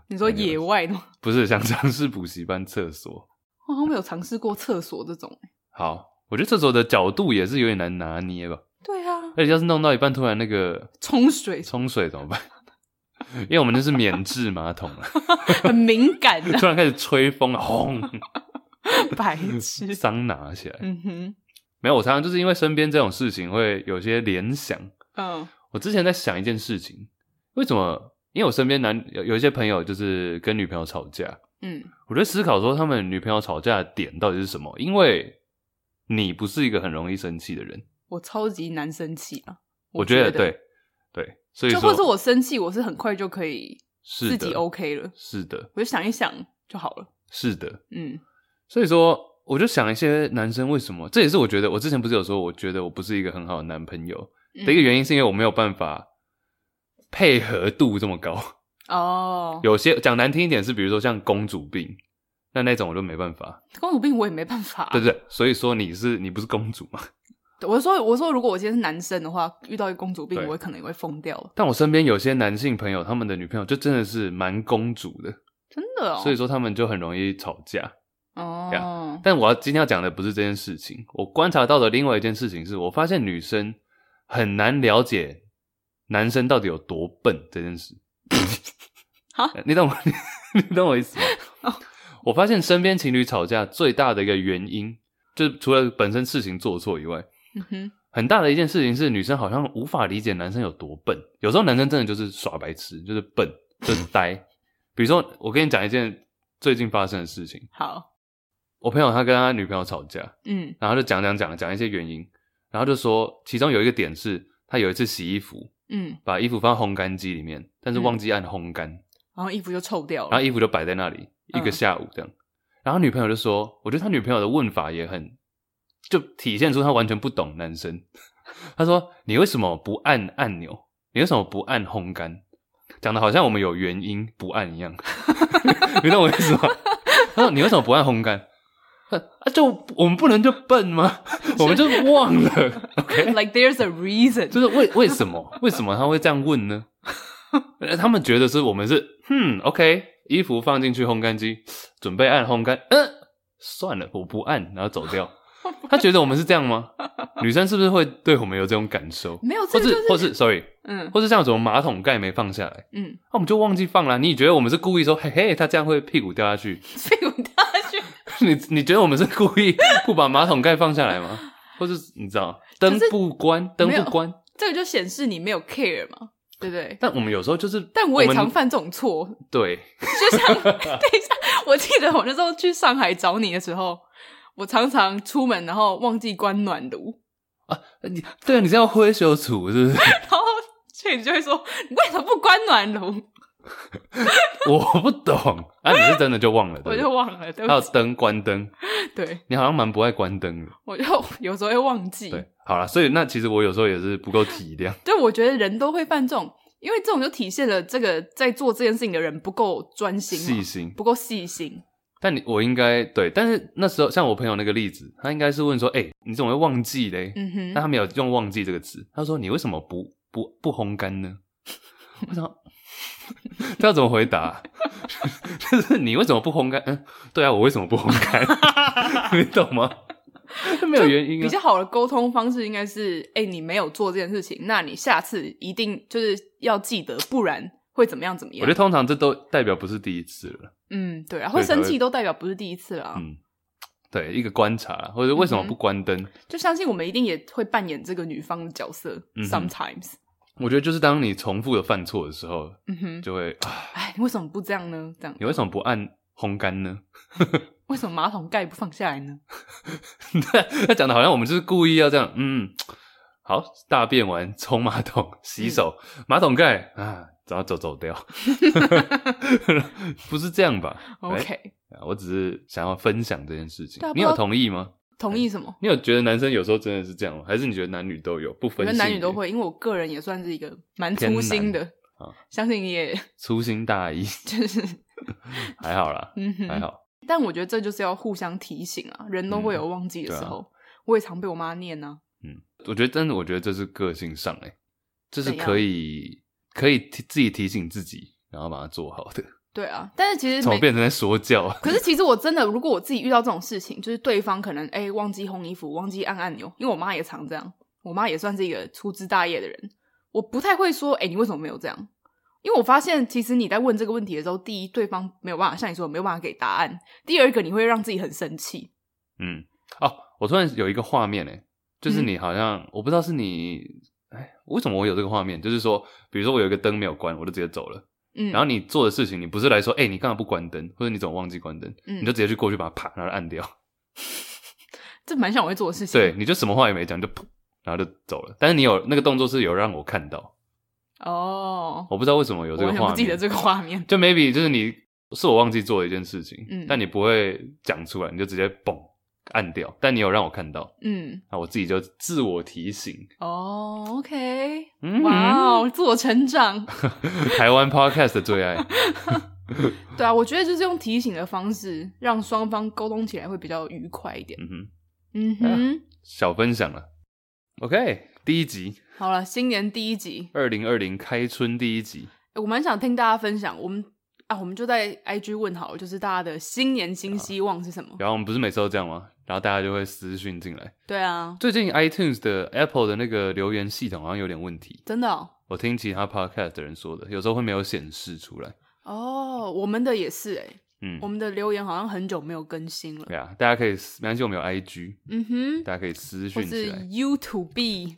[SPEAKER 2] 你说野外的吗？
[SPEAKER 1] 不是想尝试补习班厕所？
[SPEAKER 2] 我好像没有尝试过厕所 这种。
[SPEAKER 1] 好，我觉得厕所的角度也是有点难拿捏吧。
[SPEAKER 2] 对啊，
[SPEAKER 1] 而且要是弄到一半突然那个
[SPEAKER 2] 冲水
[SPEAKER 1] 冲水怎么办？ 因为我们那是免治马桶了，
[SPEAKER 2] 很敏感的、
[SPEAKER 1] 突然开始吹风了，啊轰，
[SPEAKER 2] 白 痴。
[SPEAKER 1] 桑拿起来。
[SPEAKER 2] 嗯哼，
[SPEAKER 1] 没有，我常常就是因为身边这种事情会有些联想。
[SPEAKER 2] 嗯
[SPEAKER 1] 我之前在想一件事情，为什么？因为我身边男有有一些朋友就是跟女朋友吵架，
[SPEAKER 2] 嗯，
[SPEAKER 1] 我在思考说他们女朋友吵架的点到底是什么？因为你不是一个很容易生气的人，
[SPEAKER 2] 我超级难生气啊。
[SPEAKER 1] 我
[SPEAKER 2] 觉
[SPEAKER 1] 得，对对，所以
[SPEAKER 2] 就
[SPEAKER 1] 说
[SPEAKER 2] 或是我生气，我是很快就可以
[SPEAKER 1] 是
[SPEAKER 2] 自
[SPEAKER 1] 的
[SPEAKER 2] 己 OK 了，
[SPEAKER 1] 是的，
[SPEAKER 2] 我就想一想就好了。
[SPEAKER 1] 是的，
[SPEAKER 2] 嗯
[SPEAKER 1] 所以说，我就想一些男生为什么，这也是我觉得我之前不是有说，我觉得我不是一个很好的男朋友
[SPEAKER 2] 嗯
[SPEAKER 1] 的一个原因，是因为我没有办法配合度这么高。
[SPEAKER 2] 哦，
[SPEAKER 1] 有些讲难听一点是，比如说像公主病，那那种我就没办法，
[SPEAKER 2] 公主病我也没办法、
[SPEAKER 1] 对不对？所以说你是你不是公主嘛？
[SPEAKER 2] 对？我说我说，如果我今天是男生的话，遇到一个公主病，
[SPEAKER 1] 对
[SPEAKER 2] 我可能也会疯掉，
[SPEAKER 1] 但我身边有些男性朋友，他们的女朋友就真的是蛮公主的，
[SPEAKER 2] 真的哦。
[SPEAKER 1] 所以说他们就很容易吵架。
[SPEAKER 2] 哦，
[SPEAKER 1] 但我要今天要讲的不是这件事情，我观察到的另外一件事情是，我发现女生很难了解男生到底有多笨这件事。
[SPEAKER 2] 哈
[SPEAKER 1] 呃，你懂我， 你懂我意思吗？ 我发现身边情侣吵架最大的一个原因，就是除了本身事情做错以外，
[SPEAKER 2] 嗯哼，
[SPEAKER 1] 很大的一件事情是女生好像无法理解男生有多笨。有时候男生真的就是耍白痴，就是笨，就是呆。 比如说，我跟你讲一件最近发生的事情。
[SPEAKER 2] 好，
[SPEAKER 1] 我朋友他跟他女朋友吵架，
[SPEAKER 2] 嗯
[SPEAKER 1] 然后就讲讲讲讲一些原因，然后就说其中有一个点是他有一次洗衣服，
[SPEAKER 2] 嗯，
[SPEAKER 1] 把衣服放到烘干机里面，但是忘记按烘干，
[SPEAKER 2] 然后衣服就臭掉
[SPEAKER 1] 然
[SPEAKER 2] 了
[SPEAKER 1] 后。衣服就摆在那里一
[SPEAKER 2] 嗯
[SPEAKER 1] 个下午这样。然后女朋友就说，我觉得他女朋友的问法也很，就体现出他完全不懂男生。 他说：“你为什么不按按钮？你为什么不按烘干？”讲的好像我们有原因不按一样， 你懂我意思吗？他说：“你为什么不按烘干？”啊，就我们不能就笨吗？我们就忘了，OK？
[SPEAKER 2] like there's a reason，
[SPEAKER 1] 就是为为什么为什么他会这样问呢？ 呃他们觉得是我们是，嗯，OK，衣服放进去烘干机，准备按烘干，嗯、算了，我不按，然后走掉。他觉得我们是这样吗？女生是不是会对我们有这种感受？
[SPEAKER 2] 没有，
[SPEAKER 1] 或
[SPEAKER 2] 这个就是是
[SPEAKER 1] 或是，sorry，
[SPEAKER 2] 嗯
[SPEAKER 1] 或是像什么马桶盖没放下来，啊
[SPEAKER 2] 嗯，
[SPEAKER 1] 那、我们就忘记放了。你觉得我们是故意说，嘿嘿，他这样会屁股掉下去？
[SPEAKER 2] 屁股掉下去，
[SPEAKER 1] 你你觉得我们是故意不把马桶盖放下来吗？或是你知道灯
[SPEAKER 2] 可是
[SPEAKER 1] 不关，灯
[SPEAKER 2] 没有
[SPEAKER 1] 不关？
[SPEAKER 2] 这个就显示你没有 care 嘛，对不对？
[SPEAKER 1] 但我们有时候就是，
[SPEAKER 2] 但我也
[SPEAKER 1] 们
[SPEAKER 2] 常犯这种错，
[SPEAKER 1] 对，
[SPEAKER 2] 就像等一下，我记得我那时候去上海找你的时候，我常常出门然后忘记关暖炉，
[SPEAKER 1] 你对啊，你这样挥手处是不 是？
[SPEAKER 2] 然后所以你就会说你为什么不关暖炉？
[SPEAKER 1] 我不懂啊，你是真的就忘了，
[SPEAKER 2] 我
[SPEAKER 1] 对不
[SPEAKER 2] 就
[SPEAKER 1] 对？
[SPEAKER 2] 忘了，对
[SPEAKER 1] 还有
[SPEAKER 2] 不起，
[SPEAKER 1] 灯关灯，
[SPEAKER 2] 对
[SPEAKER 1] 你好像蛮不爱关灯的。
[SPEAKER 2] 我就有时候会忘记。
[SPEAKER 1] 对，好啦，所以那其实我有时候也是不够体谅，
[SPEAKER 2] 对，我觉得人都会犯这种，因为这种就体现了这个在做这件事情的人不够专心
[SPEAKER 1] 细
[SPEAKER 2] 嘛，
[SPEAKER 1] 心。
[SPEAKER 2] 不够细心。
[SPEAKER 1] 但你我应该对，但是那时候像我朋友那个例子，他应该是问说，哎、你怎么会忘记嘞？
[SPEAKER 2] 嗯
[SPEAKER 1] 但
[SPEAKER 2] 哼，
[SPEAKER 1] 他没有用“忘记”这个词，他说：“你为什么不不不烘干呢？” 我想，这要怎么回答？ 就是你为什么不烘干？嗯，对啊，我为什么不烘 干？你懂吗？这没有原因
[SPEAKER 2] 比
[SPEAKER 1] 啊。
[SPEAKER 2] 较好的沟通方式应该是，哎、你没有做这件事情，那你下次一定就是要记得，不然会怎么样怎么
[SPEAKER 1] 我觉
[SPEAKER 2] 样
[SPEAKER 1] 得。通常这都代表不是第一次了。
[SPEAKER 2] 嗯，对啊，
[SPEAKER 1] 对
[SPEAKER 2] 会
[SPEAKER 1] 才
[SPEAKER 2] 生
[SPEAKER 1] 会
[SPEAKER 2] 气都代表不是第一次了啊、
[SPEAKER 1] 嗯，对，一个观察啦，或者为什么
[SPEAKER 2] 嗯哼
[SPEAKER 1] 不关灯？
[SPEAKER 2] 就相信我们一定也会扮演这个女方的角色、
[SPEAKER 1] 嗯哼
[SPEAKER 2] s o m e t i m e s
[SPEAKER 1] 我觉得就是当你重复的犯错的时候，
[SPEAKER 2] 嗯哼，
[SPEAKER 1] 就会啊，
[SPEAKER 2] 哎，你为什么不这样呢？这样
[SPEAKER 1] 你为什么不按烘干呢？
[SPEAKER 2] 为什么马桶盖不放下来呢？
[SPEAKER 1] 他讲的好像我们就是故意要这样，嗯，好，大便完冲马桶，洗手，马桶盖啊，然后走走 掉，不是这样吧
[SPEAKER 2] OK，
[SPEAKER 1] 啊我只是想要分享这件事情
[SPEAKER 2] 对啊，
[SPEAKER 1] 你
[SPEAKER 2] 不
[SPEAKER 1] 有
[SPEAKER 2] 知道
[SPEAKER 1] 同意吗？
[SPEAKER 2] 同意什么？
[SPEAKER 1] 你有觉得男生有时候真的是这样吗？还是你觉得男女都有不
[SPEAKER 2] 我
[SPEAKER 1] 分
[SPEAKER 2] 觉
[SPEAKER 1] 性
[SPEAKER 2] 得
[SPEAKER 1] 别？
[SPEAKER 2] 男女都会，因为我个人也算是一个蛮粗心的
[SPEAKER 1] 男啊，
[SPEAKER 2] 相信你也
[SPEAKER 1] 粗心大意，
[SPEAKER 2] 就是
[SPEAKER 1] 还好啦，
[SPEAKER 2] 嗯
[SPEAKER 1] 还
[SPEAKER 2] 哼。
[SPEAKER 1] 好。
[SPEAKER 2] 但我觉得这就是要互相提醒啊，人都
[SPEAKER 1] 嗯
[SPEAKER 2] 会有忘记
[SPEAKER 1] 啊
[SPEAKER 2] 的时候。我也常被我妈念啊呢、
[SPEAKER 1] 我觉得真的，我觉得这是个性上哎、欸，这是
[SPEAKER 2] 怎样
[SPEAKER 1] 可以可以提自己提醒自己，然后把它做好的。
[SPEAKER 2] 对啊，但是其实
[SPEAKER 1] 怎么
[SPEAKER 2] 每
[SPEAKER 1] 变成在说教啊？
[SPEAKER 2] 可是其实我真的，如果我自己遇到这种事情，就是对方可能哎、忘记烘衣服，忘记按按钮，因为我妈也常这样，我妈也算是一个粗枝大叶的人，我不太会说哎、你为什么没有这样？因为我发现其实你在问这个问题的时候，第一对方没有办法像你说的没有办法给答案，第二个你会让自己很生气。
[SPEAKER 1] 嗯，哦，我突然有一个画面哎、就是
[SPEAKER 2] 嗯
[SPEAKER 1] 你好像、我不知道是你，哎，为什么我有这个画面？就是说，比如说我有一个灯没有关，我就直接走了。
[SPEAKER 2] 嗯，
[SPEAKER 1] 然后你做的事情，你不是来说，哎、你干嘛不关灯，或者你怎么忘记关灯，
[SPEAKER 2] 嗯
[SPEAKER 1] 你就直接去过去把它啪，然后按掉。
[SPEAKER 2] 这蛮像我会做的事情。
[SPEAKER 1] 对，你就什么话也没讲，就噗，然后就走了。但是你有那个动作是有让我看到，
[SPEAKER 2] 哦，
[SPEAKER 1] 我不知道为什么有这个
[SPEAKER 2] 我完全
[SPEAKER 1] 画
[SPEAKER 2] 不记得
[SPEAKER 1] 面，
[SPEAKER 2] 这个画面。
[SPEAKER 1] 就 maybe 就是你是我忘记做的一件事情，
[SPEAKER 2] 嗯
[SPEAKER 1] 但你不会讲出来，你就直接嘣按掉，但你有让我看到，
[SPEAKER 2] 嗯，
[SPEAKER 1] 那我自己就自我提醒。
[SPEAKER 2] 哦，OK，
[SPEAKER 1] 嗯
[SPEAKER 2] 哇哦，自我成长。
[SPEAKER 1] 台湾 podcast 的最爱，
[SPEAKER 2] 对啊，我觉得就是用提醒的方式，让双方沟通起来会比较愉快一点。
[SPEAKER 1] 嗯哼，
[SPEAKER 2] 嗯哼，
[SPEAKER 1] 小分享了。OK，第一集，
[SPEAKER 2] 好了，新年第一集，
[SPEAKER 1] 二零二零开春第一集，
[SPEAKER 2] 诶我蛮想听大家分享，我们啊，我们就在 IG 问好了，就是大家的新年新希望是什么？
[SPEAKER 1] 然后我们不是每次都这样吗？然后大家就会私讯进来。
[SPEAKER 2] 对啊，
[SPEAKER 1] 最近 iTunes 的 Apple 的那个留言系统好像有点问题，
[SPEAKER 2] 真的哦，
[SPEAKER 1] 我听其他 podcast 的人说的，有时候会没有显示出来。
[SPEAKER 2] 哦我们的也是哎、
[SPEAKER 1] 嗯
[SPEAKER 2] 我，们的留言好像很久没有更新了。
[SPEAKER 1] 对啊，大家可以私，没关系，我们有 IG，
[SPEAKER 2] 嗯哼，
[SPEAKER 1] 大家可以私
[SPEAKER 2] 或
[SPEAKER 1] 讯起
[SPEAKER 2] 是
[SPEAKER 1] 来。
[SPEAKER 2] YouTube、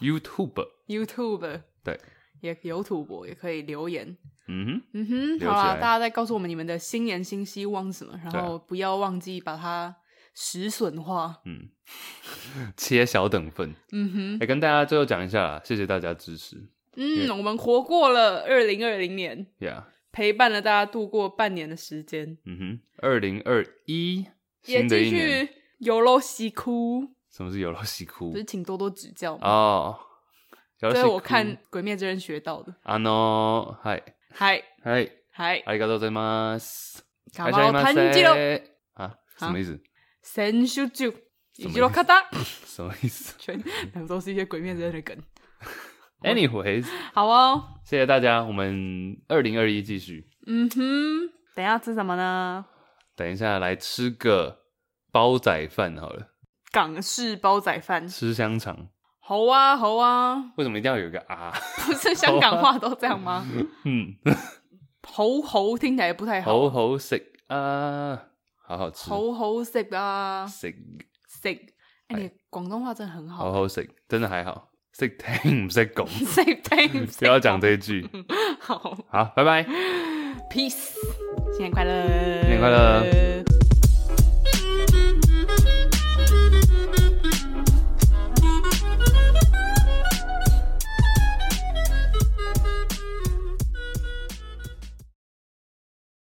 [SPEAKER 1] YouTube，
[SPEAKER 2] YouTube
[SPEAKER 1] 对，
[SPEAKER 2] 也有土博也可以留言。
[SPEAKER 1] 嗯哼，
[SPEAKER 2] 嗯
[SPEAKER 1] 留
[SPEAKER 2] 哼，好啦，
[SPEAKER 1] 起来
[SPEAKER 2] 大家再告诉我们你们的新年新希望是什么，然
[SPEAKER 1] 对啊
[SPEAKER 2] 后不要忘记把它实损化。
[SPEAKER 1] 嗯，切小等份。
[SPEAKER 2] 嗯
[SPEAKER 1] 来、跟大家最后讲一下啦，谢谢大家支持
[SPEAKER 2] 哼，嗯，我们活过了二零二零年，
[SPEAKER 1] ，Yeah，
[SPEAKER 2] 陪伴了大家度过半年的时间，
[SPEAKER 1] 嗯哼，二零二一
[SPEAKER 2] 也
[SPEAKER 1] 新的
[SPEAKER 2] 继
[SPEAKER 1] 一年，
[SPEAKER 2] 续有喽西哭，
[SPEAKER 1] 什么是有劳西哭
[SPEAKER 2] 就是请多多指教嘛。
[SPEAKER 1] 哦？有
[SPEAKER 2] 这
[SPEAKER 1] 劳西
[SPEAKER 2] 是
[SPEAKER 1] 哭
[SPEAKER 2] 我看《鬼灭之刃》学到的。
[SPEAKER 1] あのはい
[SPEAKER 2] 嗨
[SPEAKER 1] はい
[SPEAKER 2] 嗨，哦
[SPEAKER 1] ありがとうございます。
[SPEAKER 2] 卡巴罗弹吉罗
[SPEAKER 1] 啊？什么意思？
[SPEAKER 2] 神修九，以
[SPEAKER 1] 么意思
[SPEAKER 2] 及罗卡达，
[SPEAKER 1] 什么意思
[SPEAKER 2] 全 全部都是一些《鬼灭之刃》的梗。
[SPEAKER 1] ？Anyways，
[SPEAKER 2] 好哦，
[SPEAKER 1] 谢谢大家，我们二零二一继续。
[SPEAKER 2] 嗯哼，等一下吃什么呢？
[SPEAKER 1] 等一下来吃个煲仔饭好了，
[SPEAKER 2] 港式煲仔饭。
[SPEAKER 1] 吃香肠。
[SPEAKER 2] 好啊，好啊，
[SPEAKER 1] 为什么一定要有一个啊？
[SPEAKER 2] 不是香港话都这样吗？
[SPEAKER 1] 嗯，
[SPEAKER 2] 猴啊猴听起来不太好，
[SPEAKER 1] 好好食啊，好好吃，
[SPEAKER 2] 猴猴食啊
[SPEAKER 1] 食，
[SPEAKER 2] 食。哎，你广东话真的很
[SPEAKER 1] 好
[SPEAKER 2] 好，
[SPEAKER 1] 好食，真的还好，食听唔识讲，
[SPEAKER 2] 食 听
[SPEAKER 1] 不要讲这一句。
[SPEAKER 2] 好
[SPEAKER 1] 好，拜拜。
[SPEAKER 2] ，peace，新年快乐，
[SPEAKER 1] 年快乐。